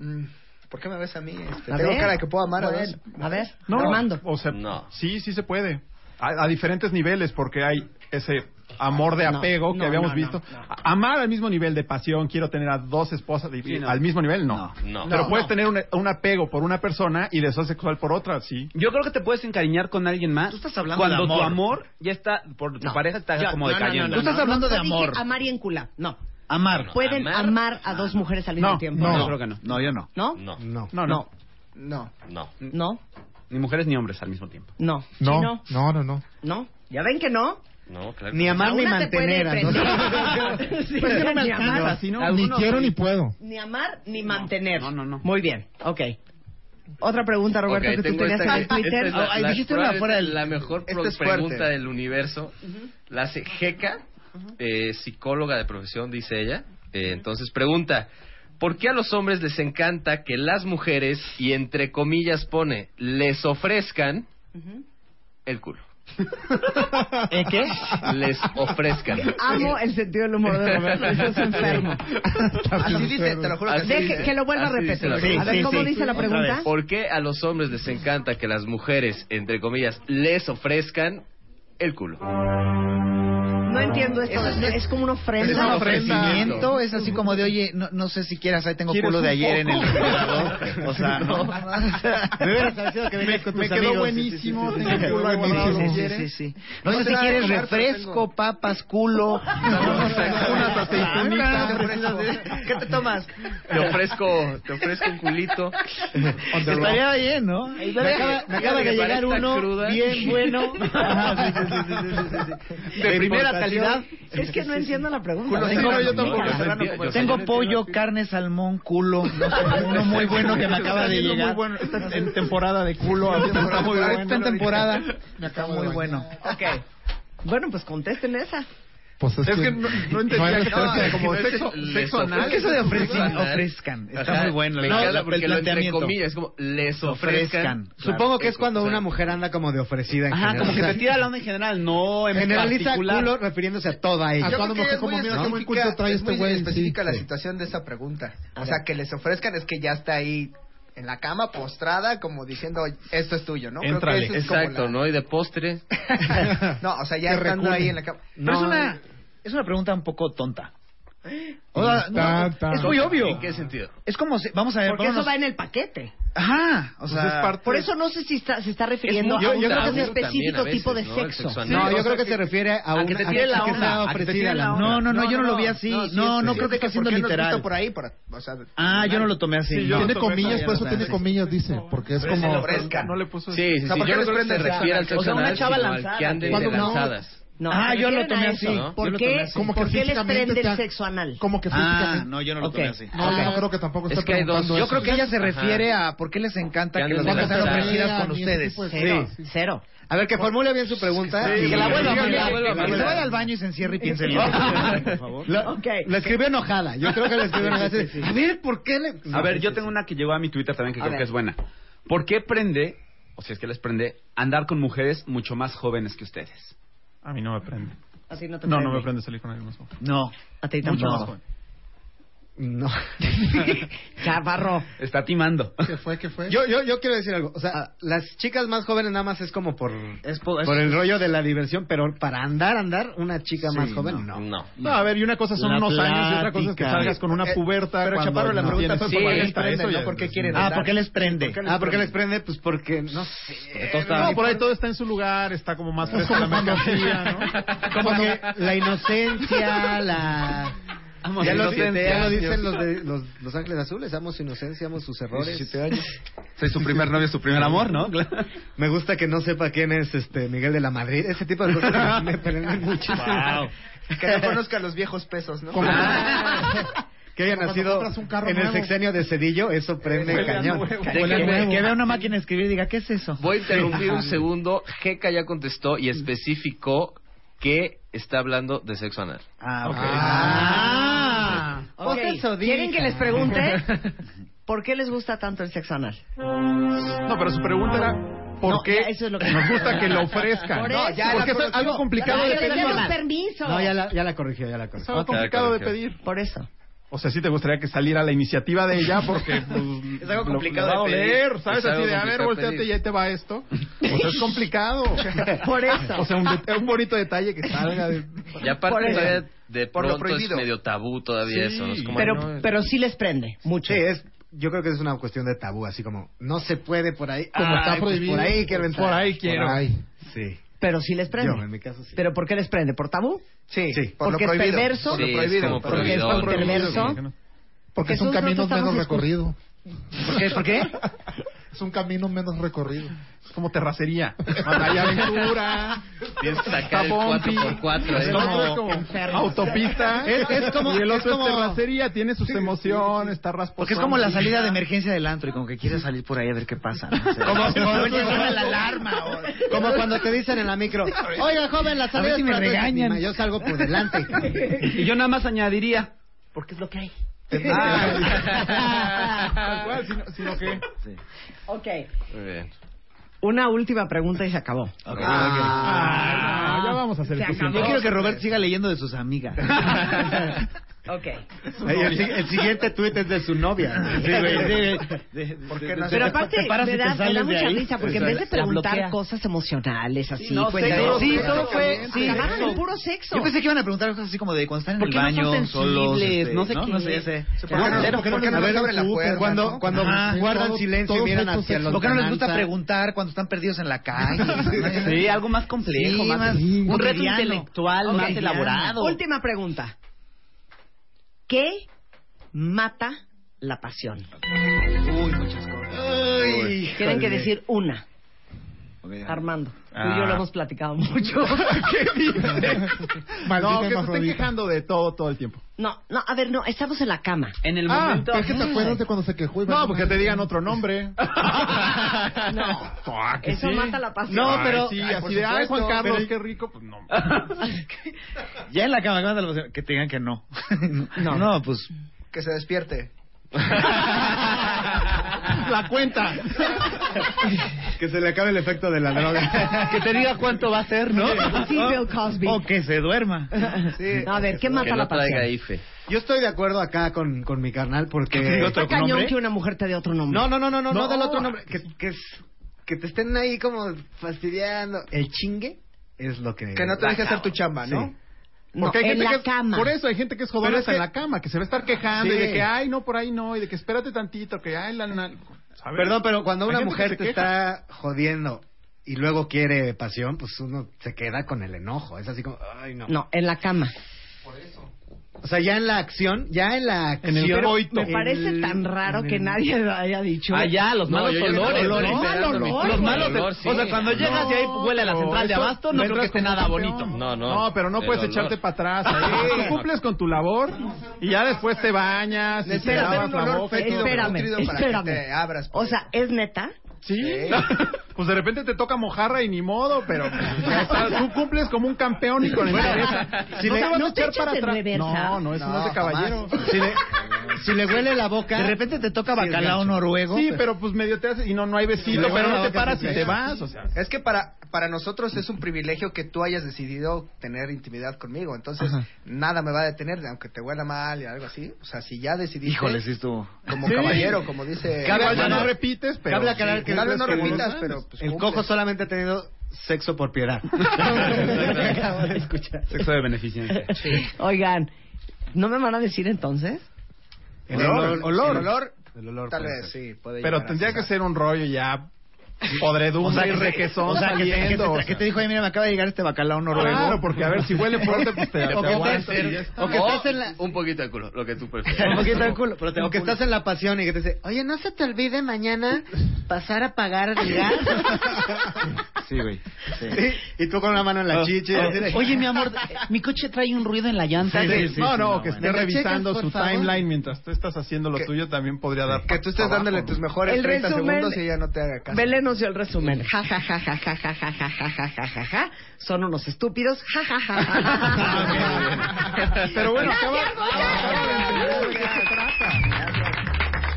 Speaker 6: Mm, ¿Por qué me ves a mí? Este,
Speaker 2: A
Speaker 6: tengo
Speaker 2: ver.
Speaker 6: cara de que puedo amar a dos.
Speaker 2: A ver,
Speaker 10: No,
Speaker 2: Armando.
Speaker 10: o sea,
Speaker 5: No.
Speaker 10: sí, sí se puede. A, a diferentes niveles, porque hay ese amor de apego que
Speaker 2: no,
Speaker 10: habíamos
Speaker 2: no,
Speaker 10: visto.
Speaker 2: no, no.
Speaker 10: A- Amar al mismo nivel de pasión, quiero tener a dos esposas, y-
Speaker 4: Sí, no.
Speaker 10: al mismo nivel, no.
Speaker 5: No.
Speaker 10: Pero
Speaker 5: No,
Speaker 10: puedes tener un, un apego por una persona y deseo sexual por otra, sí.
Speaker 4: Yo creo que te puedes encariñar con alguien más
Speaker 3: Tú estás hablando
Speaker 4: cuando
Speaker 3: de
Speaker 4: tu
Speaker 3: amor.
Speaker 4: amor ya está, por tu
Speaker 2: No.
Speaker 4: pareja está
Speaker 2: Ya,
Speaker 4: como
Speaker 2: no, no,
Speaker 4: decayendo.
Speaker 2: no,
Speaker 3: Tú estás
Speaker 2: no,
Speaker 3: hablando
Speaker 2: no
Speaker 3: de
Speaker 2: dije
Speaker 3: amor.
Speaker 2: Amar y encular. No.
Speaker 3: Amar.
Speaker 2: ¿Pueden amar,
Speaker 5: amar-
Speaker 2: a dos mujeres al
Speaker 10: No,
Speaker 2: mismo tiempo?
Speaker 10: no.
Speaker 4: Yo creo que no.
Speaker 3: No, yo no.
Speaker 2: ¿No?
Speaker 5: Ah, No.
Speaker 8: No.
Speaker 10: No, no.
Speaker 2: No.
Speaker 6: No.
Speaker 5: No.
Speaker 2: No.
Speaker 4: Ni mujeres ni hombres al mismo tiempo.
Speaker 2: No.
Speaker 9: No,
Speaker 2: Sí, no.
Speaker 9: no, no, no.
Speaker 2: No. ¿Ya ven que no?
Speaker 5: No, claro.
Speaker 8: Ni amar
Speaker 2: A
Speaker 8: ni
Speaker 2: una te
Speaker 8: mantener.
Speaker 2: puede
Speaker 8: ¿no?
Speaker 2: prender. Sí,
Speaker 10: Pues que no me
Speaker 2: ni
Speaker 10: alcanza,
Speaker 2: amar,
Speaker 10: si no,
Speaker 9: Ni
Speaker 10: algunos
Speaker 9: quiero
Speaker 10: sí.
Speaker 9: ni puedo.
Speaker 2: Ni amar ni mantener.
Speaker 4: no, no, no.
Speaker 2: Muy bien, ok. Otra pregunta, Roberto,
Speaker 5: Ok,
Speaker 2: que tú
Speaker 5: tengo
Speaker 2: tenías
Speaker 5: esta-
Speaker 2: en el
Speaker 5: esta
Speaker 2: Twitter. Oh,
Speaker 5: es la-
Speaker 2: Ay,
Speaker 5: la-
Speaker 2: dijiste una fuera
Speaker 5: probablemente
Speaker 2: del...
Speaker 5: La mejor pro-
Speaker 6: Esta es fuerte.
Speaker 5: pregunta del universo. La hace Jeca, eh, psicóloga de profesión, dice ella. Eh, entonces pregunta, ¿por qué a los hombres les encanta que las mujeres, y entre comillas pone, les ofrezcan el culo?
Speaker 2: ¿Eh, ¿Qué?
Speaker 5: Les ofrezcan.
Speaker 2: Amo el sentido del humor de Roberto, eso es enfermo.
Speaker 6: Así dice, te lo juro que
Speaker 5: Así
Speaker 6: así
Speaker 2: Deje-
Speaker 5: dice.
Speaker 2: que lo vuelva a
Speaker 5: Así
Speaker 2: repetir.
Speaker 5: dice la
Speaker 2: a ver,
Speaker 5: pregunta.
Speaker 2: ¿cómo dice la pregunta?
Speaker 5: ¿Por qué a los hombres les encanta que las mujeres, entre comillas, les ofrezcan el culo?
Speaker 2: Ah. No entiendo esto. Es, es como una
Speaker 3: Es un
Speaker 2: ofrenda.
Speaker 3: ofrecimiento, es así como de, oye, no, no sé si quieras, ahí tengo
Speaker 10: ¿Quieres
Speaker 3: culo de
Speaker 10: un
Speaker 3: ayer en el
Speaker 10: poco?
Speaker 3: refrigerador. O sea, no.
Speaker 10: Me quedó buenísimo. tengo
Speaker 3: Tengo
Speaker 10: culo
Speaker 3: culo
Speaker 10: ahí guardado,
Speaker 3: guardado.
Speaker 10: ¿lo
Speaker 3: Sí,
Speaker 10: quieres?
Speaker 3: sí, sí.
Speaker 6: No
Speaker 3: No sé
Speaker 6: te
Speaker 3: si
Speaker 6: da de
Speaker 3: quieres
Speaker 6: comer, pero
Speaker 3: refresco, papas, culo.
Speaker 10: Unas aceitunitas.
Speaker 3: ¿Qué te tomas?
Speaker 5: Te ofrezco, te ofrezco un culito.
Speaker 3: Estaría bien, ¿no? Me acaba,
Speaker 5: me acaba de llegar uno bien
Speaker 3: bueno.
Speaker 5: De primera calidad.
Speaker 2: Es que no entiendo la pregunta.
Speaker 3: Culo,
Speaker 2: Venga,
Speaker 3: sí, no,
Speaker 2: venga,
Speaker 3: yo tampoco.
Speaker 2: venga.
Speaker 3: Tengo pollo, carne, salmón, culo. No sé, uno muy bueno que me acaba de
Speaker 10: Está
Speaker 3: llegar.
Speaker 10: muy bueno. Está en temporada de culo.
Speaker 3: Está
Speaker 10: Está muy bueno.
Speaker 3: en temporada. Me acaba muy bueno.
Speaker 2: Ok. Bueno, pues contesten esa.
Speaker 9: Pues
Speaker 2: Es que no- no entendía
Speaker 9: hay
Speaker 2: que
Speaker 9: respuesta,
Speaker 2: estaba-
Speaker 9: como
Speaker 2: que
Speaker 9: sexo,
Speaker 5: les
Speaker 9: sexo
Speaker 5: ofrezcan.
Speaker 9: anal.
Speaker 5: Es que eso de ofrecen-
Speaker 3: ofrezcan. Está
Speaker 5: Ajá,
Speaker 3: muy bueno.
Speaker 5: Me
Speaker 3: No,
Speaker 5: encanta
Speaker 3: el
Speaker 5: porque lo entre
Speaker 3: planteamiento.
Speaker 5: comillas, es como les ofrezcan.
Speaker 8: Supongo que es
Speaker 5: Eso,
Speaker 8: cuando
Speaker 5: o sea,
Speaker 8: una mujer anda como de ofrecida en
Speaker 4: Ajá,
Speaker 8: general.
Speaker 4: como que
Speaker 8: O sea,
Speaker 4: te tira la onda en general, no en
Speaker 8: Generaliza
Speaker 4: particular.
Speaker 8: culo refiriéndose a toda ella.
Speaker 6: Yo creo que es muy
Speaker 9: mira, qué buen
Speaker 6: específica-
Speaker 9: culto trae
Speaker 6: es
Speaker 9: este
Speaker 6: muy
Speaker 9: güey,
Speaker 6: específica
Speaker 9: sí,
Speaker 6: la
Speaker 9: sí.
Speaker 6: situación de esa pregunta. O sea, que les ofrezcan es que ya está ahí en la cama postrada como diciendo esto es tuyo, ¿no? Creo que
Speaker 5: Éntrale.
Speaker 6: esa es como
Speaker 5: Exacto, ¿no? Y de postre.
Speaker 6: la- No, o sea, ya
Speaker 5: Que
Speaker 6: estando
Speaker 5: reculen.
Speaker 6: ahí en la cama.
Speaker 3: Pero es una, es una pregunta un poco tonta. O sea, no,
Speaker 9: Tan, tan.
Speaker 3: es muy obvio.
Speaker 5: ¿En qué sentido?
Speaker 3: Es como, si- vamos a ver,
Speaker 2: Porque
Speaker 3: vámonos-
Speaker 2: eso va en el paquete.
Speaker 3: Ajá, o sea,
Speaker 2: Pues Por eso no sé si está, se está refiriendo
Speaker 5: muy
Speaker 2: a un
Speaker 5: tabú
Speaker 2: a un
Speaker 5: también
Speaker 2: específico
Speaker 5: a veces,
Speaker 2: tipo de
Speaker 5: ¿no? El
Speaker 2: sexo.
Speaker 5: sexo anal.
Speaker 8: No,
Speaker 5: Sí,
Speaker 8: yo
Speaker 5: o
Speaker 8: creo
Speaker 5: sea,
Speaker 8: que se refiere a
Speaker 5: a
Speaker 8: una
Speaker 5: que te tire la
Speaker 8: que sea
Speaker 5: onda, a que te
Speaker 8: ofrecida
Speaker 5: tire
Speaker 8: a la
Speaker 5: la
Speaker 8: mujer.
Speaker 3: No, no, no,
Speaker 6: No,
Speaker 3: yo no,
Speaker 6: no,
Speaker 3: lo vi
Speaker 6: no,
Speaker 3: así.
Speaker 6: no,
Speaker 3: No,
Speaker 6: sí,
Speaker 3: no,
Speaker 6: sí,
Speaker 3: creo
Speaker 6: sí.
Speaker 3: que esté
Speaker 6: ¿Por
Speaker 3: siendo
Speaker 6: qué no es
Speaker 3: literal.
Speaker 6: visto por ahí, por- o sea,
Speaker 3: Ah, yo no lo tomé así.
Speaker 10: Sí,
Speaker 3: no.
Speaker 10: yo
Speaker 9: Tiene
Speaker 10: no tomé
Speaker 9: comillas,
Speaker 10: esa
Speaker 9: por eso tiene
Speaker 10: palabra.
Speaker 9: comillas, dice. Porque es
Speaker 6: Pero se
Speaker 9: como...
Speaker 6: lo ofrezcan.
Speaker 10: No le puso
Speaker 5: Sí, sí,
Speaker 6: sea,
Speaker 5: sí.
Speaker 6: ¿por qué
Speaker 5: Yo no creo
Speaker 6: les
Speaker 5: que se
Speaker 6: prende el
Speaker 5: refiere al sexo
Speaker 4: anal?
Speaker 6: sexo
Speaker 4: O sea, una
Speaker 5: anal,
Speaker 4: chava
Speaker 5: sino al
Speaker 4: lanzada,
Speaker 5: que anden de
Speaker 9: ¿cuándo? No.
Speaker 5: lanzadas.
Speaker 2: No,
Speaker 3: Ah,
Speaker 2: se
Speaker 3: yo lo
Speaker 2: refieren a
Speaker 3: tomé
Speaker 2: eso.
Speaker 3: así, yo
Speaker 2: ¿Por
Speaker 3: lo
Speaker 2: qué,
Speaker 3: tomé así.
Speaker 9: Como que
Speaker 2: ¿Por qué les
Speaker 9: físicamente
Speaker 2: prende
Speaker 9: te
Speaker 2: el
Speaker 9: ha-
Speaker 2: sexo anal?
Speaker 9: Como que
Speaker 3: Ah,
Speaker 9: físicamente...
Speaker 3: no, yo no lo
Speaker 2: Ok.
Speaker 3: tomé así.
Speaker 9: No, yo no creo que tampoco esté
Speaker 5: Es que hay dos.
Speaker 9: preguntando
Speaker 5: Yo
Speaker 9: eso.
Speaker 3: Yo creo que ella se
Speaker 5: Ajá.
Speaker 3: refiere a por qué les encanta
Speaker 5: Que
Speaker 3: que las
Speaker 5: anden
Speaker 3: mujeres sean
Speaker 5: lanzadas.
Speaker 3: ofrecidas con
Speaker 9: Ni ese
Speaker 3: ustedes.
Speaker 9: tipo de
Speaker 2: Cero,
Speaker 9: cosas.
Speaker 2: cero.
Speaker 8: A ver, que formule bien su pregunta.
Speaker 5: Sí,
Speaker 8: y
Speaker 5: que la vuelva a
Speaker 8: diga
Speaker 5: mandar.
Speaker 8: bien.
Speaker 5: vuelva a
Speaker 3: Que se
Speaker 5: mandar.
Speaker 3: vaya al baño y se encierre y piense bien. Por favor.
Speaker 8: La,
Speaker 2: Ok.
Speaker 8: la escribió enojada. Yo creo que la escribió enojada. A ver, ¿por qué le.?
Speaker 4: A ver, yo tengo una que llegó a mi Twitter también que
Speaker 2: A
Speaker 4: creo
Speaker 2: ver.
Speaker 4: que es buena. ¿Por qué prende, o si es que les prende, andar con mujeres mucho más jóvenes que ustedes?
Speaker 10: A mí no me prende.
Speaker 2: A ti no te
Speaker 10: No, no
Speaker 2: prende.
Speaker 10: me prende salir con alguien más joven.
Speaker 3: No.
Speaker 2: A ti
Speaker 10: Mucho más
Speaker 2: tampoco.
Speaker 10: joven.
Speaker 8: No.
Speaker 2: Chavarro.
Speaker 4: Está timando.
Speaker 9: ¿Qué fue? ¿Qué fue?
Speaker 8: Yo, yo, yo quiero decir algo. O sea, las chicas más jóvenes nada más es como por,
Speaker 3: Es po- es-
Speaker 8: por el rollo de la diversión, pero para andar, andar, una chica
Speaker 3: Sí,
Speaker 8: más joven, no.
Speaker 5: No.
Speaker 10: No, a ver, y una cosa son
Speaker 8: La
Speaker 10: unos años y otra cosa es que
Speaker 8: plática.
Speaker 10: salgas con una
Speaker 6: Eh,
Speaker 10: puberta.
Speaker 6: pero,
Speaker 10: cuando
Speaker 6: Chaparro, la
Speaker 10: no
Speaker 6: pregunta
Speaker 10: tienes
Speaker 5: fue por qué
Speaker 10: 40,
Speaker 6: les
Speaker 10: eso
Speaker 6: prende,
Speaker 10: ya
Speaker 6: ¿no? ¿Por qué
Speaker 10: es-
Speaker 6: quieren
Speaker 10: Ah,
Speaker 6: andar?
Speaker 10: ¿por qué les prende?
Speaker 8: Ah, ¿por qué les prende? Pues porque, no sé.
Speaker 10: No, por ahí todo está en su lugar, está como más fresco la mercancía, ¿no?
Speaker 8: Como que la inocencia, la...
Speaker 4: Amo
Speaker 8: ya,
Speaker 4: su
Speaker 8: lo,
Speaker 4: inocencia.
Speaker 8: ya lo dicen los de los, los Ángeles Azules, amo su inocencia, amo sus errores.
Speaker 4: Soy su primer novio, su primer amor, ¿no? Claro.
Speaker 8: Me gusta que no sepa quién es este Miguel de la Madrid, ese tipo de cosas me prenden mucho.
Speaker 6: que no conozca los viejos pesos, ¿no?
Speaker 9: Como-
Speaker 8: Que haya
Speaker 9: Como cuando
Speaker 8: Ah, nacido
Speaker 9: compras un carro
Speaker 8: en el
Speaker 9: nuevo.
Speaker 8: sexenio de Cedillo, eso prende
Speaker 9: Huele a
Speaker 8: cañón.
Speaker 9: nuevo.
Speaker 5: Déjenme-
Speaker 3: Que vea una máquina de escribir y diga, ¿qué es eso?
Speaker 5: Voy a interrumpir un segundo. Jeca ya contestó y especificó que está hablando de sexo anal.
Speaker 3: Ah, ok.
Speaker 8: Ah,
Speaker 2: Ok, ¿Quieren que les pregunte por qué les gusta tanto el sexo anal?
Speaker 10: No, pero su pregunta era ¿por
Speaker 2: No,
Speaker 10: qué
Speaker 2: ya, eso es lo que-
Speaker 10: nos gusta que lo ofrezcan?
Speaker 2: Por
Speaker 10: No,
Speaker 2: eso.
Speaker 10: ya porque
Speaker 2: la
Speaker 10: es algo complicado
Speaker 2: Ay,
Speaker 10: de
Speaker 2: pero
Speaker 10: pedir.
Speaker 2: denos permiso.
Speaker 8: No, ya la, ya la corrigió, ya la
Speaker 10: Es
Speaker 8: corrigió.
Speaker 10: algo complicado de
Speaker 5: claro.
Speaker 10: pedir.
Speaker 2: Por eso.
Speaker 10: O sea, sí te gustaría que saliera la iniciativa de ella porque pues,
Speaker 5: Es algo
Speaker 10: lo-
Speaker 5: complicado
Speaker 10: le va a
Speaker 5: de pedir.
Speaker 10: doler, ¿sabes?
Speaker 5: Es algo
Speaker 10: Así de, a ver,
Speaker 5: complicado
Speaker 10: volteate
Speaker 5: pedir.
Speaker 10: y ahí te va esto. Pues es complicado.
Speaker 2: Por eso.
Speaker 10: O sea, un, det- un bonito detalle que salga de...
Speaker 5: Y
Speaker 2: Por
Speaker 5: aparte
Speaker 2: eso.
Speaker 5: todavía de
Speaker 6: Por lo
Speaker 5: pronto es
Speaker 6: prohibido.
Speaker 5: medio tabú todavía
Speaker 10: Sí.
Speaker 5: eso. ¿no? Es como,
Speaker 2: pero,
Speaker 5: ay, no, es-
Speaker 2: pero sí les prende. Mucho.
Speaker 8: Sí, es, yo creo que es una cuestión de tabú, así como no se puede por ahí.
Speaker 10: Como está
Speaker 8: Ay, pues,
Speaker 10: prohibido,
Speaker 8: por ahí quiero entrar.
Speaker 10: por ahí quiero.
Speaker 8: ahí. Sí.
Speaker 2: Pero sí les prende.
Speaker 8: Yo, en mi caso, sí.
Speaker 2: ¿Pero por qué les prende? ¿Por tabú?
Speaker 6: Sí,
Speaker 8: Sí.
Speaker 6: por lo
Speaker 2: Porque es
Speaker 6: prohibido.
Speaker 2: perverso.
Speaker 6: Por
Speaker 5: Sí,
Speaker 6: lo
Speaker 5: es
Speaker 6: prohibido.
Speaker 5: como
Speaker 6: Porque
Speaker 5: prohibido.
Speaker 6: es por prohibido.
Speaker 2: Perverso.
Speaker 9: Porque es un
Speaker 2: Jesús,
Speaker 9: camino
Speaker 2: nosotros estamos
Speaker 9: menos recorrido.
Speaker 2: ¿Por qué? ¿Por qué?
Speaker 9: Es un camino menos recorrido.
Speaker 10: Es como terracería. Hay aventura.
Speaker 5: Tienes que sacar el 4x4.
Speaker 10: Es
Speaker 5: ¿eh?
Speaker 10: como autopista.
Speaker 8: Es- es como-
Speaker 10: y el
Speaker 8: es
Speaker 10: otro es,
Speaker 8: como-
Speaker 10: terracería, tiene sus emociones, está rasposón.
Speaker 3: Porque es como la salida de emergencia del antro y como que quieres salir por ahí a ver qué pasa. ¿no? O sea,
Speaker 8: Como- como-
Speaker 3: oye, suena la alarma. o-
Speaker 8: Como cuando te dicen en la micro, oiga joven, la salida
Speaker 3: ver si
Speaker 8: es
Speaker 3: me
Speaker 8: para todos".
Speaker 3: regañan.
Speaker 8: Ni ma- Yo salgo por delante.
Speaker 4: Y yo nada más añadiría.
Speaker 2: Porque es lo que hay.
Speaker 6: Ah.
Speaker 10: Tal
Speaker 3: Ah.
Speaker 10: cual, sino, sino que...
Speaker 2: Ok.
Speaker 5: Muy bien.
Speaker 2: Una última pregunta y se acabó.
Speaker 10: Ah, ya vamos a hacer
Speaker 2: Se
Speaker 10: esto siempre.
Speaker 3: Yo quiero
Speaker 2: pues,
Speaker 3: que Robert siga leyendo de sus amigas.
Speaker 2: Ok.
Speaker 8: el, si- el siguiente tuit es de su novia.
Speaker 6: ¿Por qué no
Speaker 2: Pero
Speaker 6: se-
Speaker 2: aparte,
Speaker 3: te paras y
Speaker 2: me
Speaker 3: te
Speaker 2: da, me da
Speaker 3: sales de
Speaker 2: mucha
Speaker 3: ahí.
Speaker 2: risa, porque en
Speaker 3: Exacto.
Speaker 2: vez de
Speaker 3: La bloquea.
Speaker 2: preguntar cosas emocionales, así, pues,
Speaker 3: no,
Speaker 2: cuéntame,
Speaker 3: sexo,
Speaker 2: sí,
Speaker 3: sexo,
Speaker 2: todo fue, sí,
Speaker 3: sexo.
Speaker 2: acabaron en puro sexo.
Speaker 3: Yo pensé que iban a preguntar cosas así como de cuando están en
Speaker 4: ¿Por
Speaker 3: el
Speaker 4: qué no son
Speaker 3: baño solos. este,
Speaker 4: sensibles? No sé qué.
Speaker 3: No sé, sé.
Speaker 6: ¿Por qué no- por qué no
Speaker 8: A
Speaker 6: nos
Speaker 8: ver,
Speaker 6: abren la
Speaker 8: tú,
Speaker 6: puerta?
Speaker 8: cuando
Speaker 6: no?
Speaker 8: cuando
Speaker 3: Ajá.
Speaker 8: guardan
Speaker 9: Todo-
Speaker 8: silencio y
Speaker 9: todo
Speaker 8: miran
Speaker 9: sexo
Speaker 8: hacia
Speaker 9: sexual.
Speaker 8: los
Speaker 3: ¿Por qué no les gusta
Speaker 8: danza?
Speaker 3: preguntar cuando están perdidos en la calle?
Speaker 4: Sí, algo más complejo,
Speaker 3: Sí,
Speaker 4: más,
Speaker 3: más
Speaker 4: un reto
Speaker 3: cotidiano.
Speaker 4: intelectual
Speaker 2: Ok.
Speaker 4: más elaborado.
Speaker 2: Última pregunta. ¿Qué mata la pasión?
Speaker 6: Uy, muchas cosas.
Speaker 2: Tienen que decir una. Armando. Tú y
Speaker 10: Ah.
Speaker 2: yo lo hemos platicado mucho.
Speaker 10: no, que se estén
Speaker 9: Afrodita.
Speaker 10: quejando de todo, todo el tiempo.
Speaker 2: No, no, a ver, no, estamos en la cama.
Speaker 4: En el
Speaker 9: Ah, es que te acuerdas de cuando se quejó. y
Speaker 10: No,
Speaker 9: valió
Speaker 10: porque
Speaker 9: madre.
Speaker 10: te digan otro nombre.
Speaker 2: No.
Speaker 10: Ah, que
Speaker 2: Eso mata la pasión.
Speaker 10: No, pero
Speaker 2: Ay,
Speaker 10: sí,
Speaker 9: ay, por
Speaker 10: así de, ay,
Speaker 9: supuesto,
Speaker 10: Juan Carlos,
Speaker 9: pero-
Speaker 10: qué rico, pues no. ya en la cama, ¿cuándo lo vas a hacer?
Speaker 3: Que te digan que no. no. No, pues.
Speaker 6: Que se despierte.
Speaker 10: la cuenta.
Speaker 8: Que se le acabe el efecto de la droga.
Speaker 3: Que te diga cuánto va a ser, ¿no?
Speaker 2: Sí, Bill Cosby.
Speaker 3: O que se duerma.
Speaker 6: Sí.
Speaker 2: A ver, ¿qué mata
Speaker 5: Que no
Speaker 2: la pasión?
Speaker 5: traiga IFE.
Speaker 8: Yo estoy de acuerdo acá con, con mi carnal porque...
Speaker 2: Está cañón que una mujer te dé otro nombre.
Speaker 8: No, no, no, no, no,
Speaker 2: No.
Speaker 8: no del otro nombre. Que, que, es- que te estén ahí como fastidiando. El chingue es lo que...
Speaker 6: Que no te deje hacer tu chamba, ¿no?
Speaker 8: Sí.
Speaker 2: No,
Speaker 10: Porque hay
Speaker 2: en
Speaker 10: gente
Speaker 2: la
Speaker 10: que es-
Speaker 2: cama.
Speaker 10: Por eso hay gente que es jodona
Speaker 8: Pero es
Speaker 10: hasta
Speaker 8: que-
Speaker 10: en la cama, que se va a estar quejando
Speaker 8: Sí.
Speaker 10: y de que, ay, no, por ahí no, y de que espérate tantito, que, ay, la... na- ¿sabes?
Speaker 8: Perdón, pero cuando
Speaker 10: Hay
Speaker 8: una
Speaker 10: gente
Speaker 8: mujer
Speaker 10: que se
Speaker 8: te
Speaker 10: queja.
Speaker 8: está jodiendo y luego quiere pasión, pues uno se queda con el enojo. Es así como, ay, no.
Speaker 2: No, en la cama.
Speaker 8: O sea, ya en la acción, ya en la acción.
Speaker 10: En el
Speaker 8: Pero
Speaker 10: coito.
Speaker 2: Me parece
Speaker 8: el-
Speaker 2: tan raro
Speaker 8: en
Speaker 2: que
Speaker 8: el-
Speaker 2: nadie lo haya dicho.
Speaker 4: Allá, los
Speaker 5: No,
Speaker 4: malos
Speaker 5: yo ya no,
Speaker 4: olores.
Speaker 5: olores,
Speaker 4: ¿no?
Speaker 5: esperándome.
Speaker 4: Los
Speaker 2: olor,
Speaker 4: malos
Speaker 5: olor,
Speaker 4: O sea,
Speaker 5: sí.
Speaker 4: cuando llegas y ahí huele a la central de abasto, no creo que esté nada bonito.
Speaker 5: No, no.
Speaker 10: No, pero no
Speaker 5: El
Speaker 10: puedes
Speaker 5: olor.
Speaker 10: echarte para atrás. ahí. Tú cumples con tu labor y ya después te bañas y te
Speaker 6: Necesitas hacer
Speaker 10: lavas
Speaker 6: un
Speaker 10: la
Speaker 6: olor
Speaker 10: boca. y
Speaker 6: fétido,
Speaker 10: todo.
Speaker 2: Espérame,
Speaker 6: nutrido para que
Speaker 2: espérame.
Speaker 6: te abras.
Speaker 2: O sea, ¿es neta?
Speaker 10: Sí. Pues de repente te toca mojarra y ni modo, pero ya está, tú cumples como un campeón y con entereza. Si
Speaker 2: o
Speaker 10: no
Speaker 2: sea,
Speaker 10: te vas
Speaker 2: no
Speaker 10: a
Speaker 2: te
Speaker 10: echar
Speaker 2: echas
Speaker 10: para
Speaker 2: en
Speaker 10: atrás.
Speaker 2: reversa.
Speaker 10: No, no, eso no, es de
Speaker 6: No,
Speaker 10: caballero.
Speaker 8: Si le, si le huele la boca.
Speaker 3: De repente te toca bacalao
Speaker 8: gancho.
Speaker 3: noruego.
Speaker 10: Sí, pero pues medio te haces y no no hay besito,
Speaker 8: Sí,
Speaker 10: pero
Speaker 8: la
Speaker 10: no te
Speaker 8: boca
Speaker 10: paras
Speaker 8: sí,
Speaker 10: y te vas, o sea.
Speaker 6: Es que para, para nosotros es un privilegio que tú hayas decidido tener intimidad conmigo. Entonces, nada me va a detener, aunque te huela mal y algo así. O sea, si ya decidiste,
Speaker 3: estuvo.
Speaker 6: como
Speaker 10: Sí.
Speaker 6: caballero, como dice...
Speaker 10: Cada vez
Speaker 8: aclarar-
Speaker 10: no repites, pero
Speaker 8: cabe aclarar que
Speaker 6: Tal vez no
Speaker 8: que
Speaker 6: repitas,
Speaker 8: no
Speaker 6: pero... Pues,
Speaker 8: el
Speaker 6: cumple.
Speaker 8: cojo solamente ha tenido sexo por piedad.
Speaker 2: Acabo de escuchar.
Speaker 4: Sexo de beneficencia.
Speaker 2: Oigan, ¿no me van a decir entonces?
Speaker 10: El olor,
Speaker 6: El
Speaker 10: olor.
Speaker 6: olor,
Speaker 8: El olor
Speaker 6: tal
Speaker 8: puede
Speaker 6: vez,
Speaker 8: ser.
Speaker 6: sí, puede
Speaker 10: Pero
Speaker 6: llegar a
Speaker 10: tendría que
Speaker 6: pasar.
Speaker 10: ser un rollo ya podredumbre y requesón
Speaker 3: o sea, que te-
Speaker 10: saliendo, o sea.
Speaker 3: ¿Qué te dijo? Ay, mira, me acaba de llegar este bacalao noruego.
Speaker 10: Claro, porque a ver, si huele fuerte, pues te, te
Speaker 8: O que
Speaker 10: aguantas
Speaker 8: te-
Speaker 10: y ya está.
Speaker 8: o que
Speaker 5: O
Speaker 8: estás en la-
Speaker 5: un poquito de culo, lo que tú
Speaker 8: Un
Speaker 5: prefieras.
Speaker 8: poquito de culo, pero te- o que estás en la pasión y que te dice, oye, no se te olvide mañana pasar a pagar el gas.
Speaker 4: Sí, güey.
Speaker 8: Sí, Y tú con una mano en la chicha. y así de-
Speaker 3: Oye, mi amor, mi coche trae un ruido en la llanta.
Speaker 10: Sí, sí, sí, no, no, que esté
Speaker 8: ¿Me lo
Speaker 10: revisando
Speaker 8: checas,
Speaker 10: su
Speaker 8: por favor?
Speaker 10: timeline mientras tú estás haciendo lo tuyo también podría dar.
Speaker 6: Que tú estés
Speaker 10: trabajo,
Speaker 6: dándole
Speaker 10: ¿no?
Speaker 6: tus mejores
Speaker 2: El
Speaker 6: 30
Speaker 2: resumen-
Speaker 6: segundos y ella no te haga caso.
Speaker 2: Belén nos dio el resumen. Ja, ja, ja, ja, ja, ja, ja, ja, ja, ja, ja, ja, ja. Son unos estúpidos. Ja, ja, ja, ja, ja, ja, ja.
Speaker 10: Pero bueno,
Speaker 2: Gracias,
Speaker 10: acaba-
Speaker 2: muchachos.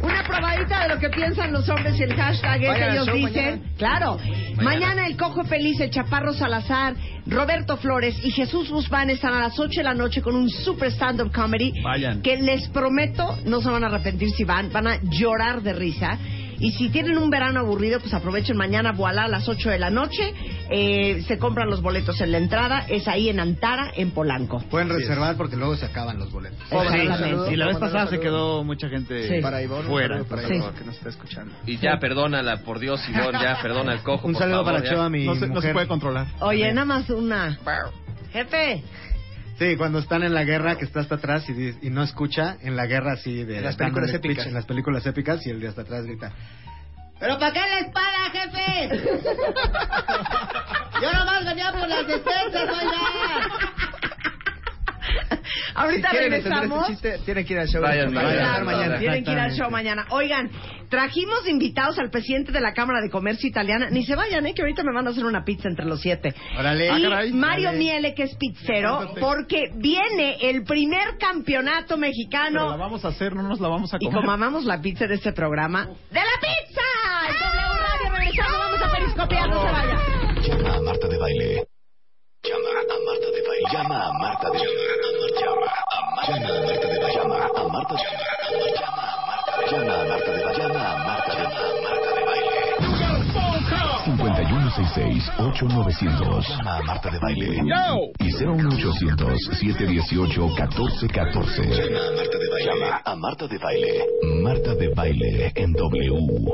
Speaker 2: Una probadita de lo que piensan los hombres y el hashtag es
Speaker 6: Vayan al
Speaker 2: ellos
Speaker 6: show
Speaker 2: dicen. Claro. Mañana. el Cojo Feliz, el Chaparro Salazar, Roberto Flores y Jesús Guzmán están a las 8 de la noche con un super stand-up comedy.
Speaker 10: Vayan.
Speaker 2: Que les prometo no se van a arrepentir si van, van a llorar de risa. Y si tienen un verano aburrido, pues aprovechen mañana, voilà, a las 8 de la noche. Eh, se compran los boletos en la entrada. Es ahí en Antara, en Polanco.
Speaker 8: Pueden reservar porque luego se acaban los boletos.
Speaker 2: Exactamente.
Speaker 3: y la vez pasada se
Speaker 6: Saludos.
Speaker 3: quedó mucha gente
Speaker 2: Sí.
Speaker 6: Para Ivonne,
Speaker 3: fuera.
Speaker 6: para
Speaker 2: Sí.
Speaker 6: Ivonne, que nos está escuchando.
Speaker 5: Y ya, perdónala, por Dios, Ivonne, ya, perdona al cojo.
Speaker 8: Un
Speaker 5: por
Speaker 8: saludo
Speaker 5: favor,
Speaker 8: para
Speaker 5: ya.
Speaker 8: Cheva, mi
Speaker 10: No se, no se
Speaker 8: mujer.
Speaker 10: puede controlar.
Speaker 2: Oye, nada más una. Jefe.
Speaker 8: Sí, cuando están en la guerra, que está hasta atrás y, di- y no escucha, en la guerra así de...
Speaker 6: En las
Speaker 8: están
Speaker 6: películas
Speaker 8: el
Speaker 6: épicas.
Speaker 8: pitch, En las películas épicas y el de hasta atrás grita,
Speaker 2: ¿Pero para qué la espada, jefe? Yo nomás venía por las despensas, oiga. Ahorita
Speaker 6: si quieren entender
Speaker 2: regresamos.
Speaker 6: ese chiste, tienen que ir al show.
Speaker 5: Vayan,
Speaker 6: Porque
Speaker 5: vayan.
Speaker 6: va a
Speaker 2: Claro,
Speaker 6: estar mañana.
Speaker 2: Tienen que ir al show mañana. Oigan, trajimos invitados al presidente de la Cámara de Comercio Italiana. Ni se vayan, eh, que ahorita me van a hacer una pizza entre los siete.
Speaker 8: Órale.
Speaker 2: y
Speaker 8: Ah, caray.
Speaker 2: Mario
Speaker 8: Órale.
Speaker 2: Miele, que es pizzero, porque viene el primer campeonato
Speaker 10: Pero la
Speaker 2: mexicano.
Speaker 10: vamos a hacer, no nos la vamos a
Speaker 2: Y
Speaker 10: comer.
Speaker 2: como amamos la pizza de este programa, ¡Ah! ¡de la pizza! En W Radio, regresando, vamos a periscopiar, no se vayan.
Speaker 1: Llama a Marta de Baile. Llama a Marta de Baile. Llama a Marta de Baile. Llama a Marta de Baile. Llama a Marta de Baile. Llama a Marta de Baile. Llama a Marta de Baile. Llama a Marta de Baile. 5166-8900. Llama a Marta de Baile. Y 01800-718-1414. Llama a Marta de Baile. Llama a Marta de Baile. Marta de Baile en W.